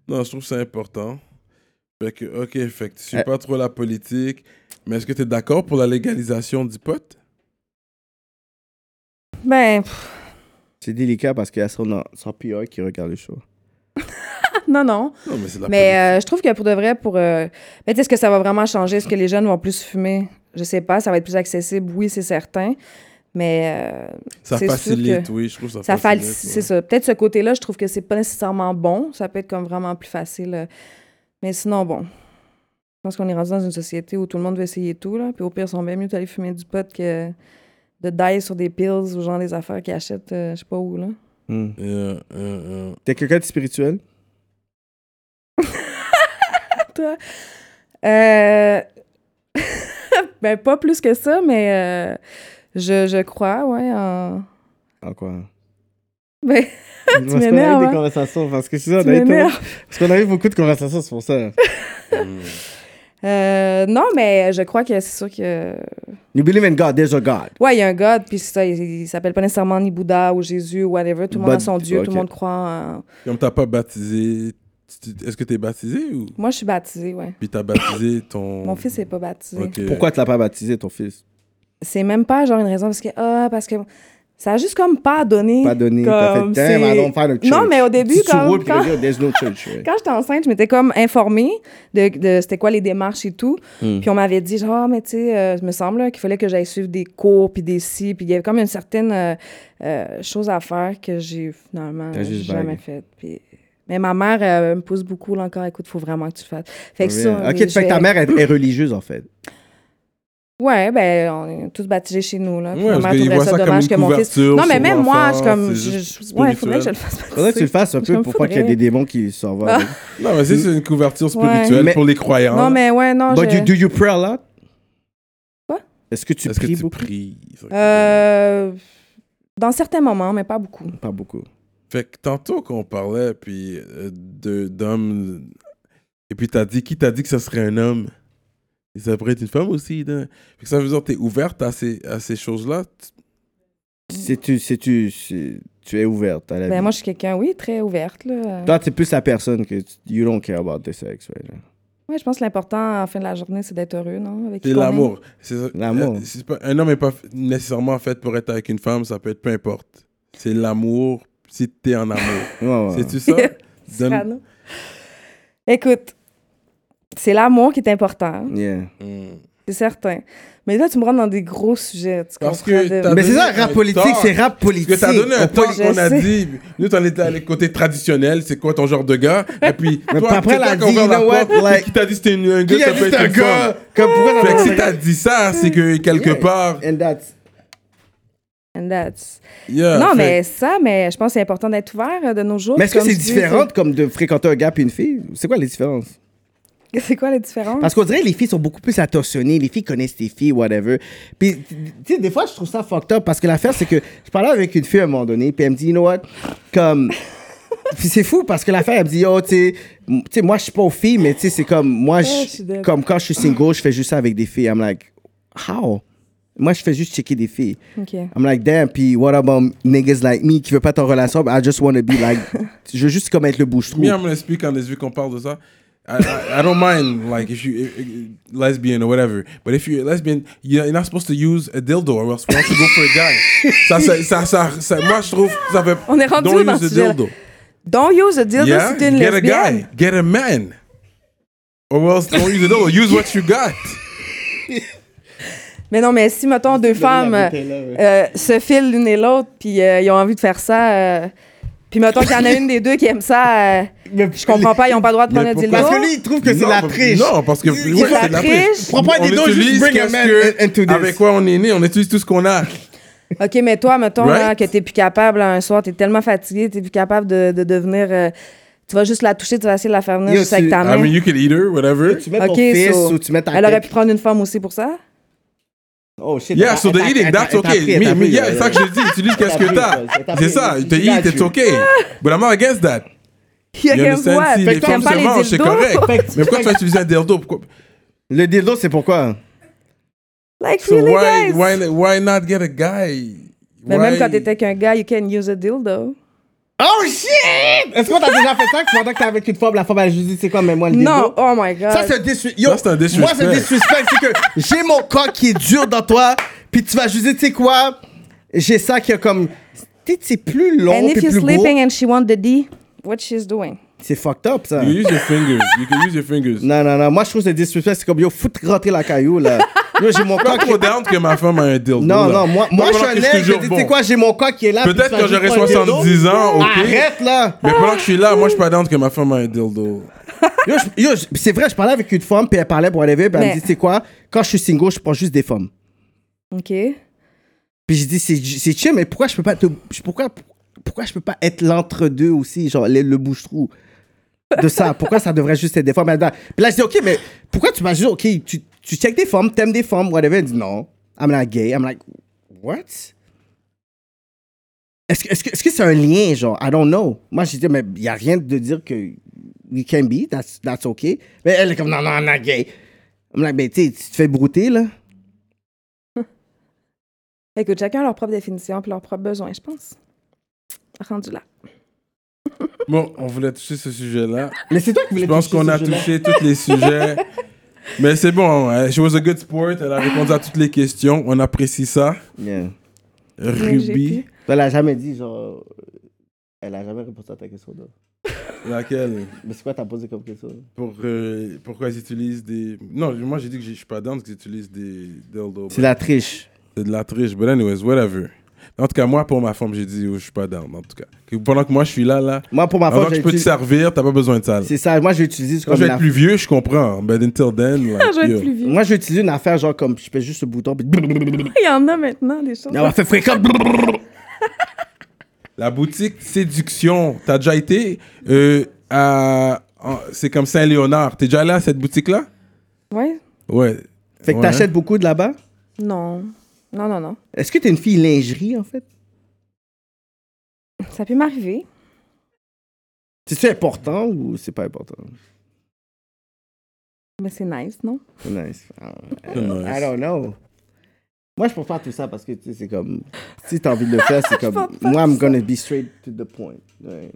Non, je trouve que c'est important. Fait que, ok, fait que tu suis
Euh.
pas trop la politique, mais est-ce que tu es d'accord pour la légalisation du pot?
Ben, pff,
C'est délicat parce qu'il y a son, son PR qui regarde le show.
non, non.
Non, mais c'est de la
Mais euh, je trouve que pour de vrai, pour. euh, Mais tu sais, est-ce que ça va vraiment changer? Est-ce que les jeunes vont plus fumer? Je sais pas. Ça va être plus accessible, oui, c'est certain. Mais euh,
politique. Ça
c'est sûr
facilite,
que
oui, je trouve que ça,
ça
facilite.
facilite,
ouais.
c'est ça. Peut-être ce côté-là, je trouve que c'est pas nécessairement bon. Ça peut être comme vraiment plus facile. euh, Mais sinon, bon. Je pense qu'on est rendu dans une société où tout le monde veut essayer tout, là. Puis au pire, ils sont bien mieux d'aller fumer du pot que de die sur des pills ou genre des affaires qu'ils achètent, euh, je sais pas où, là.
Hmm.
Yeah, yeah, yeah.
T'es quelqu'un de spirituel?
Euh... ben, pas plus que ça, mais euh, je, je crois, ouais, en,
En Ah, quoi?
Ben,
Parce qu'on a eu
m'énerves,
des
hein.
conversations. Parce que c'est ça, on
Tu
a eu tellement-
m'énerves.
parce qu'on a eu beaucoup de conversations, c'est pour ça.
euh, non, mais je crois que c'est sûr que.
You believe in God, there's a God.
Ouais, il y a un God, puis c'est ça, il, il s'appelle pas nécessairement ni Bouddha ou Jésus ou whatever. Tout le monde a
But-
son Dieu,
ok.
tout le monde croit en.
Comme t'as pas baptisé, tu- tu- est-ce que t'es baptisé ou
Moi, je suis baptisée, ouais.
puis t'as baptisé ton
Mon fils n'est pas baptisé.
Ok.
Pourquoi tu l'as pas baptisé, ton fils
C'est même pas genre une raison parce que, ah, parce que ça a juste comme pas donné.
Pas donné, t'as fait
comme
Damn, I
c'est-
don't find a church.
Non, mais au début,
Tu- tu
quand,
roules, puis
quand-
tu dis, oh, there's no church. ouais.
quand j'étais enceinte, je m'étais comme informée de, de c'était quoi les démarches et tout.
Hmm.
Puis on m'avait dit, genre, Ah, mais tu sais, euh, il me semble là, qu'il fallait que j'aille suivre des cours, puis des si, puis il y avait comme une certaine euh, euh, chose à faire que j'ai finalement
T'as juste
jamais
vague.
faite. Puis- Mais ma mère euh, me pousse beaucoup là encore, écoute, faut vraiment que tu le fasses. Fait que ça,
ok,
oui,
tu fais que ta
j'ai-
mère est, est religieuse, en fait.
Ouais, ben, on est tous baptisés chez nous, là. Puis
Ouais,
ma
parce
mère
qu'ils
trouverait
voient
ça
ça comme
dommage
une
que mon fils.
couverture
Non, mais
sur
même moi, je
l'enfant,
suis comme.
c'est
je-
juste
je- Ouais, faudrait que je
spirituel.
le fasse. baptiser.
Faudrait que tu le fasses un
Je
peu
me
pour pas qu'il y ait
faudrait.
des démons qui s'en vont.
Ah.
avec.
Non, mais c'est c'est une couverture spirituelle
Ouais.
pour les croyants.
Non, mais ouais, non.
But
je-
you, do you pray a lot?
Quoi?
Est-ce que tu
Est-ce que
pries
tu
beaucoup?
pries
Euh, Dans certains moments, mais pas beaucoup.
Pas beaucoup.
Fait que tantôt qu'on parlait, puis euh, de- d'hommes. Et puis t'as dit, qui t'a dit que ça serait un homme Et ça pourrait être une femme aussi. là. Fait que ça veut dire que t'es ouverte à ces, à ces choses-là. Tu-
C'est tu, c'est tu, c'est- tu es ouverte à la
Ben,
vie.
moi, je suis quelqu'un, oui, très ouverte, là.
Toi, t'es plus la personne que tu- you don't care about the sex, right?
Ouais, je pense que l'important, en fin de la journée, c'est d'être heureux, non? Avec qui
C'est
qu'on est.
l'amour. C'est ça.
L'amour.
Euh, c'est pas- Un homme n'est pas f- nécessairement fait pour être avec une femme, ça peut être peu importe. C'est l'amour si t'es en amour.
Ouais, ouais.
C'est-tu ça Donne-
Cyrano. Écoute, c'est l'amour qui est important,
Yeah.
Mm.
c'est certain. Mais là, tu me rentres dans des gros sujets, tu
Parce
comprends?
que
de-
t'as-
Mais c'est ça,
donné
rap
un
politique,
tort.
c'est rap politique.
Parce que t'as donné un
On
temps
parle-
je
qu'on a
sais.
dit. Nous, t'en étais allé côté traditionnel, c'est quoi ton genre de gars? Et puis,
Mais
toi,
après,
c'est
elle
toi
a
qui a
dit,
ouvert
you
la
know what,
porte,
like-
qui t'a dit c'était une- un gars,
Qui
ça
a
peut
dit
être
un
une femme.
gars? Oh Comme pourquoi
Fait
t'as
que si t'as dit ça, c'est que quelque
Mm. Yeah.
part.
And that's...
And that's-
yeah,
non,
Ah, fait-
mais ça, mais je pense que c'est important d'être ouvert euh, de nos jours.
Mais est-ce que
Comme
c'est
tu dis,
différent comme de fréquenter un gars puis une fille? C'est quoi les différences?
c'est- C'est quoi la différence?
Parce qu'on dirait que les filles sont beaucoup plus attentionnées, les filles connaissent tes filles, whatever. Puis, tu sais, des fois, je trouve ça fucked up parce que l'affaire, c'est que je parlais avec une fille à un moment donné, puis elle me dit, you know what? Comme. Puis c'est fou parce que l'affaire, elle me dit, oh, tu sais, m- tu sais, moi, je suis pas aux filles, mais tu sais, c'est comme, moi, je-
je suis d'accord.
comme quand je suis single, je fais juste ça avec des filles. I'm like, how? Moi, je fais juste checker des filles.
Ok.
I'm like, damn, puis what about niggas like me qui veut pas ton relation? I just wanna be like. je veux juste comme être le bouche-trou.
Me, I'm gonna speak on this vu qu'on parle de ça. I, I, I don't mind like if you if- if- lesbian or whatever, but if you're a lesbian, you're you're not supposed to use a dildo or else you have to go for a guy. ça, ça, ça, ça, ça- moi je trouve que ça fait.
On est rendu
don't
dans
use
ce
a
sujet-là.
dildo.
Don't use a dildo
Yeah,
si t'es une
get a
lesbienne.
guy, get a man, or else don't use a dildo. Use what you got.
Mais non, mais si, mettons, deux femmes
la
euh,
bouteille, là, ouais.
euh, se filent l'une et l'autre, puis euh, ils ont envie de faire ça, euh, puis mettons qu'il y en a une des deux qui aime ça, euh,
Mais-
je comprends pas, ils ont pas le droit de
Mais
prendre un dildo.
pourquoi?
Parce que lui, il trouve que c'est
Non,
la
parce-
triche.
Non, parce que
Il
ouais,
faut la
c'est de la
triche.
triche.
Prends pas un
On
dildo, juste
utilise
bring a
qu'est-ce
man
que-
into this.
Avec quoi on est né, on utilise tout ce qu'on a.
OK, mais toi, mettons
Right?
là, que t'es plus capable, là, un soir, t'es tellement fatigué, t'es plus capable de, de devenir... euh, tu vas juste la toucher, tu vas essayer de la faire venir
Yo,
juste avec
tu-
ta
I
main.
mean, you can eat her, whatever.
Tu mets ton
OK,
fils
so-
ou tu mets ta
elle aurait
tête.
pu prendre une femme aussi pour ça?
Oh shit.
Yeah,
elle-
so the
elle- elle-
eating,
elle-
that's
elle t'a
okay.
pris, elle
Me,
t'a
me,
pris,
yeah,
elle-
c'est ça que je dis. Utilise qu'est-ce
Elle
que
t'a
t'as.
pris, elle t'a
C'est
pris,
ça,
elle
the
t'a
eat,
pris.
it's okay. But I'm not against that.
Il y a
You
quelqu'un
understand?
voit,
Si
puis
les
t'aimes
femmes
pas
se
les
mangent, c'est
dildos.
correct. Mais pourquoi tu vas
Like,
utiliser un dildo? Pourquoi-
Le dildo, c'est pourquoi?
So
really,
why,
guys?
why, why not get a guy?
Mais
Why-
même quand t'étais qu'un gars, you can use a dildo.
Oh shit! Est-ce qu'on t'a déjà fait ça que pendant que t'es avec une femme, la femme elle juste dit c'est quoi, mais moi le dildo?
Non, oh my God.
Ça, c'est un disrespect. Yo,
Ça, c'est un disrespect.
Moi, c'est un disrespect. c'est que j'ai mon corps qui est dur dans toi, puis tu vas juste dire, tu sais quoi, j'ai ça qui est comme. Tu sais, c'est plus long,
And
puis
if
plus
you're
gros.
sleeping and she want the D, what she's doing?
C'est fucked up, ça.
You use your fingers. You can use your fingers.
Non, non, non. Moi, je trouve que c'est disrespect. C'est comme, yo, foutre rentrer la caillou, là. Yo, j'ai mon corps
Pas
qui
trop down que ma femme a un dildo.
Non,
là.
non, moi, moi je
pendant
suis
que
honnête, je
toujours
dis, tu
bon.
sais quoi, j'ai mon corps qui est là.
Peut-être
puis tu vas
quand j'aurai
juste prendre le dos.
70 ans, ok.
Arrête, là!
Mais pendant que je suis là, moi, je suis pas down que ma femme a un dildo.
Yo, je- yo, je- c'est vrai, je parlais avec une femme, puis elle parlait pour aller puis elle me
Mais-
dit, tu sais quoi, quand je suis single, je prends juste des femmes.
OK.
Puis j'ai dit, c'est c'est chill, mais pourquoi je peux pas te- pourquoi, pourquoi je peux pas être l'entre-deux aussi, genre le, le bouche-trou de ça? Pourquoi ça devrait juste être des femmes? Elle dit, Puis là, je dis, OK, mais pourquoi tu m'as juste, OK, tu, tu check des femmes, t'aimes des femmes, whatever. Elle dit, non, I'm not gay. I'm like, what? Est-ce que est-ce que- est-ce que c'est un lien, genre? I don't know. Moi, je dis, mais il n'y a rien de dire que we can be, that's, that's okay. Mais elle est comme, non, non, non, gay. I'm like, ben, tu sais, tu te fais brouter, là.
Écoute, chacun a leur propre définition puis leurs propres besoins, je pense. Rendu là.
Bon, on voulait toucher ce sujet-là.
Mais c'est toi qui
Je
voulais
pense
toucher
qu'on
ce
a
sujet-là.
touché tous les sujets. Mais c'est bon, hein. she was a good sport. Elle a répondu à toutes les questions. On apprécie ça.
Yeah.
j'ai
Ruby,
pu.
Toi, elle a jamais dit, genre. euh, Elle a jamais répondu à ta question, là.
laquelle
Mais c'est quoi t'as posé comme question? là?
pour, euh, Pourquoi ils utilisent des. Non, moi j'ai dit que je suis pas down parce qu'ils utilisent des dildos.
C'est la triche.
C'est de la triche. But anyways, whatever. En tout cas, moi, pour ma femme, j'ai dit, oh, je suis pas down. En tout cas, Que pendant que moi, je suis là, là,
Moi, pour ma
avant
part,
que
j'ai
je peux te
utilisé-
servir, t'as pas besoin de ça. là.
C'est ça, moi, j'ai utilisé
Quand
comme
je vais
la-
être plus vieux, je comprends. But until then, like,
Ah, je vais
yo.
être plus vieux.
Moi, j'ai utilisé une affaire, genre, comme, je fais juste ce bouton, puis.
Il y en a maintenant, des choses.
Elle
Ah
m'a fait fréquent.
La boutique Séduction, t'as déjà été euh, à. en- C'est comme Saint-Léonard. T'es déjà allé à cette boutique-là
Ouais?
Ouais.
Fait que
Ouais.
t'achètes beaucoup de là-bas.
Non. Non, non, non.
Est-ce que t'es une fille lingerie, en fait?
Ça peut m'arriver.
C'est-tu important ou c'est pas important?
Mais c'est nice, non?
Nice. Ah, I
C'est
don't-
nice.
I don't know. Moi, je pense pas à tout ça parce que, tu sais, c'est comme... Si t'as envie de le faire, c'est comme... Moi, I'm gonna be straight to the point. Ouais.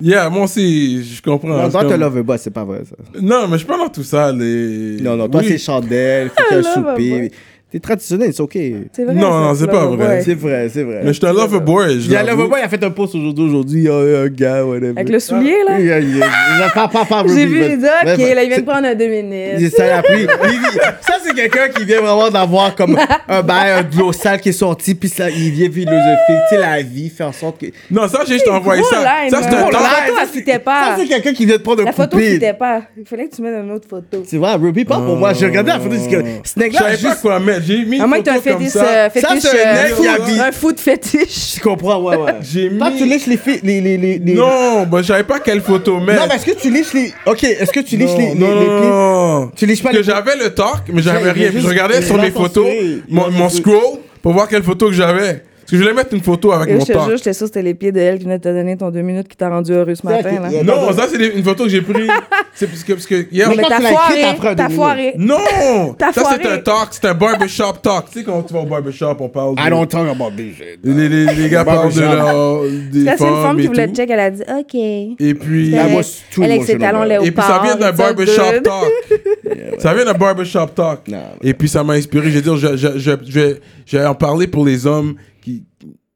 Yeah, moi aussi, je comprends.
Non,
Ah, C'est
toi,
comme-
t'as love boss, c'est pas vrai, ça.
Non, mais je parle dans tout ça. Les...
Non, non, toi,
Oui.
c'est chandelle, faut qu'il y ait un
Love a
souper.
boy.
T'es traditionnel, c'est OK.
C'est vrai.
Non,
ça,
non, c'est
là,
pas
ouais.
vrai.
C'est vrai, c'est vrai.
Mais je te love a boy. je
Il y a
l'avoue.
Loverboy, il a fait un post aujourd'hui, aujourd'hui, il y a eu un gars, whatever. Ah.
Avec le soulier, là.
Ah,
Il y a- il y a- il a- pas- pas- pas
J'ai
Ruby,
vu,
mais-
j'ai dit, OK,
mais-
là, il vient
c'est-
de prendre un deux
Il-
minutes.
Ça, il a pris- il- il- ça, c'est quelqu'un qui vient vraiment d'avoir comme un bail, un glossal qui est sorti, puis ça, il vient philosopher, tu sais, la vie, faire en sorte que.
Non, ça, j'ai juste envoyé
gros
ça.
line,
Ça, c'est
hein.
un
Gros
temps.
line.
Là,
photo,
ça,
elle
c'est-
fitait pas.
Ça, c'est quelqu'un qui vient de prendre un
La photo
coupé.
fitait pas. Il fallait que tu mettes une autre photo.
Tu vois, Ruby, pas pour moi. J'ai regardé la photo, j'ai dit que ce
Ah. Je
nec-là,
savais pas
juste.
quoi mettre. J'ai mis
À
une
moins que tu
photo
un
comme
fétiche.
ça.
euh, fétiche
c'est un
euh,
nec qui habille.
un foot fétiche.
Tu comprends, ouais, ouais.
J'ai
Toi,
mis-
tu liches les filles. Les, les, les, les-
Non, bah, je savais pas quelle photo mettre.
Non, mais est-ce que tu liches les. Ok, est-ce que tu liches
Non,
les, les,
non,
les
non,
pieds?
non.
Tu liches pas
que
les pieds?
j'avais le torque, mais j'avais
J'ai-
rien. Puis
j'ai
je regardais
juste-
sur
j'ai
mes
pas
photos,
pensé.
mon, mon scroll, pour voir quelle photo que j'avais. Parce que je voulais mettre une photo avec
Et
mon
je te
torque.
jure, j'étais sûre que c'était les pieds de elle qui venaient te donner ton deux minutes qui t'a rendu heureux ce
C'est
matin.
vrai
Là.
qu'il y a-
Non, ça, c'est des- une photo que j'ai prise. c'est parce que, parce que hier,
Mais
quand
t'as
tu l'as écrit, t'as pris un
foiré, t'as
deux
foiré.
Non!
T'as
ça, c'est
foiré.
un talk, c'est un barbershop talk. Tu sais, quand tu vas au barbershop, on parle. de-
I don't talk about this shit.
Les, les, les gars parlent de leur, des
La seule
femmes
femme
et
qui voulait
tout.
te check, elle a dit OK.
Et puis.
Elle,
Là, moi, c'est tout
elle avec
mon
ses
chemin,
talons
ouais.
léopards.
Et puis ça vient d'un
et son
barbershop
dude.
talk. Ça vient d'un barbershop talk.
Non, mais-
Et puis ça m'a inspiré. Je veux dire, je, je, je, je, vais- je vais en parler pour les hommes qui.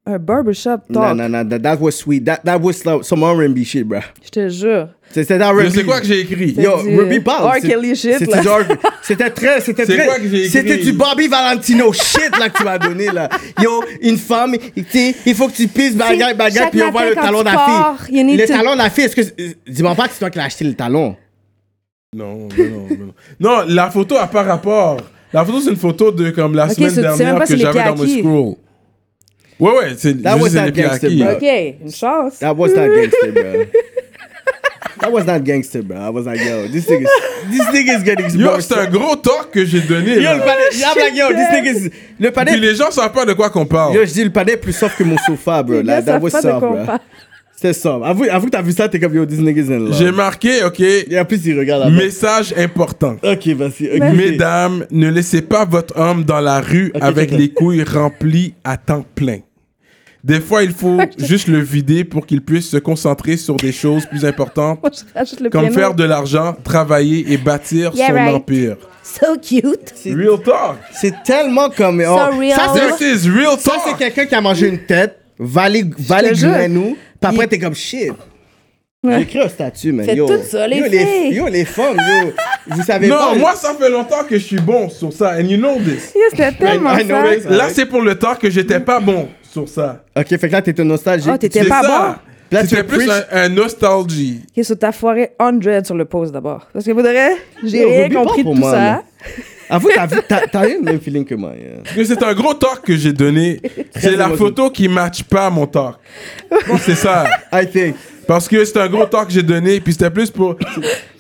Un barbershop
Non,
talk.
non, non, that, that was sweet. That, that was like some R&B shit, bruh.
Je te jure.
C'est c'est dans
Je
Ruby.
sais quoi que j'ai écrit.
C'est
Yo,
du
Ruby parle.
R. Kelly
C'est-
shit,
C'était
là.
du R- C'était très, c'était
C'est
très.
quoi que j'ai écrit?
C'était du Bobby Valentino shit, là, que tu m'as donné, là. Yo, une femme, tu sais, il faut que tu pisses bagarre,
Chaque
bagarre, puis on voit
matin
le
quand
talon
tu
de la
pars,
fille.
you need
Le
to-
talon de la fille, est-ce que. c'est- Dis-moi pas que c'est toi qui l'as acheté le talon.
Non, non, non, non. Non, la photo a pas rapport. La photo, c'est une photo de comme la
Ok,
semaine
so tu sais même
dernière
pas
que
c'est les
j'avais
pieds
dans mon
à qui.
scroll. Ouais, ouais, c'est
That
je
was
dis, c'est
that
les pieds à
gangster,
qui.
bro.
OK, une chance.
That was not gangster, bro. That was not gangster, bro. I was like, yo, this nigga's, this nigga's getting
Yo,
more-
c'est un gros talk que j'ai donné.
Yo, le
là.
panel, I'm like, yo, this nigga's. Le panel.
Puis les gens savent pas de quoi qu'on parle.
Yo, je dis, le panel est plus soft que mon sofa, bro.
Les
Là,
gars
that
savent
was
pas de
soft,
quoi
bro.
on parle.
C'était soft. Avoue, avoue que t'as vu ça, t'es comme, yo, this nigga's in
J'ai
love.
marqué, OK,
Et en plus, il regarde la
message important.
Ok, vas-y. ok.
Mesdames, ne laissez pas votre homme dans la rue avec
ok.
les couilles remplies à temps plein. Des fois, il faut juste le vider pour qu'il puisse se concentrer sur des choses plus importantes,
Moi, je rajoute le
comme
piano.
faire de l'argent, travailler et bâtir
Yeah,
son
right.
empire.
So cute.
Real talk.
C'est tellement comme. oh,
real.
ça, c'est un-
This is real
ça, c'est
talk.
quelqu'un qui a mangé une tête, valé, valé
jure.
nous, puis après, t'es comme shit. J'ai écrit un statut, man.
Faites
yo.
tout ça, les
yo,
filles.
yo, les femmes, yo. Vous savez pas.
Non, moi, ça fait longtemps que je suis bon sur ça. And you know this.
Yeah, C'était tellement
I know
ça.
it.
Là, c'est pour le temps que j'étais pas bon sur ça.
Ok, fait que là, t'étais nostalgique.
Oh, t'étais
C'est
pas
ça.
Là, tu
C'était
veux
plus un,
preach.
un nostalgie.
OK, so t'as foiré 100 sur le pause d'abord. Parce que vous devriez, j'ai
Yo,
rien
oublie pas
compris de
pour
tout
moi,
ça.
là. Avoue, t'as vu- t'as t'as eu le même feeling que moi. yeah.
Parce que c'est un gros talk que j'ai donné. C'est la
émotionnel.
photo qui match pas à mon talk. C'est ça.
I think.
Parce que c'est un gros talk que j'ai donné, puis c'était plus pour.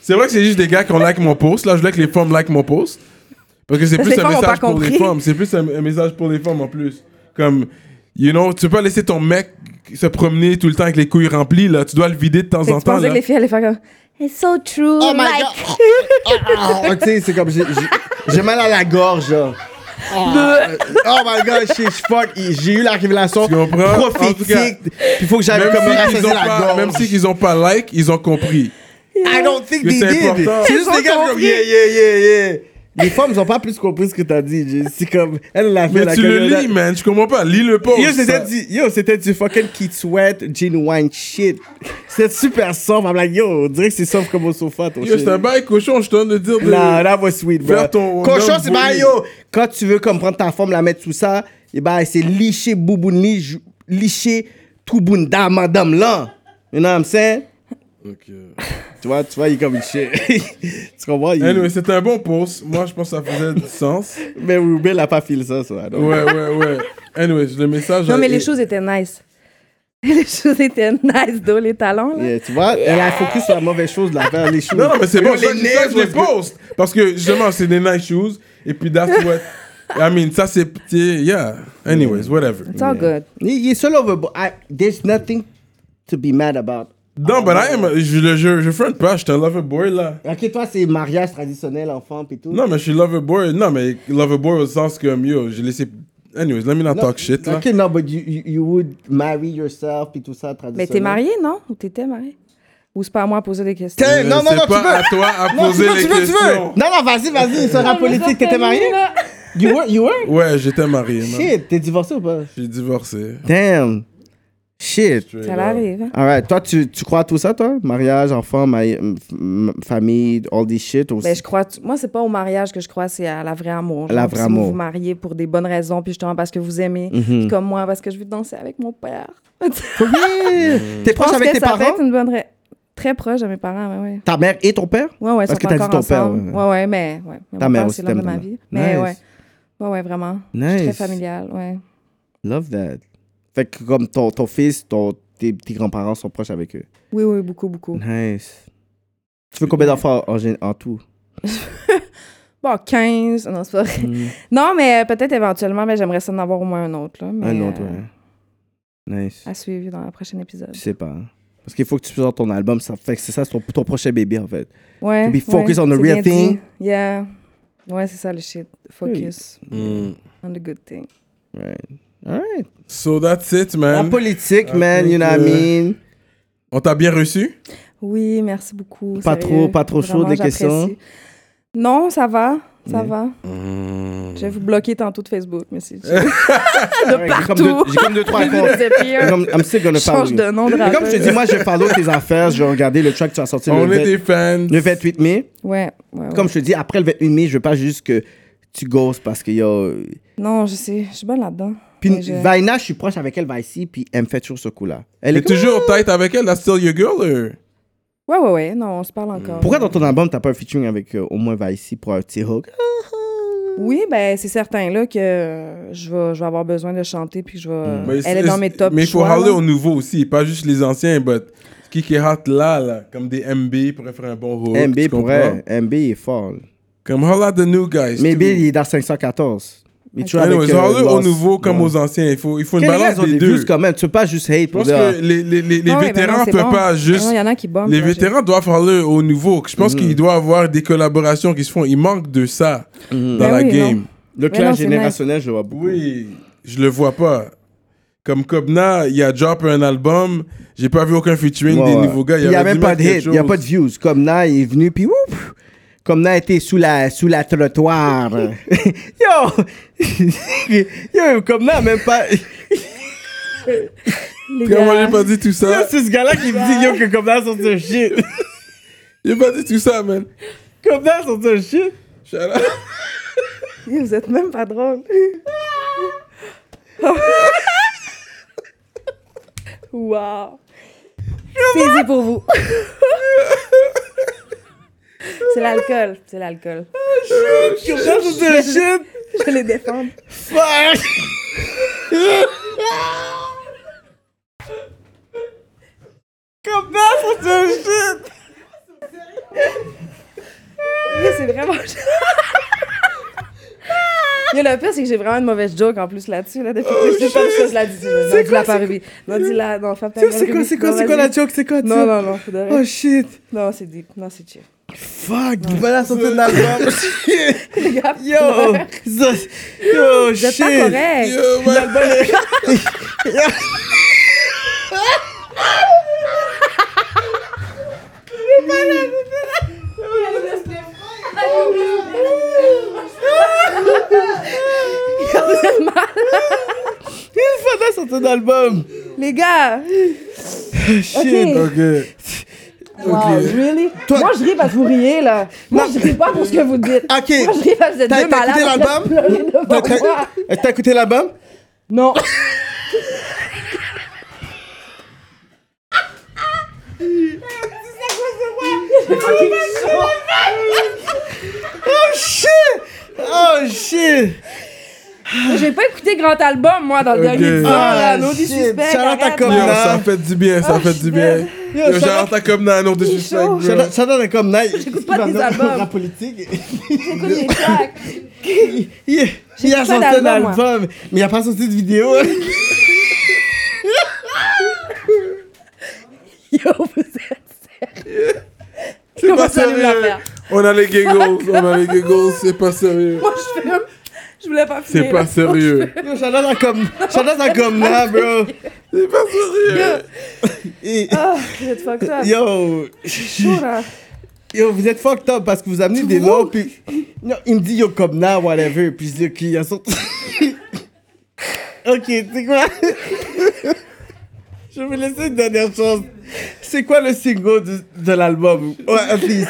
C'est vrai que c'est juste des gars qui ont like mon post. Là, je voulais que les femmes like mon post. Parce que c'est
Parce
plus
que les
un
femmes ont
message
pas
pour les
compris.
femmes. C'est plus un, un message pour les femmes en plus. Comme. You know, tu peux pas laisser ton mec se promener tout le temps avec les couilles remplies, là. Tu dois le vider de temps
Fait que
en
tu
temps,
pensais
là.
que les filles allaient faire comme It's so true.
Oh my
like,
god! Oh, oh, oh, tu sais, c'est comme. j'ai- j'ai- J'ai mal à la gorge, là. Oh, oh my god, je suis je suis fuck. J'ai eu la révélation
Tu comprends? En tout cas,
prophétique. Puis il faut que j'aille
Même
comme me
si ils
rassasier
ont
la
pas-
gorge.
même si ils ont pas like, ils ont compris.
I don't think
Que
they
c'est
did.
important.
C'est
Ils
juste
ont
les gars comme
compris.
yeah, yeah, yeah, yeah. Les femmes n'ont pas plus compris ce que t'as dit. J'ai- C'est comme, elle l'a fait.
Mais
la
tu le
gueule, elle a-
lis, man. Je comprends pas. Lis le post.
Yo, c'était
Ça-
du, yo, c'était du fucking Keith Sweat, genuine shit. C'était super soft. I'm like, yo, on dirait que c'est soft comme au sofa, ton
Yo,
shit.
c'est un bail cochon, je t'en de dire. de-
Non, that was sweet, bro.
Faire ton-
Cochon,
non,
c'est bah,
bully.
yo, quand tu veux comme prendre ta forme, la mettre sous ça, et bah, c'est licher boubounli, jou- licher tout bunda, madame là. You know what I'm saying?
Ok.
Tu vois, tu vois, il est comme une shit. tu comprends? Il...
Anyway, c'était un bon post. Moi, je pense que ça faisait du sens.
Mais Ruben n'a pas filé ça, ça. donc.
Ouais, ouais, ouais. Anyway, le message.
Non, mais
est-
Euh,
les choses étaient nice. Les choses étaient nice, d'où les talons. là.
Yeah, tu vois, elle a focus sur la mauvaise chose, la faire les choses.
Non, non, mais c'est bon.
les
ça, c'est ça, je les poste. Parce que justement, c'est des nice shoes. Et puis, that's what. I mean, ça, c'est. Yeah. Anyways, whatever.
It's all good.
Il il est seul overboard. I- There's nothing to be mad about.
Non, but I am. a- Je, le- je, je fronte pas. Je suis un lover boy, là.
Ok, toi, c'est mariage traditionnel, enfant, pis tout.
Non, mais je suis lover boy. Non, mais lover boy au sens comme yo, j'ai laissé. Anyways, let me not talk shit, là.
Ok, non, but you, you, you would marry yourself, pis tout ça, traditionnel.
Mais t'es marié, non? Ou t'étais marié? Ou c'est pas à moi de poser des questions?
T'es- Non, non,
C'est
non, tu
pas
veux.
à toi à
Non, tu
poser
veux,
les
tu veux, tu veux.
questions.
Non, non, vas-y, vas-y, sera politique, t'étais marié? You were, you were?
Ouais, j'étais marié, man.
Shit, t'es divorcé ou pas?
J'ai divorcé.
Damn. Shit.
Ça l'arrive. hein?
Alright, toi, tu, tu crois à tout ça, toi? Mariage, enfant, ma- m- m- famille, all this shit aussi.
Ben, je crois, moi, c'est pas au mariage que je crois, c'est à la vraie amour.
À la
Genre,
vraie
si vous
amour. Mhm.
vous mariez pour des bonnes raisons, puis justement parce que vous aimez, puis comme moi, parce que je veux danser avec mon père. je
Yeah. T'es proche
pense
avec
que
tes
ça peut
parents?
être une bonne ra- Très proche de mes parents, mais ouais.
Ta mère et ton père?
Ouais, ouais, ils
Parce
sont
que t'as dit
encore
ton père,
ensemble.
ouais.
Ouais, ouais, mais. Ouais. Mais
Ta
mon
mère
père,
aussi
c'est l'homme de
t'aime,
ma
toi.
vie. Mais
Nice.
ouais. Ouais, ouais, vraiment. Je suis
Nice.
Très familial, ouais.
Love that. Fait que comme ton, ton fils, ton, tes, tes grands-parents sont proches avec eux.
Oui, oui, beaucoup, beaucoup.
Nice. Tu veux combien d'enfants en, gé- en tout?
Bon, 15, non, c'est pas vrai.
Mm.
Non, mais euh, peut-être éventuellement, mais j'aimerais ça en avoir au moins un autre, là. mais,
Un autre,
euh,
ouais. Nice.
À suivre dans le prochain épisode.
Je sais pas. hein. Parce qu'il faut que tu sortes ton album. Ça fait que c'est ça, c'est ton, ton prochain bébé, en fait.
Ouais.
To be
ouais,
focused on the
c'est
real
bien
thing.
dit. Yeah. Ouais, c'est ça le shit. Focus
Mm.
on the good thing.
Right. All right.
So that's it,
En
man.
politique, man,
think,
you know what I
euh,
mean?
On t'a bien reçu?
Oui, merci beaucoup.
Pas
sérieux.
trop- pas trop chaud,
Vraiment,
des questions?
j'apprécie. Non, ça va. Ça
Yeah.
va. Je vais vous bloquer tantôt de Facebook, mais c'est.
Ouais, J'ai comme deux, j'ai comme deux trois comptes. J'ai
Disappear.
comme- I'm still gonna follow
Change
you.
de nom de
Mais comme je te
rappeur.
dis, moi, je vais follow tes affaires. Je vais regarder le track que tu as sorti le,
On est
20
des fans.
le 28 mai.
Ouais, ouais, ouais.
Comme je te dis, après le 28 mai, je veux pas juste que tu gosses parce que yo.
Non, je sais. Je suis bonne là-dedans.
Puis
Mais je-
Vaina, je suis proche avec elle, va ici, puis elle me fait toujours ce coup-là. Elle
T'es
est toujours.
toujours tête avec elle, that's still your girl? Or...
Ouais, ouais, ouais. Non, on se parle encore.
Pourquoi dans ton album, t'as pas un featuring avec euh, au moins va ici pour un petit hook
Oui, ben c'est certain là que euh, je vais, je vais avoir besoin de chanter puis je vais.
Mais
Elle
c'est-
est dans mes tops.
Mais il faut
choix,
parler
là.
aux nouveaux aussi, pas juste les anciens, but qui qui est hot là, là, comme des MB pourrait faire un bon hook.
MB
tu
pour
comprends?
elle. MB est fort. là.
Comme holla the new guys.
Mais
too.
MB, il est dans 514. Mais tu vois, avec,
Anyways,
euh,
holla aux
Lost,
nouveaux comme
ouais.
aux anciens. Il faut, il faut
Que
une
les gars,
balance
ils ont
des
des
deux.
views quand même. Tu peux pas juste hate
Je
pour
pense
dire.
que les, les, les, les
Ah ouais, ben
vétérans
non,
ne
c'est
peuvent
bon.
pas
Ah non,
juste.
Il y en a qui bombent.
les
là,
vétérans doivent parler aux nouveaux. Je
Mm-hmm.
pense qu'il doit y avoir des collaborations qui se font. Il manque de ça dans
Ben
la
oui,
game.
non.
Le
Mais
clash
non, c'est
générationnel, je vois beaucoup.
Oui, je le vois pas. Comme Kobna, il a drop un album, j'ai pas vu aucun featuring
Ouais,
des
ouais.
nouveaux gars.
Il n'y a
aurait
même
dû
pas
mettre
de hit,
quelque
il n'y a pas de
chose.
views. Comme Na est venu, puis ouf, comme Na était sous la, sous la trottoir. yo! yo, comme Na, même pas.
j'ai- les
Comment
gars,
j'ai pas dit tout ça
C'est ce gars-là qui me dit, yo, que comme Na sort ce shit.
J'ai pas dit tout ça, man.
comme Na sort ce shit.
Shout out.
Vous êtes même pas drôle. wow. C'est dit pour vous. c'est l'alcool. C'est l'alcool.
Ah, Comme Na sort ce shit.
Je vais les défendre.
Fuck! comme Na sort ce shit.
Mais c'est vraiment. Yo, le pire, c'est que j'ai vraiment une mauvaise joke en plus là-dessus. Là, depuis
Oh,
que je sais pas ce que je l'ai dit. C'est quoi? la Ruby. Non, dis la. Non, fais pas
C'est quoi, c'est quoi, c'est quoi la joke? C'est quoi, tu
Non, non, non, faut de vrai.
Oh shit.
Non, c'est deep. Non, c'est chill.
Fuck, voilà son ton album.
Les gars,
Yo, Oh, ça- yo,
Vous êtes pas
shit.
correct.
Fada sur ton album.
Les gars.
Shit.
Ok.
Wow, really? Moi, je ris parce que vous riez, là. Moi, je ris pas pour ce que vous dites.
Ok.
Moi, je ris parce que vous êtes
T'as-
deux
t'as écouté
malades en train de pleurer devant
T'as- t'as-
moi.
Est-ce que T'as écouté l'album?
Non.
Oh shit. Oh shit.
J'ai pas écouté grand album, moi, dans le
Ok.
dernier temps, là.
Ah,
No
shit.
disrespect.
Shout out à
arrête,
Comme
Yo,
là.
là.
ça fait du bien, ça fait du bien.
Yo,
Yo,
ça va-
j'arrespecte comme dans un autre disrespect,
chaud.
bro.
Ça- Ça donne comme night. J'écoute
pas tes albums.
La politique.
J'écoute les tracks.
Il, il- il a
pas
sorti un
d'album, moi.
album, mais il a pas sorti de vidéo.
Yo, vous êtes sérieux?
C'est
Comment
pas
ça nous la
sérieux.
faire?
On a les giggles, on a les giggles, c'est pas sérieux.
Moi, je filme. Je voulais pas filmer.
C'est pas sérieux.
Yo, shout out à comme, shout out à comme là, bro.
C'est pas sérieux.
Et-
Oh, vous êtes fucked up. hein.
yo,
Chaud, là.
yo, vous êtes fucked up parce que vous amenez des noms, puis non, il me dit yo comme là, whatever, puis je dis ok, il a sorti. ok, c'est quoi? je vais laisser une dernière chance. C'est quoi le single de, de l'album? Ouais, please.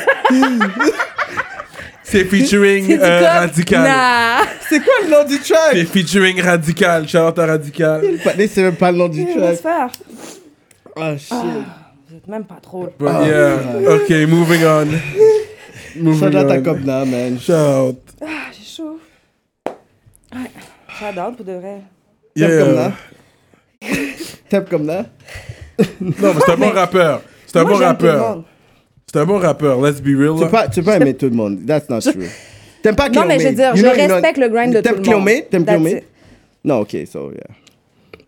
C'est featuring
C'est du
euh,
code.
Radical.
Nah.
C'est quoi le nom du
C'est
track?
featuring Radical. Shout out à Radical.
Le palais, c'est même pas le nom du
Comment
track.
se faire?
Oh shit.
Ah.
Vous êtes même pas trop.
But yeah. Ok, moving on. Moving
Shout out à
on.
comme là, man.
Shout out.
Ah, j'ai chaud. Ouais. J'adore, pour de vrai.
T'aimes
Yeah.
comme là? T'aimes comme là?
Non, mais c'est un bon
Mais-
rappeur. C'est un
Moi,
bon
j'aime tout le
rappeur.
monde.
C'est un bon rappeur, let's be real.
Tu peux
là.
pas, tu peux pas aimer tout le monde. That's not true. T'aimes pas
Non,
Cléomé.
mais je veux dire,
You
je
know, you know-
respecte le grind de tout le
T'aimes Cléomé?
monde.
T'aimes
That's
Cléomé?
it.
Non, ok, so yeah.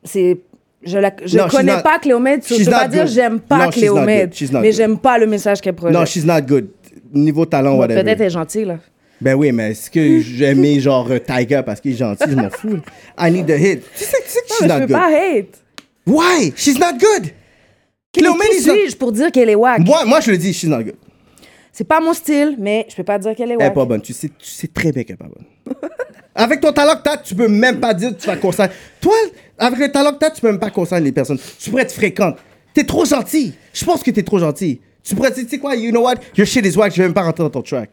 c'est je la je
Non, she's
connais
not-
pas Cléomède, so je
she's
peux
not
pas dire
good.
j'aime pas
Non, she's not
Cléomède,
good. She's not
mais
good.
j'aime pas le message qu'elle projette.
Non, she's not good. Niveau talent,
Bon,
whatever.
Peut-être elle est gentille là.
Ben oui, mais est-ce que j'aimais genre euh, Tiger parce qu'il est gentil, je m'en fous. I need a hit. Tu sais, tu sais que
Non,
she's
mais je
not
peux
good.
pas hate.
Why? She's not good. Cléomède
Qui
is not-
suis-je pour dire qu'elle est wack
Moi, moi, je le dis, she's not good.
C'est pas mon style, mais je peux pas dire qu'elle est
Elle est
wack.
pas bonne. Tu sais, tu sais très bien qu'elle est pas bonne. Avec ton talent que t'as, tu peux même pas dire que tu vas concerner. Toi, avec le talent que t'as, tu peux même pas concerner les personnes. Tu pourrais être fréquente. T'es trop gentil. Je pense que t'es trop gentil. Tu pourrais dire, tu sais quoi, you know what, your shit is whack, je vais même pas rentrer dans ton track.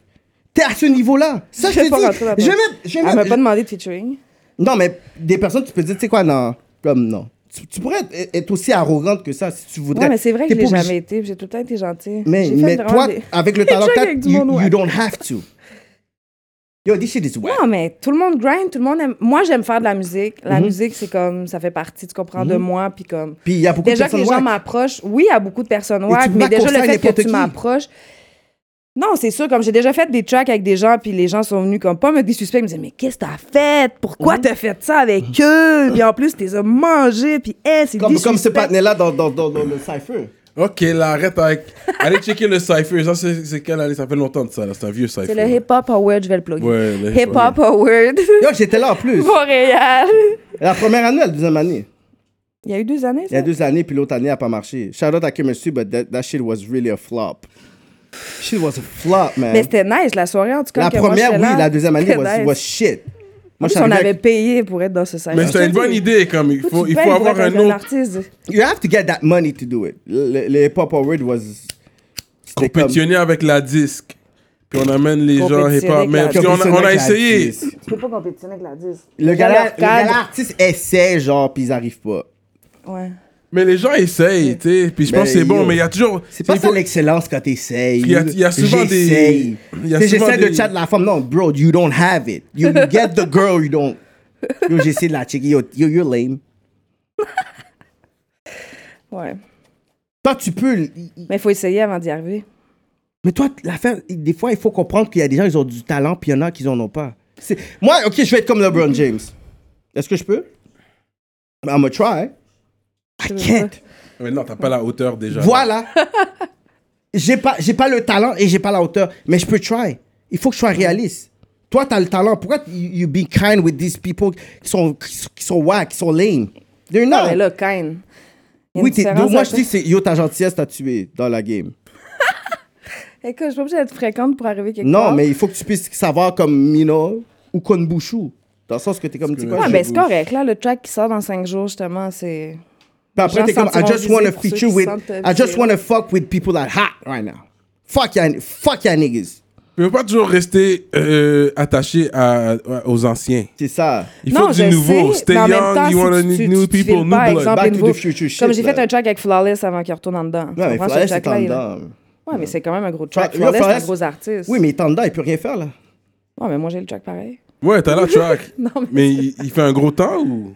T'es à ce niveau-là. Ça, je
Je
te
vais pas
dis.
rentrer dans
Je vais
ton-
même. Je vais
Elle m'a
même
pas demandé de featuring.
Non, mais des personnes, tu peux dire, tu sais quoi, non. Comme non. Tu, tu pourrais être, être aussi arrogante que ça si tu voudrais.
Ouais, mais c'est vrai que
T'es
je l'ai
pas obligé-
jamais été, puis j'ai tout le temps été gentille.
mais,
J'ai fait
mais
vraiment
toi,
des-
avec le
des
talent que
trucs
t'as,
avec du monde
you, you
wack.
don't have to. Yo, this shit is whack.
Non, mais tout le monde grind, tout le monde aime. Moi, j'aime faire de la musique. La musique, c'est comme, ça fait partie, tu comprends, de moi, puis comme.
Puis il y a Mhm. beaucoup de
déjà
personnes
que les gens
wack.
m'approchent. Oui, il y a beaucoup de personnes
tu
wack,
peux
mais
pas
déjà le
conseiller
fait que
n'importe
tu
qui.
m'approches. Non, c'est sûr, comme j'ai déjà fait des tracks avec des gens, puis les gens sont venus comme pas me suspects, ils me disaient Mais qu'est-ce que t'as fait Pourquoi
Mhm.
t'as fait ça avec eux Puis en plus, t'es mangé, puis hey, c'est
Comme, comme ce
disrespect.
partenaire-là dans, dans, dans, dans le cypher.
Ok, là, arrête avec. Allez checker le Cypher. Ça, c'est c'est quelle année Ça fait longtemps de ça, là. C'est un vieux Cypher.
C'est le
là.
Hip Hop Award, je vais le plugger.
Ouais, le
hip Hop Award,
Yo, j'étais là en plus.
Montréal.
La première année, la deuxième année.
Il y a eu deux années,
Il y a
ça?
deux années, puis l'autre année a pas marché. Shout out à Chemistry, but that, that shit was really a flop. Shit was a flop, man.
Mais c'était nice, la soirée, en tout cas.
Euh, la
que moi,
première,
j'étais
oui,
là,
la deuxième année
c'était
was,
nice.
was shit.
En
Moi,
plus,
je suis
on
arrivé
avait
avec-
payé pour être dans ce cycle.
Mais c'est une bonne idée, comme. Il
Toi,
faut,
tu
il
payes
faut
pour
avoir
être
un
un
autre
artiste.
You have to get that money to do it. Le, le hip-hop award was... c'était comme-
compétitionner avec la disque. Puis on amène les gens
Compétitionner
hip-hop. Mais
avec
puis
la
on a, on a essayé.
Tu peux pas compétitionner avec la 10.
Le gala, le
L'arcade.
gala artiste essaie, genre, puis ils arrivent pas.
Ouais.
Mais les gens essayent, tu sais. Puis je
Mais
pense que c'est bon,
yo,
mais il y a toujours.
C'est pas
il
ça
faut-
l'excellence quand t'essayes.
Il y a- il y a souvent des-
J'essaye.
il y a
Tu sais,
souvent
J'essaie
des-
de chat la femme. Non, bro, you don't have it. You you get the girl, you don't. Yo, j'essaie de la checker. Yo, yo, you're lame.
Ouais.
Toi, tu peux. l- i- i-
Mais il faut essayer avant d'y arriver.
Mais toi, l'affaire, des fois, il faut comprendre qu'il y a des gens, ils ont du talent, puis il y en a qui en ont pas. C'est- Moi, ok, je vais être comme LeBron James. Est-ce que je peux? I'm gonna try. I can't.
Mais non, t'as pas la hauteur déjà.
Voilà. j'ai pas, j'ai pas le talent et j'ai pas la hauteur, mais je peux try. Il faut que je sois réaliste. Toi, t'as le talent. Pourquoi t- you, you be kind with these people qui sont, qui sont- qui sont whack, qui sont lame? They're
Ah, mais
not.
là, Kane. Il y a une
oui, t'es-
différence
moi,
à
je
faire.
dis, c'est yo, ta gentillesse t'a tué dans la game.
Écoute, je suis pas obligée d'être fréquente pour arriver quelque part.
Non, mais il faut que tu puisses savoir comme Mino ou Konbushu. Dans le sens que t'es comme, tu sais quoi,
Ouais,
je-
mais c'est correct. Là, le track qui sort dans 5 jours, justement, c'est.
Puis après,
gens
t'es comme, I
sentiront
just wanna
visés pour ceux qui
feature with,
se sentent, euh,
I just
visés.
wanna fuck with people that hot right now. Fuck ya, fuck ya niggas.
Tu peux pas toujours rester euh, attaché à, aux anciens.
C'est ça.
Il
non,
faut
je
du nouveau.
sais,
Stay
mais en même
young,
temps,
you
si
wanna
tu-
need
tu-
new
tu
people,
files
new
par
blood.
exemple,
Back
une
to the
nouveau-
future shit,
Comme j'ai fait
là.
un track avec Flawless avant qu'il retourne en dedans. Tu
Non, mais
comprends, ce
Flawless, c'est
track-là,
en
il-
dedans.
Ouais, mais c'est quand même un gros
Fra-
track.
Yo,
Flawless, c'est un
Flawless-
gros artiste.
Oui, mais il est en dedans, il peut rien faire, là.
Ouais, mais moi, j'ai le track pareil.
Ouais, t'as la track.
Non,
mais
mais-
il, il fait un gros temps ou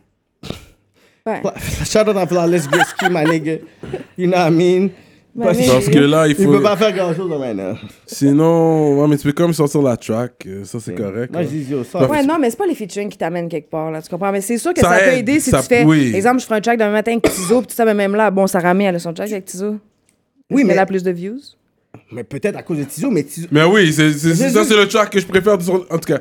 Ouais.
Shout out à Flawless Gretzky, my nigga. You know what I mean?
Ma
Parce-
nigga.
Parce que là, il
Il
faut.
peut pas faire grand chose right now.
Sinon, ouais, mais tu peux quand même sortir la track. euh, Ça, c'est correct.
Moi,
hein.
je dis yo, ça.
Ouais,
Ouais, non, mais c'est pas les featuring qui t'amènent quelque part, là, tu comprends? Mais c'est sûr que
Ça
ça, peut
aide,
aider si
ça-
tu fais.
oui.
Exemple, je ferai un track demain matin avec Tizo, puis tout ça, mais même là, bon, ça ramène elle a son track avec Tizo.
Oui, mais,
Elle a plus de views.
mais peut-être à cause de Tizo, mais Tizo.
Mais oui, c'est c'est-
Jésus.
ça, c'est le track que je préfère. sur- en tout cas,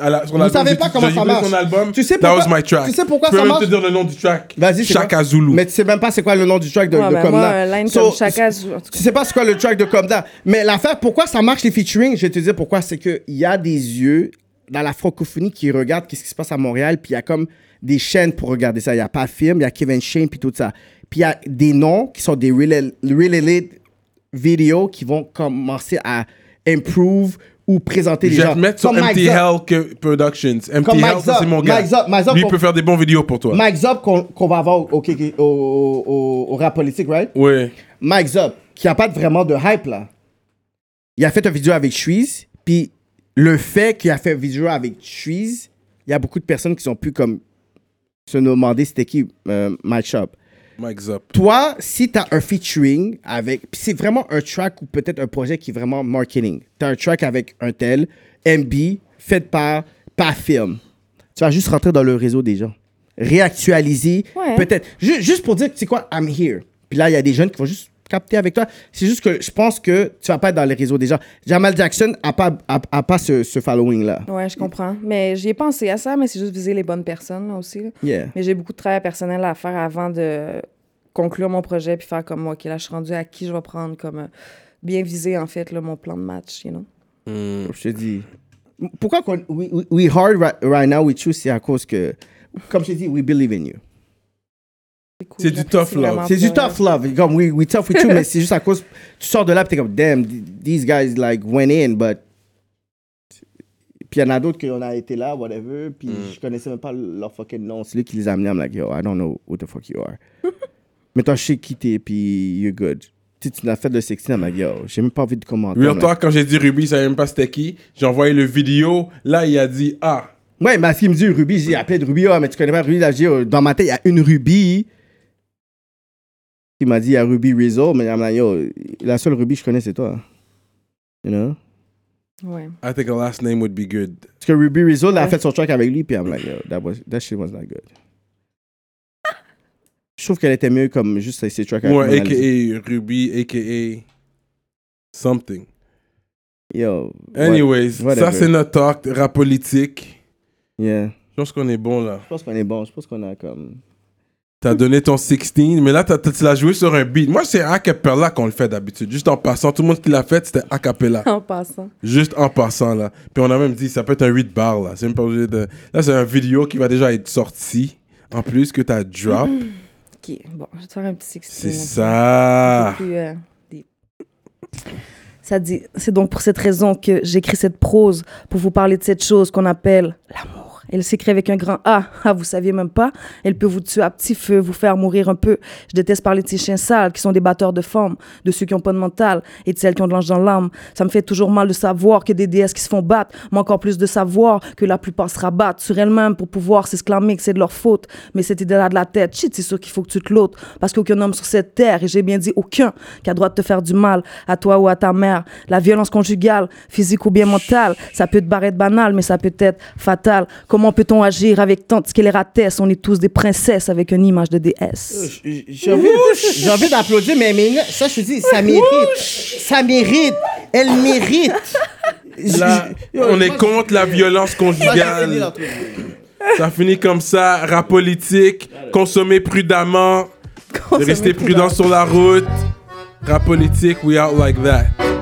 à la, sur
Vous
l'album,
savez
j'ai-
pas
j'ai
comment ça
écouté
marche.
son album.
Tu sais
That
pourquoi-
was my track.
tu sais pourquoi
Je peux
ça
même
marche?
te dire le nom du track.
Vas-y, c'est
Chaka
quoi?
Zulu.
Mais tu sais même pas c'est quoi le nom du track de,
Ouais,
de
mais
Comme
moi,
Da.
un line comme Chaka Zulu, en tout cas.
Tu sais pas c'est quoi le track de Comda. Mais l'affaire, pourquoi ça marche les featuring, je vais te dire pourquoi. C'est qu'il y a des yeux dans la francophonie qui regardent quest ce qui se passe à Montréal, puis il y a comme des chaînes pour regarder ça. Il y a pas film, il y a Kevin Shane, puis tout ça. Puis il y a des noms qui sont des really, really lit vidéos qui vont commencer à improve ou présenter les
Je vais
gens.
te mettre sur
Comme Mike
Empty
Zop.
Hell que- Productions. Empty
Mike
Hell, ça,
Zop.
c'est mon gars.
Mike Zop, Mike Zop,
Lui, il
on-
peut faire des bons vidéos pour toi.
Mike Zop qu'on qu'on va avoir au, au, au- au- au rap politique, right?
Ouais.
Mike Zop, qui a pas vraiment de hype là, il a fait une vidéo avec Shreeze, puis le fait qu'il a fait une vidéo avec Shreeze, il y a beaucoup de personnes qui ont pu comme se demander c'était qui euh, Mike Shop.
Mike Zop.
Toi, si tu as un featuring avec. Puis c'est vraiment un track ou peut-être un projet qui est vraiment marketing. Tu as un track avec un tel, MB, fait par Pafilm. Tu vas juste rentrer dans le réseau des gens. Réactualiser.
Ouais.
Peut-être. Ju- juste pour dire, tu sais quoi, I'm here. Puis là, il y a des jeunes qui vont juste capter avec toi. C'est juste que je pense que tu vas pas être dans le réseau des gens. Jamal Jackson a pas, a, a pas ce, ce following-là.
Ouais, je comprends. Mais j'y ai pensé à ça, mais c'est juste viser les bonnes personnes là, aussi. là.
Yeah.
Mais j'ai beaucoup de travail personnel à faire avant de conclure mon projet puis faire comme OK, là, je suis rendu à qui je vais prendre comme euh, bien viser en fait là, mon plan de match, you know.
Je te dis. Pourquoi qu'on- we, we, we hard right, right now, we choose, c'est à cause que, comme je te dis, we believe in you.
cool,
C'est du
j'apprécie
tough love.
vraiment
C'est du
pour, euh,
tough love. Comme we, we tough with you, mais c'est juste à cause. Tu sors de là, puis t'es comme, damn, th- these guys like went in, but. Puis il y en a d'autres qui ont été là, whatever. Puis je connaissais même pas leur fucking nom. C'est lui qui les a amenés. I'm like, yo, I don't know who the fuck you are. mais toi, je sais qui t'es, puis you're good. Tu sais, tu n'as fait le 16, I'm like, yo, j'ai même pas envie de commenter.
Real
I'm like,
talk, quand j'ai dit Ruby, il savait même pas c'était qui. J'ai envoyé le vidéo. Là, il a dit Ah.
Ouais, mais à ce qu'il me dit Ruby, j'ai appelé de Ruby, ah, mais tu connais pas Ruby, là, j'ai dit, oh, dans ma tête, il y a une Ruby. Il m'a dit, il y a Ruby Rizzo, mais I'm like, yo, la seule Ruby que je connais, c'est toi. You know?
Ouais.
I think a last name would be good.
Parce que Ruby Rizzo, là, a fait son track avec lui, puis I'm like, yo, that, was, that shit was not good. Je trouve qu'elle était mieux comme juste ses tracks
Moi,
Mona Lisa.
aka Ruby, aka something.
Yo. what-
Anyways,
whatever.
ça c'est notre talk, rap politique.
Yeah.
Je pense qu'on est bon là.
Je pense qu'on est bon, je pense qu'on a comme.
T'as donné ton 16, mais là t'as- t'as- tu l'as joué sur un beat. Moi c'est a cappella qu'on le fait d'habitude. Juste en passant, tout le monde qui l'a fait c'était a cappella.
En passant.
Juste en passant là. Puis on a même dit ça peut être un 8 bar là. C'est même pas obligé de. Là c'est un vidéo qui va déjà être sorti. En plus que t'as drop.
OK, bon, je vais te faire un petit 16.
C'est ça.
là. Puis, euh, des-
Ça dit, c'est donc pour cette raison que j'écris cette prose, pour vous parler de cette chose qu'on appelle l'amour. Elle s'écrit avec un grand A. Ah, vous saviez même pas. Elle peut vous tuer à petit feu, vous faire mourir un peu. Je déteste parler de ces chiens sales qui sont des batteurs de forme, de ceux qui ont pas de mental et de celles qui ont de l'ange dans l'âme. Ça me fait toujours mal de savoir que des déesses qui se font battre, mais encore plus de savoir que la plupart se rabattent sur elles-mêmes pour pouvoir s'exclamer que c'est de leur faute. Mais cette idée-là de la tête, shit, c'est sûr qu'il faut que tu te l'autres parce qu'aucun homme sur cette terre, et j'ai bien dit aucun, qui a droit de te faire du mal à toi ou à ta mère. La violence conjugale, physique ou bien mentale, ça peut te paraître banal, mais ça peut être fatal. Comment peut-on agir avec tant de scélératesse On est tous des princesses avec une image de déesse.
J'ai j'ai envie, j'ai envie d'applaudir, mais, mais ça, je te dis, ça mérite. Ça mérite. Elle mérite.
Là,
Je- je-
on est contre la violence
Moi, j'ai fini
conjugale.
l'entrevue.
Ça finit comme ça, rap politique, consommer prudemment, rester prudent sur la route. Rap politique, we out like that.